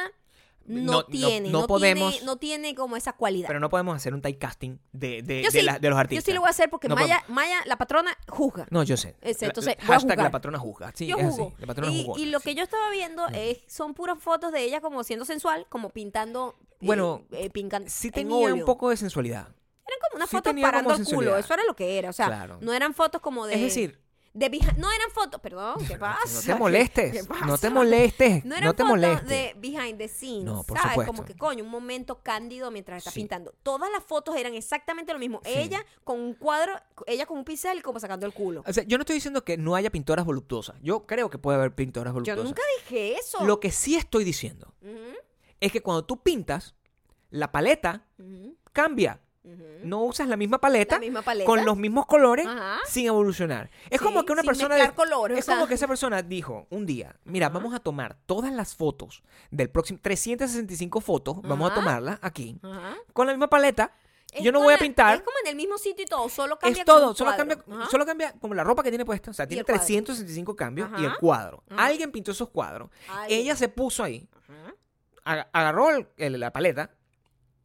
Speaker 1: no,
Speaker 2: No- no-
Speaker 1: tiene.
Speaker 2: no
Speaker 1: No,
Speaker 2: podemos-
Speaker 1: Tiene, no tiene como esa cualidad.
Speaker 2: Pero no podemos hacer un type casting de, de-
Speaker 1: Yo
Speaker 2: de
Speaker 1: sí,
Speaker 2: la- de los
Speaker 1: Yo
Speaker 2: artistas.
Speaker 1: sí lo voy a hacer porque
Speaker 2: No
Speaker 1: Maya,
Speaker 2: podemos-
Speaker 1: Maya, la patrona, juzga.
Speaker 2: No, yo sé.
Speaker 1: Ese,
Speaker 2: La-
Speaker 1: entonces,
Speaker 2: la-
Speaker 1: voy a
Speaker 2: hashtag la
Speaker 1: juzgar.
Speaker 2: patrona juzga. Sí,
Speaker 1: yo
Speaker 2: es así.
Speaker 1: juzgo.
Speaker 2: La patrona
Speaker 1: y,
Speaker 2: juzgona,
Speaker 1: y lo
Speaker 2: sí.
Speaker 1: que yo estaba viendo es, son puras fotos de ella como siendo sensual, como pintando. eh,
Speaker 2: Bueno,
Speaker 1: eh, pincan-
Speaker 2: Sí
Speaker 1: en
Speaker 2: tenía un
Speaker 1: óleo.
Speaker 2: poco de sensualidad.
Speaker 1: Eran como unas
Speaker 2: sí
Speaker 1: fotos
Speaker 2: tenía como
Speaker 1: parando el culo.
Speaker 2: sensualidad.
Speaker 1: Eso era lo que era. O sea,
Speaker 2: Claro.
Speaker 1: no eran fotos como de.
Speaker 2: Es decir,
Speaker 1: de behi- no eran fotos, perdón, ¿qué pasa?
Speaker 2: No te
Speaker 1: ¿Qué
Speaker 2: molestes.
Speaker 1: pasa?
Speaker 2: No te molestes.
Speaker 1: No
Speaker 2: No,
Speaker 1: eran
Speaker 2: te
Speaker 1: fotos
Speaker 2: molestes.
Speaker 1: de behind the scenes,
Speaker 2: No, por
Speaker 1: ¿sabes?
Speaker 2: supuesto.
Speaker 1: Como que coño, un momento cándido mientras está
Speaker 2: Sí.
Speaker 1: pintando. Todas las fotos eran exactamente lo mismo.
Speaker 2: Sí.
Speaker 1: Ella con un cuadro, ella con un pincel y como sacando el culo.
Speaker 2: O sea, yo no estoy diciendo que no haya pintoras voluptuosas. Yo creo que puede haber pintoras
Speaker 1: Yo
Speaker 2: voluptuosas.
Speaker 1: nunca dije eso.
Speaker 2: Lo que sí estoy diciendo
Speaker 1: Ujú,
Speaker 2: es que cuando tú pintas, la paleta
Speaker 1: ujú,
Speaker 2: cambia.
Speaker 1: ujú.
Speaker 2: No usas la misma paleta,
Speaker 1: La misma paleta.
Speaker 2: con los mismos colores
Speaker 1: Ajá.
Speaker 2: sin evolucionar. Es
Speaker 1: Sí,
Speaker 2: como que una
Speaker 1: sin
Speaker 2: persona
Speaker 1: mezclar colores,
Speaker 2: es
Speaker 1: o sea.
Speaker 2: como que esa persona dijo un día, mira, vamos a tomar todas las fotos del próximo 365 fotos, vamos a
Speaker 1: Ajá.
Speaker 2: tomarlas aquí
Speaker 1: Ajá.
Speaker 2: con la misma paleta.
Speaker 1: Es
Speaker 2: yo no
Speaker 1: con
Speaker 2: voy a
Speaker 1: la-
Speaker 2: pintar.
Speaker 1: Es como en el mismo sitio y todo, solo cambia
Speaker 2: Es todo,
Speaker 1: como un
Speaker 2: solo
Speaker 1: cuadro.
Speaker 2: cambia,
Speaker 1: Ajá.
Speaker 2: solo cambia como la ropa que tiene puesta. O sea, tiene
Speaker 1: el cuadro.
Speaker 2: 365 cambios y el
Speaker 1: Ajá.
Speaker 2: cuadro.
Speaker 1: Ajá.
Speaker 2: Alguien pintó esos cuadros.
Speaker 1: Ay,
Speaker 2: Ella se puso ahí,
Speaker 1: ajá,
Speaker 2: aga- agarró el- el- la paleta,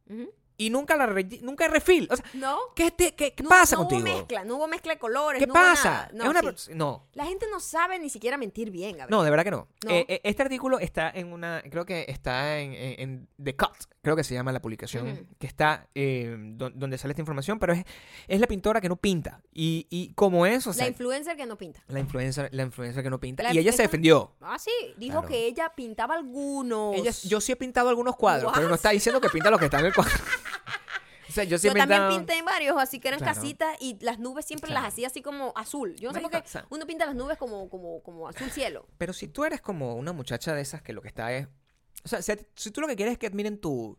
Speaker 1: ujú.
Speaker 2: y nunca la re- nunca hay refill. O sea,
Speaker 1: ¿No?
Speaker 2: ¿qué, te- qué- qué
Speaker 1: No-
Speaker 2: pasa
Speaker 1: no
Speaker 2: contigo?
Speaker 1: Hubo mezcla, no hubo mezcla de colores.
Speaker 2: ¿Qué
Speaker 1: no hubo
Speaker 2: pasa?
Speaker 1: nada. No,
Speaker 2: Es una
Speaker 1: sí.
Speaker 2: per- no,
Speaker 1: La gente no sabe ni siquiera mentir bien, Gabriel.
Speaker 2: no, de verdad que no.
Speaker 1: No.
Speaker 2: Eh, eh, este artículo está en una, creo que está en, en- en The Cut, creo que se llama la publicación,
Speaker 1: Ujú.
Speaker 2: que está eh, do- donde sale esta información, pero es, es la pintora que no pinta. Y, y como es, o sea,
Speaker 1: la influencer que no pinta.
Speaker 2: la influencer, la influencer que no pinta.
Speaker 1: La
Speaker 2: y ella se
Speaker 1: influencer-
Speaker 2: defendió.
Speaker 1: Ah, sí. Dijo
Speaker 2: Claro.
Speaker 1: que ella pintaba algunos.
Speaker 2: Ella, yo sí he pintado algunos cuadros, pero no
Speaker 1: What?
Speaker 2: está diciendo que pinta los que están en el cuadro. o sea, yo sí he
Speaker 1: Yo también
Speaker 2: pintado-
Speaker 1: pinté varios, así que eran
Speaker 2: Claro.
Speaker 1: casitas y las nubes siempre
Speaker 2: Claro.
Speaker 1: las hacía así como azul. Yo no sé por
Speaker 2: Marica,
Speaker 1: qué
Speaker 2: o sea-
Speaker 1: uno pinta las nubes como, como, como azul cielo.
Speaker 2: Pero si tú eres como una muchacha de esas que lo que está es. O sea, si, a ti- si tú lo que quieres es que admiren tu,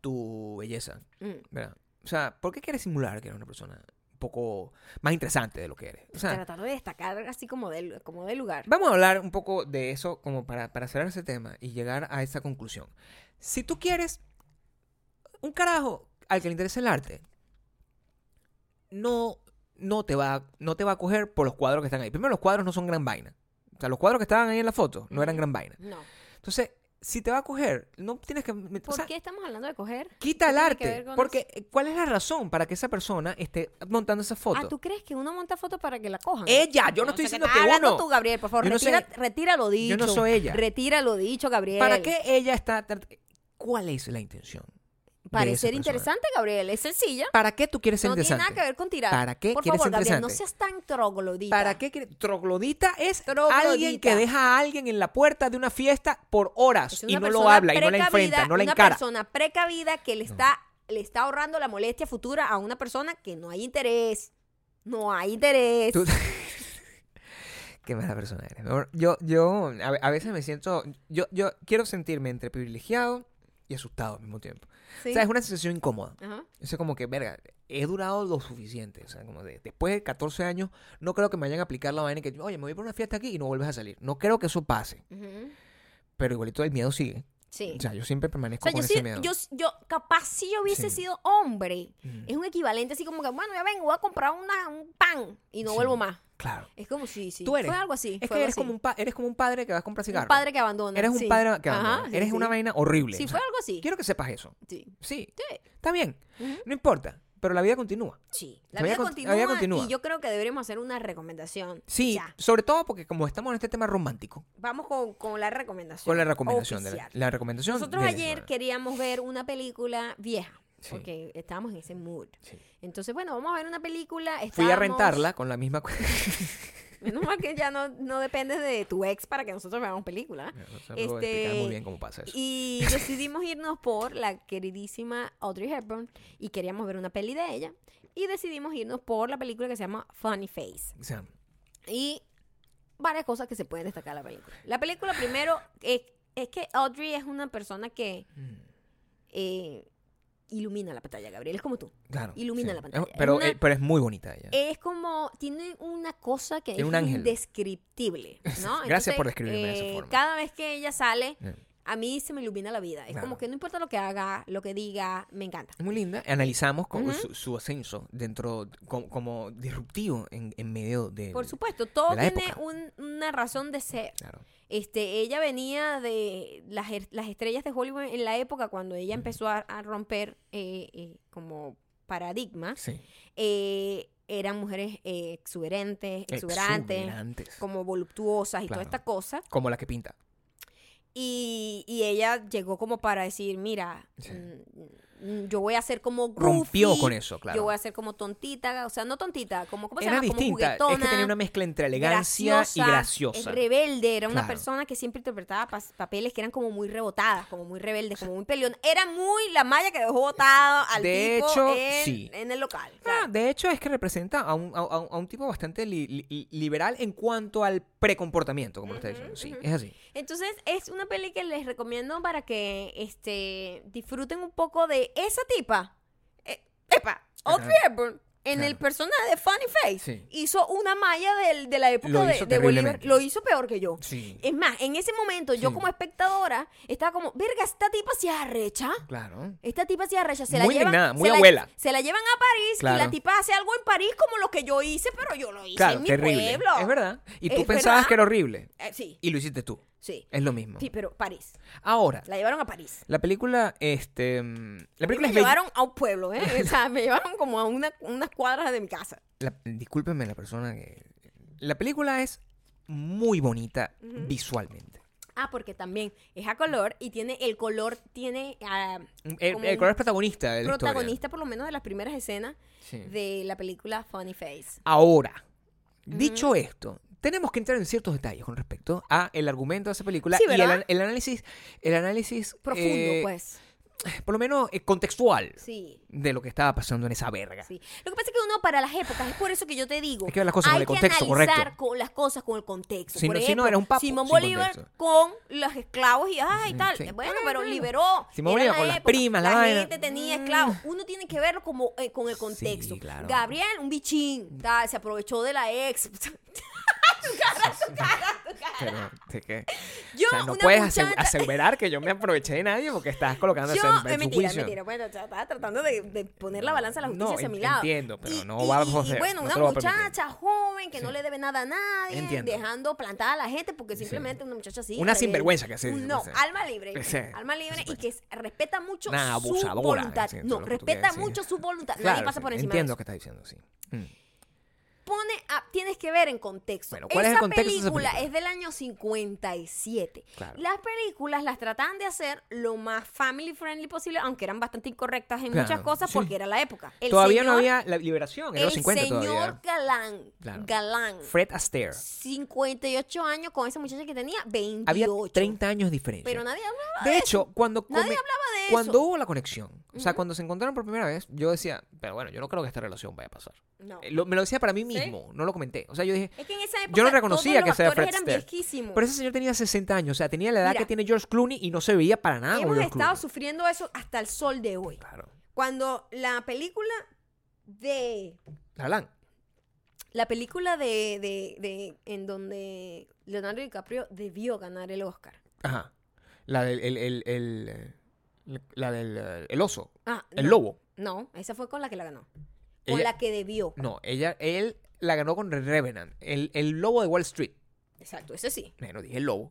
Speaker 2: tu belleza,
Speaker 1: Mm.
Speaker 2: ¿verdad? O sea, ¿por qué quieres simular que eres una persona un poco más interesante de lo que eres? O sea,
Speaker 1: Tratando de destacar así como del, como del lugar.
Speaker 2: vamos a hablar un poco de eso como para, para cerrar ese tema y llegar a esa conclusión. Si tú quieres un carajo al que le interesa el arte, no, no, te va, no te va a coger por los cuadros que están ahí. Primero, los cuadros no son gran vaina. O sea, los cuadros que estaban ahí en la foto no eran gran vaina.
Speaker 1: No.
Speaker 2: Entonces, si te va a coger, no tienes que... o
Speaker 1: ¿Por
Speaker 2: sea,
Speaker 1: qué estamos hablando de coger?
Speaker 2: Quita
Speaker 1: ¿Qué tiene
Speaker 2: el
Speaker 1: que ver
Speaker 2: arte.
Speaker 1: con
Speaker 2: Porque, eh, ¿cuál es la razón para que esa persona esté montando esa
Speaker 1: Ah,
Speaker 2: foto?
Speaker 1: ¿tú crees que uno monta fotos para que la cojan?
Speaker 2: Ella, yo no estoy
Speaker 1: sé qué
Speaker 2: diciendo
Speaker 1: estás
Speaker 2: que
Speaker 1: hablando
Speaker 2: uno.
Speaker 1: tú, Gabriel, por favor,
Speaker 2: Yo no
Speaker 1: retira,
Speaker 2: soy-
Speaker 1: retira lo dicho.
Speaker 2: yo no soy ella.
Speaker 1: Retira lo dicho, Gabriel.
Speaker 2: ¿Para qué ella está.? trat- ¿Cuál es la intención? de esa
Speaker 1: Parecer
Speaker 2: persona?
Speaker 1: interesante, Gabriel, es sencilla.
Speaker 2: ¿Para qué tú quieres ser
Speaker 1: No tiene
Speaker 2: interesante?
Speaker 1: nada que ver con tirar.
Speaker 2: ¿Para qué
Speaker 1: Por
Speaker 2: quieres
Speaker 1: favor,
Speaker 2: ser
Speaker 1: Gabriel, no
Speaker 2: interesante?
Speaker 1: seas tan troglodita.
Speaker 2: ¿Para qué quieres- Troglodita es
Speaker 1: Troglodita.
Speaker 2: alguien que deja a alguien en la puerta de una fiesta por horas
Speaker 1: Es
Speaker 2: y
Speaker 1: una
Speaker 2: no lo
Speaker 1: persona
Speaker 2: habla y no la
Speaker 1: precavida,
Speaker 2: enfrenta, no la
Speaker 1: una
Speaker 2: encara.
Speaker 1: persona precavida que le está, le está ahorrando la molestia futura a una persona que no hay interés. No hay interés.
Speaker 2: Tú- Qué mala persona eres. mi amor. Yo, yo a, ve- a veces me siento. Yo, yo quiero sentirme entre privilegiado y asustado al mismo tiempo.
Speaker 1: Sí.
Speaker 2: O sea, es una sensación incómoda.
Speaker 1: Ajá.
Speaker 2: O sea, como que, verga, he durado lo suficiente. O sea, como de, después de 14 años, no creo que me vayan a aplicar la vaina que, oye, me voy por una fiesta aquí y no vuelves a salir. No creo que eso pase.
Speaker 1: Ujú.
Speaker 2: Pero igualito el miedo sigue.
Speaker 1: Sí.
Speaker 2: O sea, yo siempre
Speaker 1: O
Speaker 2: permanezco
Speaker 1: sea,
Speaker 2: con
Speaker 1: yo,
Speaker 2: ese
Speaker 1: sí-
Speaker 2: miedo.
Speaker 1: yo, yo capaz si yo hubiese
Speaker 2: Sí.
Speaker 1: sido hombre,
Speaker 2: Mm.
Speaker 1: es un equivalente así como que, bueno, ya vengo, voy a comprar una, un pan y no
Speaker 2: Sí.
Speaker 1: vuelvo más.
Speaker 2: Claro.
Speaker 1: Es como si, sí.
Speaker 2: Tú eres-
Speaker 1: Fue algo así. fue
Speaker 2: Es que
Speaker 1: algo
Speaker 2: eres
Speaker 1: así.
Speaker 2: como, un pa- eres como un padre que vas a comprar cigarros.
Speaker 1: Un padre que abandona.
Speaker 2: Eres un
Speaker 1: sí.
Speaker 2: padre que
Speaker 1: Ajá,
Speaker 2: abandona.
Speaker 1: sí,
Speaker 2: eres
Speaker 1: sí.
Speaker 2: una vaina horrible.
Speaker 1: Sí,
Speaker 2: O
Speaker 1: fue
Speaker 2: sea,
Speaker 1: algo así.
Speaker 2: Quiero que sepas eso.
Speaker 1: Sí.
Speaker 2: Sí.
Speaker 1: Sí.
Speaker 2: Está bien.
Speaker 1: Ujú.
Speaker 2: No importa. Pero la vida continúa.
Speaker 1: Sí. La
Speaker 2: La vida
Speaker 1: vida,
Speaker 2: con- la
Speaker 1: continúa,
Speaker 2: vida continúa.
Speaker 1: Y yo creo que deberíamos hacer una recomendación.
Speaker 2: Sí,
Speaker 1: Ya.
Speaker 2: sobre todo porque como estamos en este tema romántico,
Speaker 1: Vamos con, con la recomendación.
Speaker 2: con la recomendación de la,
Speaker 1: oficial.
Speaker 2: la recomendación
Speaker 1: Nosotros
Speaker 2: de la
Speaker 1: ayer
Speaker 2: semana.
Speaker 1: queríamos ver una película vieja.
Speaker 2: Sí.
Speaker 1: Porque estábamos en ese mood.
Speaker 2: Sí.
Speaker 1: Entonces, bueno, vamos a ver una película.
Speaker 2: Fui a
Speaker 1: estábamos-
Speaker 2: rentarla con la misma cu-
Speaker 1: Menos mal que ya no, no dependes de tu ex para que nosotros veamos películas.
Speaker 2: No, no se puedo explicar muy bien cómo pasa eso.
Speaker 1: Este, Y decidimos irnos por la queridísima Audrey Hepburn y queríamos ver una peli de ella. Y decidimos irnos por la película que se llama Funny Face.
Speaker 2: O sea,
Speaker 1: Y varias cosas que se pueden destacar de la película. La película primero es, es que Audrey es una persona que
Speaker 2: Mm.
Speaker 1: eh, ilumina la pantalla, Gabriel. Es como tú.
Speaker 2: claro.
Speaker 1: Ilumina
Speaker 2: sí.
Speaker 1: la pantalla.
Speaker 2: Es- Pero,
Speaker 1: Una-
Speaker 2: eh, pero es muy bonita ella.
Speaker 1: Es como, tiene una cosa que
Speaker 2: Tiene
Speaker 1: es
Speaker 2: un ángel.
Speaker 1: indescriptible. ¿no?
Speaker 2: Gracias por describirme de esa
Speaker 1: eh,
Speaker 2: forma.
Speaker 1: Cada vez que ella sale,
Speaker 2: Eh,
Speaker 1: a mí se me ilumina la vida. Es
Speaker 2: Claro.
Speaker 1: como que no importa lo que haga, lo que diga, me encanta.
Speaker 2: Muy linda. Analizamos cómo
Speaker 1: Ujú.
Speaker 2: su, su ascenso dentro, como, como disruptivo en, en medio de...
Speaker 1: Por supuesto, todo
Speaker 2: Eh, de la
Speaker 1: tiene
Speaker 2: época.
Speaker 1: un- una razón de ser.
Speaker 2: Claro.
Speaker 1: Este, ella venía de las, er- las estrellas de Hollywood en la época cuando ella empezó a, a romper eh, eh, como paradigmas.
Speaker 2: Sí.
Speaker 1: Eh, eran mujeres eh, exuberantes, exuberantes,
Speaker 2: Exuberantes.
Speaker 1: como voluptuosas y
Speaker 2: Claro.
Speaker 1: toda esta cosa.
Speaker 2: Como la que pinta.
Speaker 1: Y, y ella llegó como para decir, mira,
Speaker 2: Sí.
Speaker 1: mm, mm, yo voy a ser como goofy,
Speaker 2: Rompió con eso, claro.
Speaker 1: Yo voy a ser como tontita, o sea, no tontita, como ¿cómo se
Speaker 2: Era
Speaker 1: llama? Como
Speaker 2: distinta. Es que
Speaker 1: juguetona,
Speaker 2: tenía una mezcla entre elegancia y graciosa.
Speaker 1: eh, Rebelde, era una
Speaker 2: Claro.
Speaker 1: persona que siempre interpretaba pas- papeles que eran como muy rebotadas, como muy rebeldes, como muy peleón. Era muy la malla que dejó botada al
Speaker 2: De
Speaker 1: tipo
Speaker 2: hecho,
Speaker 1: en,
Speaker 2: sí.
Speaker 1: en el local.
Speaker 2: Ah,
Speaker 1: claro.
Speaker 2: de hecho, es que representa a un, a, a un- a un tipo bastante li- li- liberal en cuanto al precomportamiento, como lo está diciendo. Sí, es así.
Speaker 1: Entonces, es una peli que les recomiendo para que este, disfruten un poco de esa tipa. Eh, ¡Epa! Audrey Hepburn. en
Speaker 2: Claro.
Speaker 1: el personaje de Funny Face
Speaker 2: Sí.
Speaker 1: hizo una malla del- de la época
Speaker 2: Lo
Speaker 1: de,
Speaker 2: hizo
Speaker 1: de Bolívar.
Speaker 2: terriblemente.
Speaker 1: Lo hizo peor que yo.
Speaker 2: Sí.
Speaker 1: Es más, en ese momento yo
Speaker 2: Sí.
Speaker 1: como espectadora estaba como, verga, esta tipa se arrecha.
Speaker 2: Claro.
Speaker 1: Esta tipa se arrecha, se la
Speaker 2: Muy
Speaker 1: llevan,
Speaker 2: indignada, muy
Speaker 1: se la-
Speaker 2: abuela.
Speaker 1: se la llevan a París y la
Speaker 2: Claro.
Speaker 1: tipa hace algo en París como lo que yo hice, pero yo lo hice
Speaker 2: Claro,
Speaker 1: en mi
Speaker 2: terrible.
Speaker 1: pueblo.
Speaker 2: Es verdad. Y tú
Speaker 1: Es
Speaker 2: pensabas
Speaker 1: verdad.
Speaker 2: que era horrible.
Speaker 1: Eh, sí,
Speaker 2: Y lo hiciste tú.
Speaker 1: sí.
Speaker 2: Es lo mismo.
Speaker 1: Sí, pero París.
Speaker 2: Ahora,
Speaker 1: La llevaron a París.
Speaker 2: la película, este. mm, La
Speaker 1: Me
Speaker 2: película es bella-
Speaker 1: llevaron a un pueblo, ¿eh? O sea, me llevaron como a una- unas cuadras de mi casa.
Speaker 2: la- discúlpeme la persona que. La película es muy bonita visualmente.
Speaker 1: Ah, porque también es a color y tiene el color tiene ah,
Speaker 2: Mm, El,
Speaker 1: como
Speaker 2: el
Speaker 1: un
Speaker 2: color es protagonista de la historia.
Speaker 1: protagonista por lo menos de las primeras escenas
Speaker 2: Sí.
Speaker 1: de la película Funny Face.
Speaker 2: Ahora, dicho esto, tenemos que entrar en ciertos detalles con respecto a el argumento de esa película
Speaker 1: Sí,
Speaker 2: y el,
Speaker 1: ¿verdad?
Speaker 2: an- el análisis, el análisis
Speaker 1: Profundo,
Speaker 2: eh,
Speaker 1: pues.
Speaker 2: por lo menos eh, contextual
Speaker 1: Sí.
Speaker 2: de lo que estaba pasando en esa verga.
Speaker 1: Sí. Lo que pasa es que uno para las épocas, es por eso que yo te digo,
Speaker 2: Hay que ver las cosas con
Speaker 1: hay
Speaker 2: el
Speaker 1: que
Speaker 2: contexto,
Speaker 1: analizar
Speaker 2: correcto.
Speaker 1: con las cosas con el contexto.
Speaker 2: Si
Speaker 1: por
Speaker 2: no- si no,
Speaker 1: ejemplo,
Speaker 2: era un papo
Speaker 1: Simón
Speaker 2: sin
Speaker 1: Bolívar
Speaker 2: contexto.
Speaker 1: con los esclavos y ay
Speaker 2: Ujú,
Speaker 1: tal.
Speaker 2: sí.
Speaker 1: Bueno,
Speaker 2: Ah,
Speaker 1: pero
Speaker 2: claro.
Speaker 1: liberó.
Speaker 2: Simón
Speaker 1: Era
Speaker 2: Bolívar con las
Speaker 1: época,
Speaker 2: primas, la
Speaker 1: la
Speaker 2: vaina. Mm.
Speaker 1: gente tenía esclavos. Uno tiene que verlo como eh, con el
Speaker 2: Sí,
Speaker 1: contexto.
Speaker 2: claro.
Speaker 1: Gabriel, un bichín, tal, se aprovechó de la ex.
Speaker 2: Pero, ¿de qué?
Speaker 1: Yo,
Speaker 2: o sea, no
Speaker 1: una
Speaker 2: puedes
Speaker 1: muchacha-
Speaker 2: asegu- aseverar que yo me aproveché de nadie porque estás colocando
Speaker 1: Yo,
Speaker 2: eso en, en
Speaker 1: eh,
Speaker 2: su
Speaker 1: mentira,
Speaker 2: juicio.
Speaker 1: mentira. Bueno, ya estaba tratando de, de poner la balanza de la justicia
Speaker 2: No,
Speaker 1: hacia mi
Speaker 2: en-
Speaker 1: lado.
Speaker 2: entiendo, pero no
Speaker 1: y,
Speaker 2: vamos a
Speaker 1: y- y
Speaker 2: hacer-
Speaker 1: bueno,
Speaker 2: no
Speaker 1: una
Speaker 2: te lo voy a permitir.
Speaker 1: muchacha joven que no
Speaker 2: Sí.
Speaker 1: le debe nada a nadie,
Speaker 2: Entiendo.
Speaker 1: dejando plantada a la gente porque simplemente una muchacha así.
Speaker 2: Una
Speaker 1: rebelde.
Speaker 2: sinvergüenza que se dice,
Speaker 1: No,
Speaker 2: pues, eh.
Speaker 1: alma libre.
Speaker 2: Sí,
Speaker 1: Alma libre y que respeta mucho
Speaker 2: Una
Speaker 1: su
Speaker 2: abusadora,
Speaker 1: voluntad.
Speaker 2: sí, eso es
Speaker 1: No,
Speaker 2: lo que tú
Speaker 1: respeta
Speaker 2: quieres, sí.
Speaker 1: mucho su voluntad. Nadie
Speaker 2: Claro,
Speaker 1: pasa
Speaker 2: sí,
Speaker 1: por encima de
Speaker 2: Entiendo
Speaker 1: eso.
Speaker 2: lo que estás diciendo, sí. Mm.
Speaker 1: Pone a- tienes que ver en contexto.
Speaker 2: Bueno, ¿cuál es
Speaker 1: esa,
Speaker 2: el contexto de esa
Speaker 1: película
Speaker 2: película?
Speaker 1: es del año 57.
Speaker 2: Claro.
Speaker 1: Las películas las tratan de hacer lo más family friendly posible, aunque eran bastante incorrectas en
Speaker 2: Claro,
Speaker 1: muchas cosas
Speaker 2: sí.
Speaker 1: porque era la época. El
Speaker 2: Todavía no
Speaker 1: señor-
Speaker 2: había la liberación, era
Speaker 1: El
Speaker 2: los 50
Speaker 1: señor
Speaker 2: todavía.
Speaker 1: Galán,
Speaker 2: Claro.
Speaker 1: Galán,
Speaker 2: Fred Astaire.
Speaker 1: 58 años con esa muchacha que tenía 28.
Speaker 2: Había 30 años de diferencia.
Speaker 1: Pero nadie hablaba
Speaker 2: De hecho, cuando,
Speaker 1: Nadie
Speaker 2: come-
Speaker 1: hablaba de
Speaker 2: cuando
Speaker 1: eso.
Speaker 2: hubo la conexión, o sea, cuando se encontraron por primera vez, yo decía, pero bueno, yo no creo que esta relación vaya a pasar.
Speaker 1: No.
Speaker 2: Eh, lo- me lo decía para mí mismo, no lo comenté. O sea, yo dije,
Speaker 1: Es que en esa época
Speaker 2: yo no reconocía
Speaker 1: todos
Speaker 2: que
Speaker 1: los
Speaker 2: sea
Speaker 1: actores
Speaker 2: Fred
Speaker 1: eran
Speaker 2: Astaire.
Speaker 1: viejísimos.
Speaker 2: Pero ese señor tenía 60 años, o sea, tenía la edad
Speaker 1: Mm. Mira.
Speaker 2: que tiene George Clooney y no se veía para nada como
Speaker 1: Hemos
Speaker 2: George
Speaker 1: estado
Speaker 2: Clooney.
Speaker 1: sufriendo eso hasta el sol de hoy.
Speaker 2: Claro.
Speaker 1: Cuando la película de
Speaker 2: Galán.
Speaker 1: la película de, de, de- en donde Leonardo DiCaprio debió ganar el Oscar.
Speaker 2: Ajá. La del el, el, el- el- la del eh, el oso,
Speaker 1: Ah,
Speaker 2: el
Speaker 1: no.
Speaker 2: lobo.
Speaker 1: No, esa fue con la que la ganó. Con
Speaker 2: Ella-
Speaker 1: la que debió.
Speaker 2: No, ella él la ganó con Revenant, el, el lobo de Wall Street.
Speaker 1: Exacto, ese sí.
Speaker 2: Bueno, dije el lobo.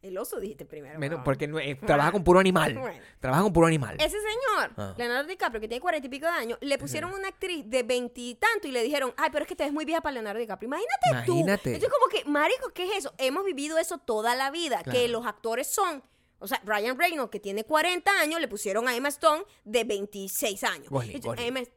Speaker 1: El oso dijiste primero. Ah,
Speaker 2: Bueno,
Speaker 1: weón.
Speaker 2: porque no- eh, trabaja con puro animal.
Speaker 1: Bueno.
Speaker 2: Trabaja con puro animal.
Speaker 1: Ese señor,
Speaker 2: Ah.
Speaker 1: Leonardo DiCaprio, que tiene cuarenta y pico de años, le pusieron una actriz de veintitantos y, le dijeron, ay, pero es que te ves muy vieja para Leonardo DiCaprio. Imagínate, tú.
Speaker 2: Imagínate.
Speaker 1: Entonces, como que, marico, ¿qué es eso? Hemos vivido eso toda la vida, que
Speaker 2: Claro.
Speaker 1: los actores son... O sea, Ryan Reynolds, que tiene 40 años, le pusieron a Emma Stone de 26 años.
Speaker 2: Gosling,
Speaker 1: Entonces,
Speaker 2: Gosling.
Speaker 1: Emma-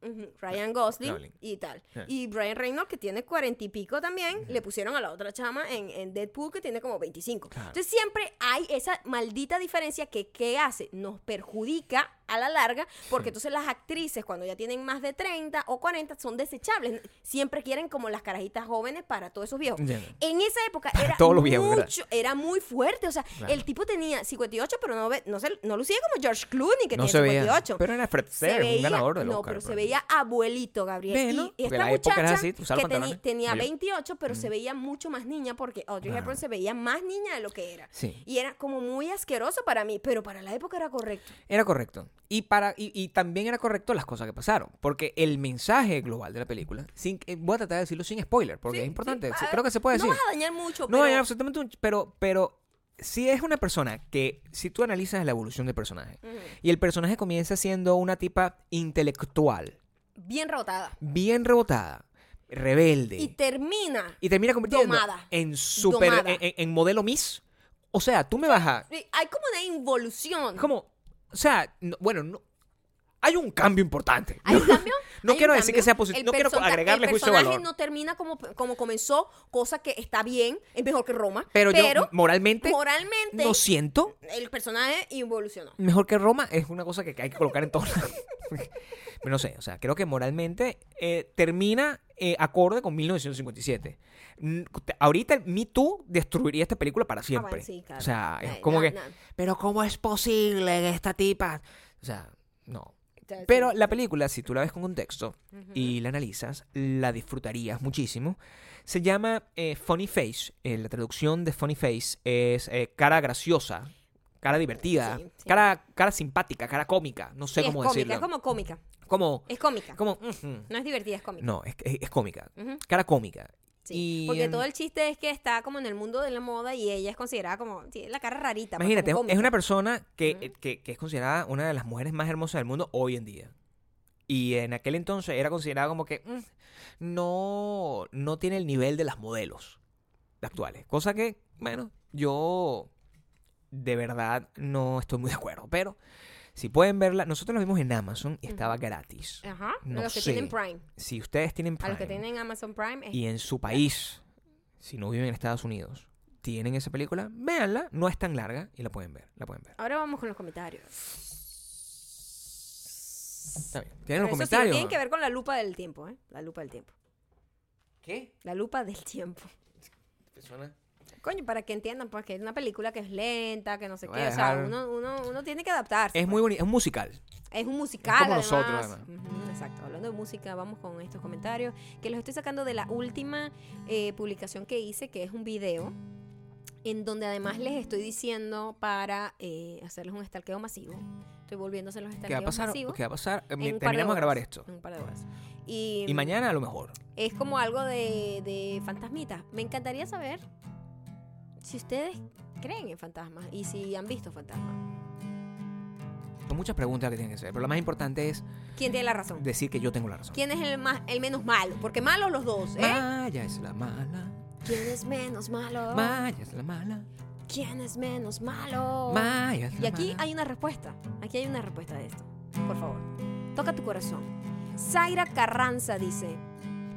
Speaker 1: Ujú, Ryan Gosling
Speaker 2: Gosling.
Speaker 1: y tal.
Speaker 2: Ah.
Speaker 1: Y Brian Reynolds, que tiene 40 y pico también, le pusieron a la otra chama en, en Deadpool, que tiene como 25.
Speaker 2: Claro.
Speaker 1: Entonces siempre hay esa maldita diferencia que, ¿qué hace? Nos perjudica a la larga, porque entonces las actrices, cuando ya tienen más de 30 o 40, son desechables. Siempre quieren como las carajitas jóvenes para todos esos viejos.
Speaker 2: Entiendo.
Speaker 1: En esa época era,
Speaker 2: todos los viejos, ¿verdad?
Speaker 1: mucho, era muy fuerte. O sea,
Speaker 2: Claro.
Speaker 1: el tipo tenía 58, pero no, ve- no, se, no lucía como George Clooney, que
Speaker 2: no
Speaker 1: tiene
Speaker 2: se veía.
Speaker 1: 58
Speaker 2: Pero era Fred
Speaker 1: se
Speaker 2: Astaire, un
Speaker 1: veía-
Speaker 2: ganador del
Speaker 1: no,
Speaker 2: Oscar,
Speaker 1: pero se
Speaker 2: pues.
Speaker 1: veía abuelito Gabriel.
Speaker 2: Bueno,
Speaker 1: y
Speaker 2: porque
Speaker 1: esta
Speaker 2: la época
Speaker 1: muchacha
Speaker 2: era así, tú usabas
Speaker 1: que
Speaker 2: pantalones.
Speaker 1: teni- tenía
Speaker 2: Muy bien.
Speaker 1: 28, pero se veía mucho más niña porque Audrey
Speaker 2: Mm. Claro.
Speaker 1: Hepburn se veía más niña de lo que era.
Speaker 2: Sí.
Speaker 1: Y era como muy asqueroso para mí, pero para la época era correcto.
Speaker 2: Era correcto. Y, para, y, y también era correcto las cosas que pasaron. Porque el mensaje global de la película, sin, eh, voy a tratar de decirlo sin spoiler, porque es importante.
Speaker 1: Sí,
Speaker 2: sí,
Speaker 1: ah,
Speaker 2: creo que se puede
Speaker 1: No
Speaker 2: decir.
Speaker 1: vas a dañar mucho,
Speaker 2: No,
Speaker 1: pero
Speaker 2: dañar absolutamente un- Pero, pero si es una persona que, si tú analizas la evolución del personaje, y el personaje comienza siendo una tipa intelectual,
Speaker 1: bien rotada.
Speaker 2: bien rebotada, rebelde.
Speaker 1: Y termina.
Speaker 2: y termina convirtiendo
Speaker 1: Domada.
Speaker 2: en super
Speaker 1: Domada.
Speaker 2: en, en- en modelo Miss. O sea, tú me vas a
Speaker 1: Hay como una involución.
Speaker 2: como o sea, no- bueno, no- hay un cambio importante.
Speaker 1: ¿Hay un cambio?
Speaker 2: No
Speaker 1: Hay un
Speaker 2: quiero decir que
Speaker 1: cambio.
Speaker 2: sea positivo,
Speaker 1: El
Speaker 2: no quiero
Speaker 1: persona-
Speaker 2: agregarle
Speaker 1: el
Speaker 2: juicio de
Speaker 1: personaje
Speaker 2: valor.
Speaker 1: no termina como, como comenzó, cosa que está bien, es mejor que Roma.
Speaker 2: pero, yo moralmente,
Speaker 1: moralmente
Speaker 2: no siento
Speaker 1: el personaje evolucionó.
Speaker 2: mejor que Roma es una cosa que hay que colocar en todo. Pero no sé, o sea, creo que moralmente eh, termina eh, acorde con 1957. Mm, te- Ahorita Me Too destruiría esta película para siempre.
Speaker 1: Ah, bueno, sí, claro.
Speaker 2: O sea, es
Speaker 1: Eh,
Speaker 2: como
Speaker 1: na-
Speaker 2: que,
Speaker 1: na-
Speaker 2: pero ¿cómo es posible que esta tipa? O sea, no.
Speaker 1: sea,
Speaker 2: Pero
Speaker 1: Ah, sí.
Speaker 2: la película, si tú la ves con contexto
Speaker 1: Ujú.
Speaker 2: y la analizas, la disfrutarías muchísimo. Se llama eh, Funny Face. Eh, la traducción de Funny Face es eh, cara graciosa, cara divertida,
Speaker 1: Sí, sí.
Speaker 2: Cara, cara simpática, cara cómica. No sé
Speaker 1: Sí, es
Speaker 2: cómo
Speaker 1: cómica,
Speaker 2: decirlo.
Speaker 1: es como cómica.
Speaker 2: Como.
Speaker 1: Es cómica.
Speaker 2: como ujú.
Speaker 1: No es divertida, es cómica.
Speaker 2: No, es, es- es cómica.
Speaker 1: Ujú,
Speaker 2: Cara cómica.
Speaker 1: sí.
Speaker 2: Y em,
Speaker 1: Porque
Speaker 2: en-
Speaker 1: todo el chiste es que está como en el mundo de la moda y ella es considerada como sí, la cara rarita. pues,
Speaker 2: Imagínate,
Speaker 1: como
Speaker 2: es una
Speaker 1: cómica.
Speaker 2: persona que, eh, que- que es considerada una de las mujeres más hermosas del mundo hoy en día. Y en aquel entonces era considerada como que mm, no, no tiene el nivel de las modelos actuales. Cosa que, bueno, yo de verdad no estoy muy de acuerdo. Pero si pueden verla, nosotros la vimos en Amazon y estaba gratis.
Speaker 1: Ajá.
Speaker 2: No
Speaker 1: los que
Speaker 2: sé.
Speaker 1: tienen Prime.
Speaker 2: Si ustedes tienen
Speaker 1: Ah. A los que
Speaker 2: Prime
Speaker 1: tienen Amazon Prime. es-
Speaker 2: y en su país, si no viven en Estados Unidos, tienen esa película, véanla. No es tan larga y la pueden ver. La pueden ver.
Speaker 1: Ahora vamos con los comentarios.
Speaker 2: Está bien. ¿Tienen
Speaker 1: Pero eso
Speaker 2: los
Speaker 1: sí,
Speaker 2: comentarios?
Speaker 1: tienen que ver con la lupa del tiempo, ¿eh? La lupa del tiempo.
Speaker 2: ¿Qué?
Speaker 1: La lupa del tiempo. Coño, para que entiendan, pues que es una película que es lenta, que no sé
Speaker 2: Voy a
Speaker 1: qué. O sea,
Speaker 2: dejar-
Speaker 1: uno, uno, uno tiene que adaptarse. pues.
Speaker 2: Es muy bonito, es un musical.
Speaker 1: Es un musical.
Speaker 2: como nosotros,
Speaker 1: además. Ujú, exacto. Hablando de música, vamos con estos comentarios que los estoy sacando de la última eh, publicación que hice, que es un video, en donde además les estoy diciendo para eh, hacerles un estalqueo masivo. Estoy volviéndose los
Speaker 2: ¿Qué va a
Speaker 1: estalqueos
Speaker 2: pasar?
Speaker 1: masivos.
Speaker 2: ¿Qué va a pasar? Eh,
Speaker 1: en
Speaker 2: mi-
Speaker 1: un par de
Speaker 2: Terminamos de grabar
Speaker 1: horas.
Speaker 2: esto.
Speaker 1: En un par de horas. Y,
Speaker 2: Y mañana a lo mejor.
Speaker 1: es como algo de, de fantasmitas. Me encantaría saber si ustedes creen en fantasmas y si han visto fantasmas.
Speaker 2: Son muchas preguntas que tienen que hacer, pero lo más importante es
Speaker 1: ¿Quién tiene la razón?
Speaker 2: decir que yo tengo la razón.
Speaker 1: ¿Quién es el, más, el menos malo? Porque malos los dos, ¿eh?
Speaker 2: Maya es la mala.
Speaker 1: ¿Quién es menos malo?
Speaker 2: Maya es la mala.
Speaker 1: ¿Quién es menos malo?
Speaker 2: Maya es
Speaker 1: Oh.
Speaker 2: la
Speaker 1: y aquí
Speaker 2: mala.
Speaker 1: hay una respuesta. Aquí hay una respuesta de esto. Por favor, toca tu corazón. Zaira Carranza dice,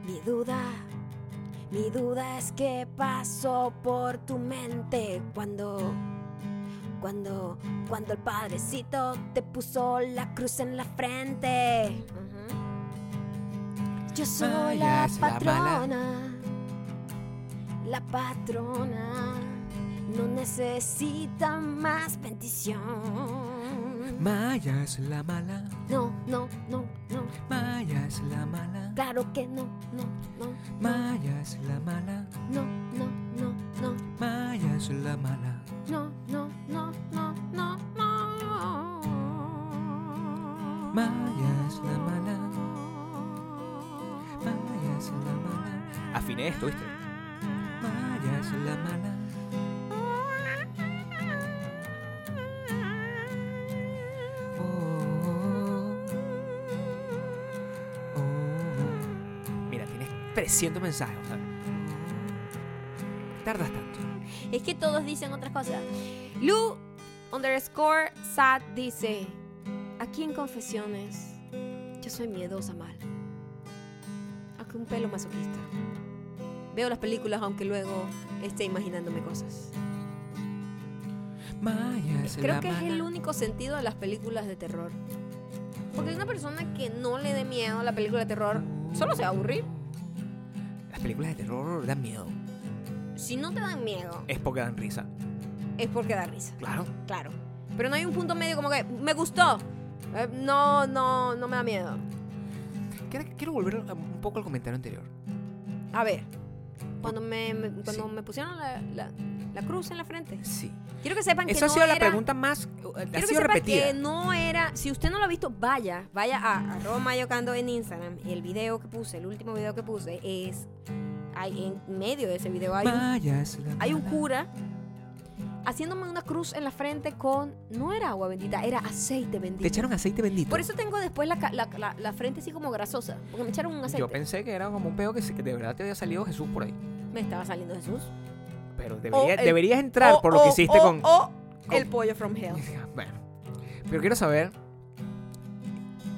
Speaker 1: mi duda, mi duda es que pasó por tu mente cuando, cuando, cuando el padrecito te puso la cruz en la frente. Yo soy
Speaker 2: Maya
Speaker 1: la
Speaker 2: es la
Speaker 1: patrona. La patrona no necesita más bendición.
Speaker 2: Maya es la mala.
Speaker 1: No, no, no, no.
Speaker 2: Maya es la mala.
Speaker 1: Claro que no, no, no. No,
Speaker 2: Maya es la mala.
Speaker 1: no, no, no, no.
Speaker 2: Maya es la mala.
Speaker 1: No, no, no, no, no, no.
Speaker 2: Maya es la mala. Maya es la mala. Afiné esto, ¿viste? Maya es la mala. Oh, oh, oh. Mira, tienes 300 mensajes. o sea, tardas tanto.
Speaker 1: Es que todos dicen otras cosas. Lu underscore sad dice, aquí en confesiones, yo soy miedosa mal. Aunque un pelo masoquista. Veo las películas aunque luego esté imaginándome cosas.
Speaker 2: Maya es
Speaker 1: Creo
Speaker 2: la
Speaker 1: que es
Speaker 2: mala.
Speaker 1: el único sentido de las películas de terror. Porque una persona que no le dé miedo a la película de terror, solo se va a aburrir.
Speaker 2: Las películas de terror dan miedo.
Speaker 1: Si no te dan miedo,
Speaker 2: Es porque dan risa.
Speaker 1: es porque da risa.
Speaker 2: Claro.
Speaker 1: Claro. Pero no hay un punto medio como que me gustó. Eh, no, no, no me da miedo.
Speaker 2: Quiero quiero volver a- un poco al comentario anterior.
Speaker 1: A ver. Cuando me, me- cuando
Speaker 2: Sí.
Speaker 1: me pusieron la, la- la cruz en la frente.
Speaker 2: Sí.
Speaker 1: Quiero que sepan que
Speaker 2: Esa ha
Speaker 1: no
Speaker 2: sido la
Speaker 1: era-
Speaker 2: pregunta más. eh,
Speaker 1: quiero
Speaker 2: Ha
Speaker 1: que
Speaker 2: sido
Speaker 1: sepan
Speaker 2: repetida.
Speaker 1: que no era. Si usted no lo ha visto, vaya, vaya a arroba mayocando en Instagram. El video que puse, el último video que puse, es. Hay, en medio de ese video hay un,
Speaker 2: Maya es la
Speaker 1: hay un
Speaker 2: mala.
Speaker 1: cura haciéndome una cruz en la frente con. No era agua bendita, era aceite
Speaker 2: Te
Speaker 1: bendito.
Speaker 2: echaron aceite bendito.
Speaker 1: Por eso tengo después la, ca- la, la- la frente así como grasosa. Porque me echaron un aceite.
Speaker 2: Yo pensé que era como un peo que, se- que de verdad te había salido Jesús por ahí.
Speaker 1: me estaba saliendo Jesús.
Speaker 2: Pero debería-
Speaker 1: el-
Speaker 2: deberías entrar
Speaker 1: O-
Speaker 2: por lo que
Speaker 1: o-
Speaker 2: hiciste
Speaker 1: o-
Speaker 2: con,
Speaker 1: o
Speaker 2: con-
Speaker 1: el pollo from hell.
Speaker 2: Bueno. Pero quiero saber.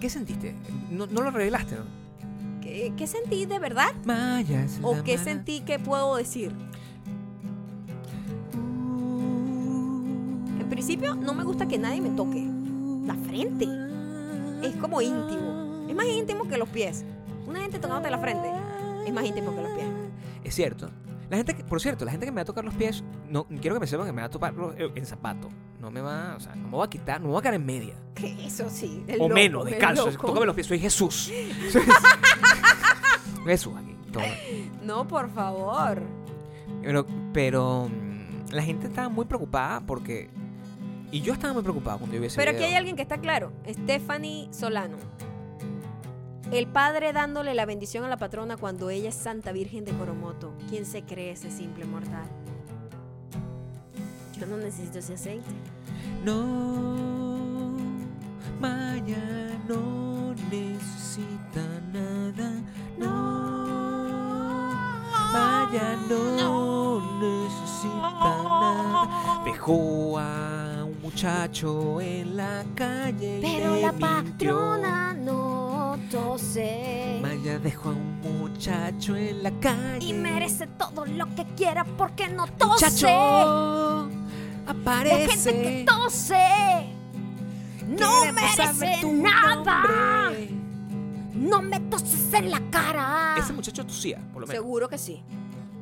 Speaker 2: ¿Qué sentiste? No, no lo arreglaste, ¿no?
Speaker 1: ¿Qué, qué sentí de verdad?
Speaker 2: Maya es
Speaker 1: ¿O
Speaker 2: la
Speaker 1: qué
Speaker 2: mala.
Speaker 1: sentí que puedo decir? En principio, no me gusta que nadie me toque la frente. Es como íntimo. Es más íntimo que los pies. Una gente tocándote la frente es más íntimo que los pies.
Speaker 2: Es cierto. La gente que, por cierto, la gente que me va a tocar los pies, no quiero que me sepan que me va a tocar los- eh, en zapato. No me va, o sea, no me va a quitar, no me va a quedar en media.
Speaker 1: Eso sí.
Speaker 2: o menos, descalzo. Tócame los pies, soy Jesús. Jesús aquí. toma.
Speaker 1: No, por favor.
Speaker 2: Pero, pero mm, la gente estaba muy preocupada porque. Y yo estaba muy preocupado cuando yo vi ese
Speaker 1: Pero aquí
Speaker 2: video.
Speaker 1: hay alguien que está claro. Stephanie Solano. El padre dándole la bendición a la patrona cuando ella es Santa Virgen de Coromoto. ¿Quién se cree ese simple mortal? Yo no necesito ese aceite.
Speaker 2: No, Maya no necesita nada. No, Maya no necesita nada. Dejó a un muchacho en la calle. y
Speaker 1: Pero
Speaker 2: le
Speaker 1: la
Speaker 2: mintió.
Speaker 1: patrona no tose.
Speaker 2: Maya dejó a un muchacho en la calle.
Speaker 1: Y merece todo lo que quiera porque no tose.
Speaker 2: Muchacho,
Speaker 1: La
Speaker 2: aparece.
Speaker 1: gente que tose no merece nada. No me toses en la cara.
Speaker 2: Ese muchacho tosía, por lo menos.
Speaker 1: Seguro que sí.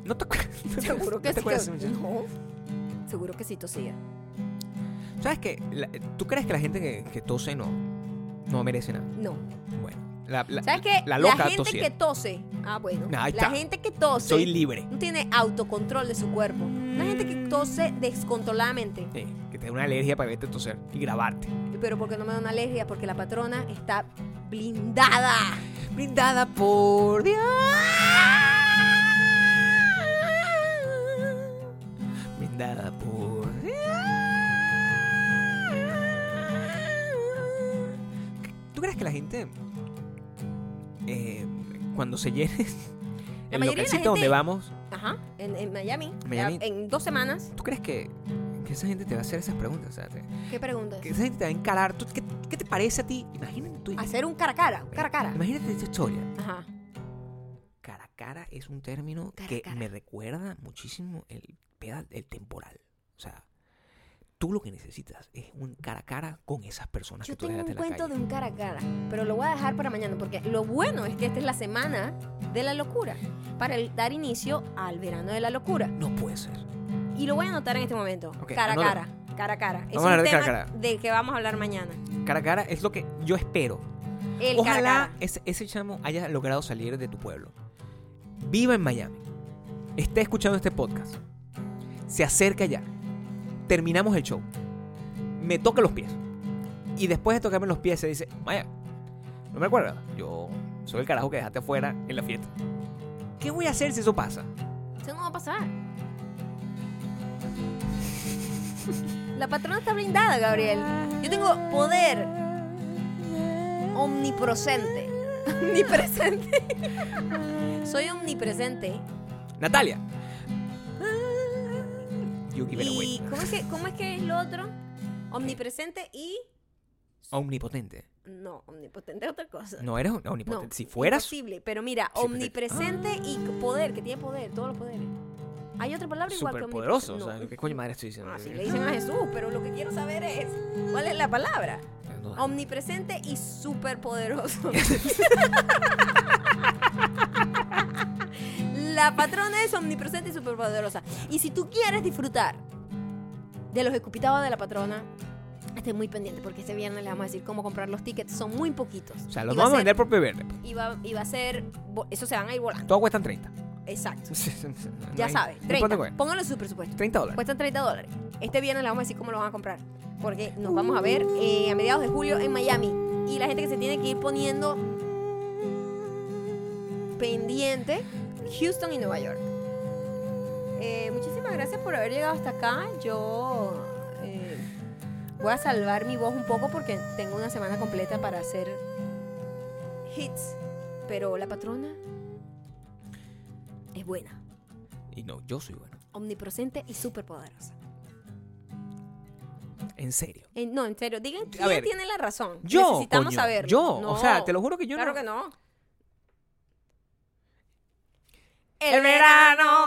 Speaker 2: No te acuerdas.
Speaker 1: Seguro
Speaker 2: ¿No
Speaker 1: que
Speaker 2: te
Speaker 1: sí.
Speaker 2: acuerdas de ese muchacho?
Speaker 1: No. Seguro que sí tosía.
Speaker 2: ¿Sabes qué? La- ¿Tú crees que la gente que, que tose no, no merece nada?
Speaker 1: No.
Speaker 2: Bueno, la, la-
Speaker 1: ¿Sabes qué?
Speaker 2: la loca
Speaker 1: gente
Speaker 2: tosía.
Speaker 1: que tose. Ah, bueno.
Speaker 2: Nah, ahí
Speaker 1: la
Speaker 2: está.
Speaker 1: gente que tose
Speaker 2: Soy libre.
Speaker 1: no tiene autocontrol de su cuerpo. La gente que tose descontroladamente.
Speaker 2: Sí, que te da una alergia para verte toser y grabarte.
Speaker 1: Pero porque no me da una alergia, porque la patrona está blindada.
Speaker 2: Brindada por Dios. Brindada por Dios. ¿Tú crees que la gente eh, cuando se llene
Speaker 1: La mayoría de
Speaker 2: el
Speaker 1: la
Speaker 2: localcito
Speaker 1: gente-
Speaker 2: donde vamos,
Speaker 1: Ajá. En, en Miami.
Speaker 2: Miami.
Speaker 1: En dos semanas.
Speaker 2: tú crees que, que esa gente te va a hacer esas preguntas? O sea, te-
Speaker 1: ¿Qué preguntas?
Speaker 2: que esa gente te va a encarar. ¿Tú, qué, qué te parece a ti? Imagínate tú.
Speaker 1: Hacer un cara a cara. un Cara a cara.
Speaker 2: Imagínate esta historia.
Speaker 1: Ajá.
Speaker 2: Cara a cara es un término
Speaker 1: Cara a
Speaker 2: que
Speaker 1: cara.
Speaker 2: me recuerda muchísimo el, peda- el temporal. O sea, tú lo que necesitas es un cara a cara con esas personas
Speaker 1: Yo
Speaker 2: que tú
Speaker 1: tengo
Speaker 2: dejaste
Speaker 1: un
Speaker 2: en la
Speaker 1: cuento de
Speaker 2: calle.
Speaker 1: un cara a cara, pero lo voy a dejar para mañana porque lo bueno es que esta es la semana de la locura para el- dar inicio al verano de la locura.
Speaker 2: No puede ser.
Speaker 1: Y lo voy a anotar en este momento.
Speaker 2: Ok,
Speaker 1: cara a
Speaker 2: anota.
Speaker 1: cara, cara a cara. Es
Speaker 2: Vamos a
Speaker 1: un
Speaker 2: hablar de
Speaker 1: tema
Speaker 2: cara a cara.
Speaker 1: del que vamos a hablar mañana.
Speaker 2: Cara a cara es lo que yo espero.
Speaker 1: El
Speaker 2: Ojalá
Speaker 1: cara a cara.
Speaker 2: Ese, ese chamo haya logrado salir de tu pueblo. Viva en Miami. Está escuchando este podcast. Se acerca ya. Terminamos el show. Me toca los pies. Y después de tocarme los pies se dice, Maya, no me acuerdas. Yo soy el carajo que dejaste afuera en la fiesta. ¿Qué voy a hacer si eso pasa?
Speaker 1: Eso no va a pasar. La patrona está blindada, Gabriel. Yo tengo poder omnipresente. Omnipresente. Soy omnipresente.
Speaker 2: Natalia. You give it
Speaker 1: ¿Y
Speaker 2: away.
Speaker 1: cómo es, que, cómo es que es lo otro? Omnipresente y...
Speaker 2: Omnipotente.
Speaker 1: No, omnipotente es otra cosa.
Speaker 2: No eres
Speaker 1: No,
Speaker 2: omnipotente. si fueras
Speaker 1: Imposible, pero mira,
Speaker 2: Sí,
Speaker 1: omnipresente y poder, que tiene poder, todos los poderes. Hay otra palabra igual que
Speaker 2: súper poderoso.
Speaker 1: omnipresente.
Speaker 2: O sea, ¿qué coño madre estoy
Speaker 1: No,
Speaker 2: diciendo?
Speaker 1: no,
Speaker 2: Eh,
Speaker 1: así le dicen a Jesús, pero lo que quiero saber es, ¿cuál es la palabra?
Speaker 2: No.
Speaker 1: Omnipresente y superpoderoso. la patrona es omnipresente y superpoderosa. Y si tú quieres disfrutar de los escupitados de la patrona, esté muy pendiente porque este viernes le vamos a decir cómo comprar los tickets. Son muy poquitos.
Speaker 2: O sea, los
Speaker 1: Y va
Speaker 2: vamos a
Speaker 1: ser-
Speaker 2: vender por verde.
Speaker 1: Y va, y va a ser... vo- Eso se van a ir volando.
Speaker 2: Todos cuestan 30.
Speaker 1: Exacto.
Speaker 2: No
Speaker 1: Ya Pues
Speaker 2: hay-
Speaker 1: sabes.
Speaker 2: no
Speaker 1: 30.
Speaker 2: importa cuál.
Speaker 1: Pónganlo en su presupuesto.
Speaker 2: 30 dólares.
Speaker 1: Cuestan 30 dólares. Este viernes le vamos a decir cómo lo van a comprar. Porque nos vamos a ver eh, a mediados de julio en Miami. Y la gente que se tiene que ir poniendo pendiente, Houston y Nueva York. Eh, muchísimas gracias por haber llegado hasta acá. Yo eh, voy a salvar mi voz un poco porque tengo una semana completa para hacer hits. Pero la patrona es buena
Speaker 2: Y no, yo soy bueno.
Speaker 1: omnipresente y superpoderosa.
Speaker 2: En serio.
Speaker 1: Eh, no, en serio, digan quién
Speaker 2: ver,
Speaker 1: tiene la razón.
Speaker 2: Yo.
Speaker 1: Necesitamos
Speaker 2: coño,
Speaker 1: saberlo.
Speaker 2: Yo.
Speaker 1: No,
Speaker 2: O sea, te lo juro que yo
Speaker 1: Claro
Speaker 2: no.
Speaker 1: que no.
Speaker 2: El verano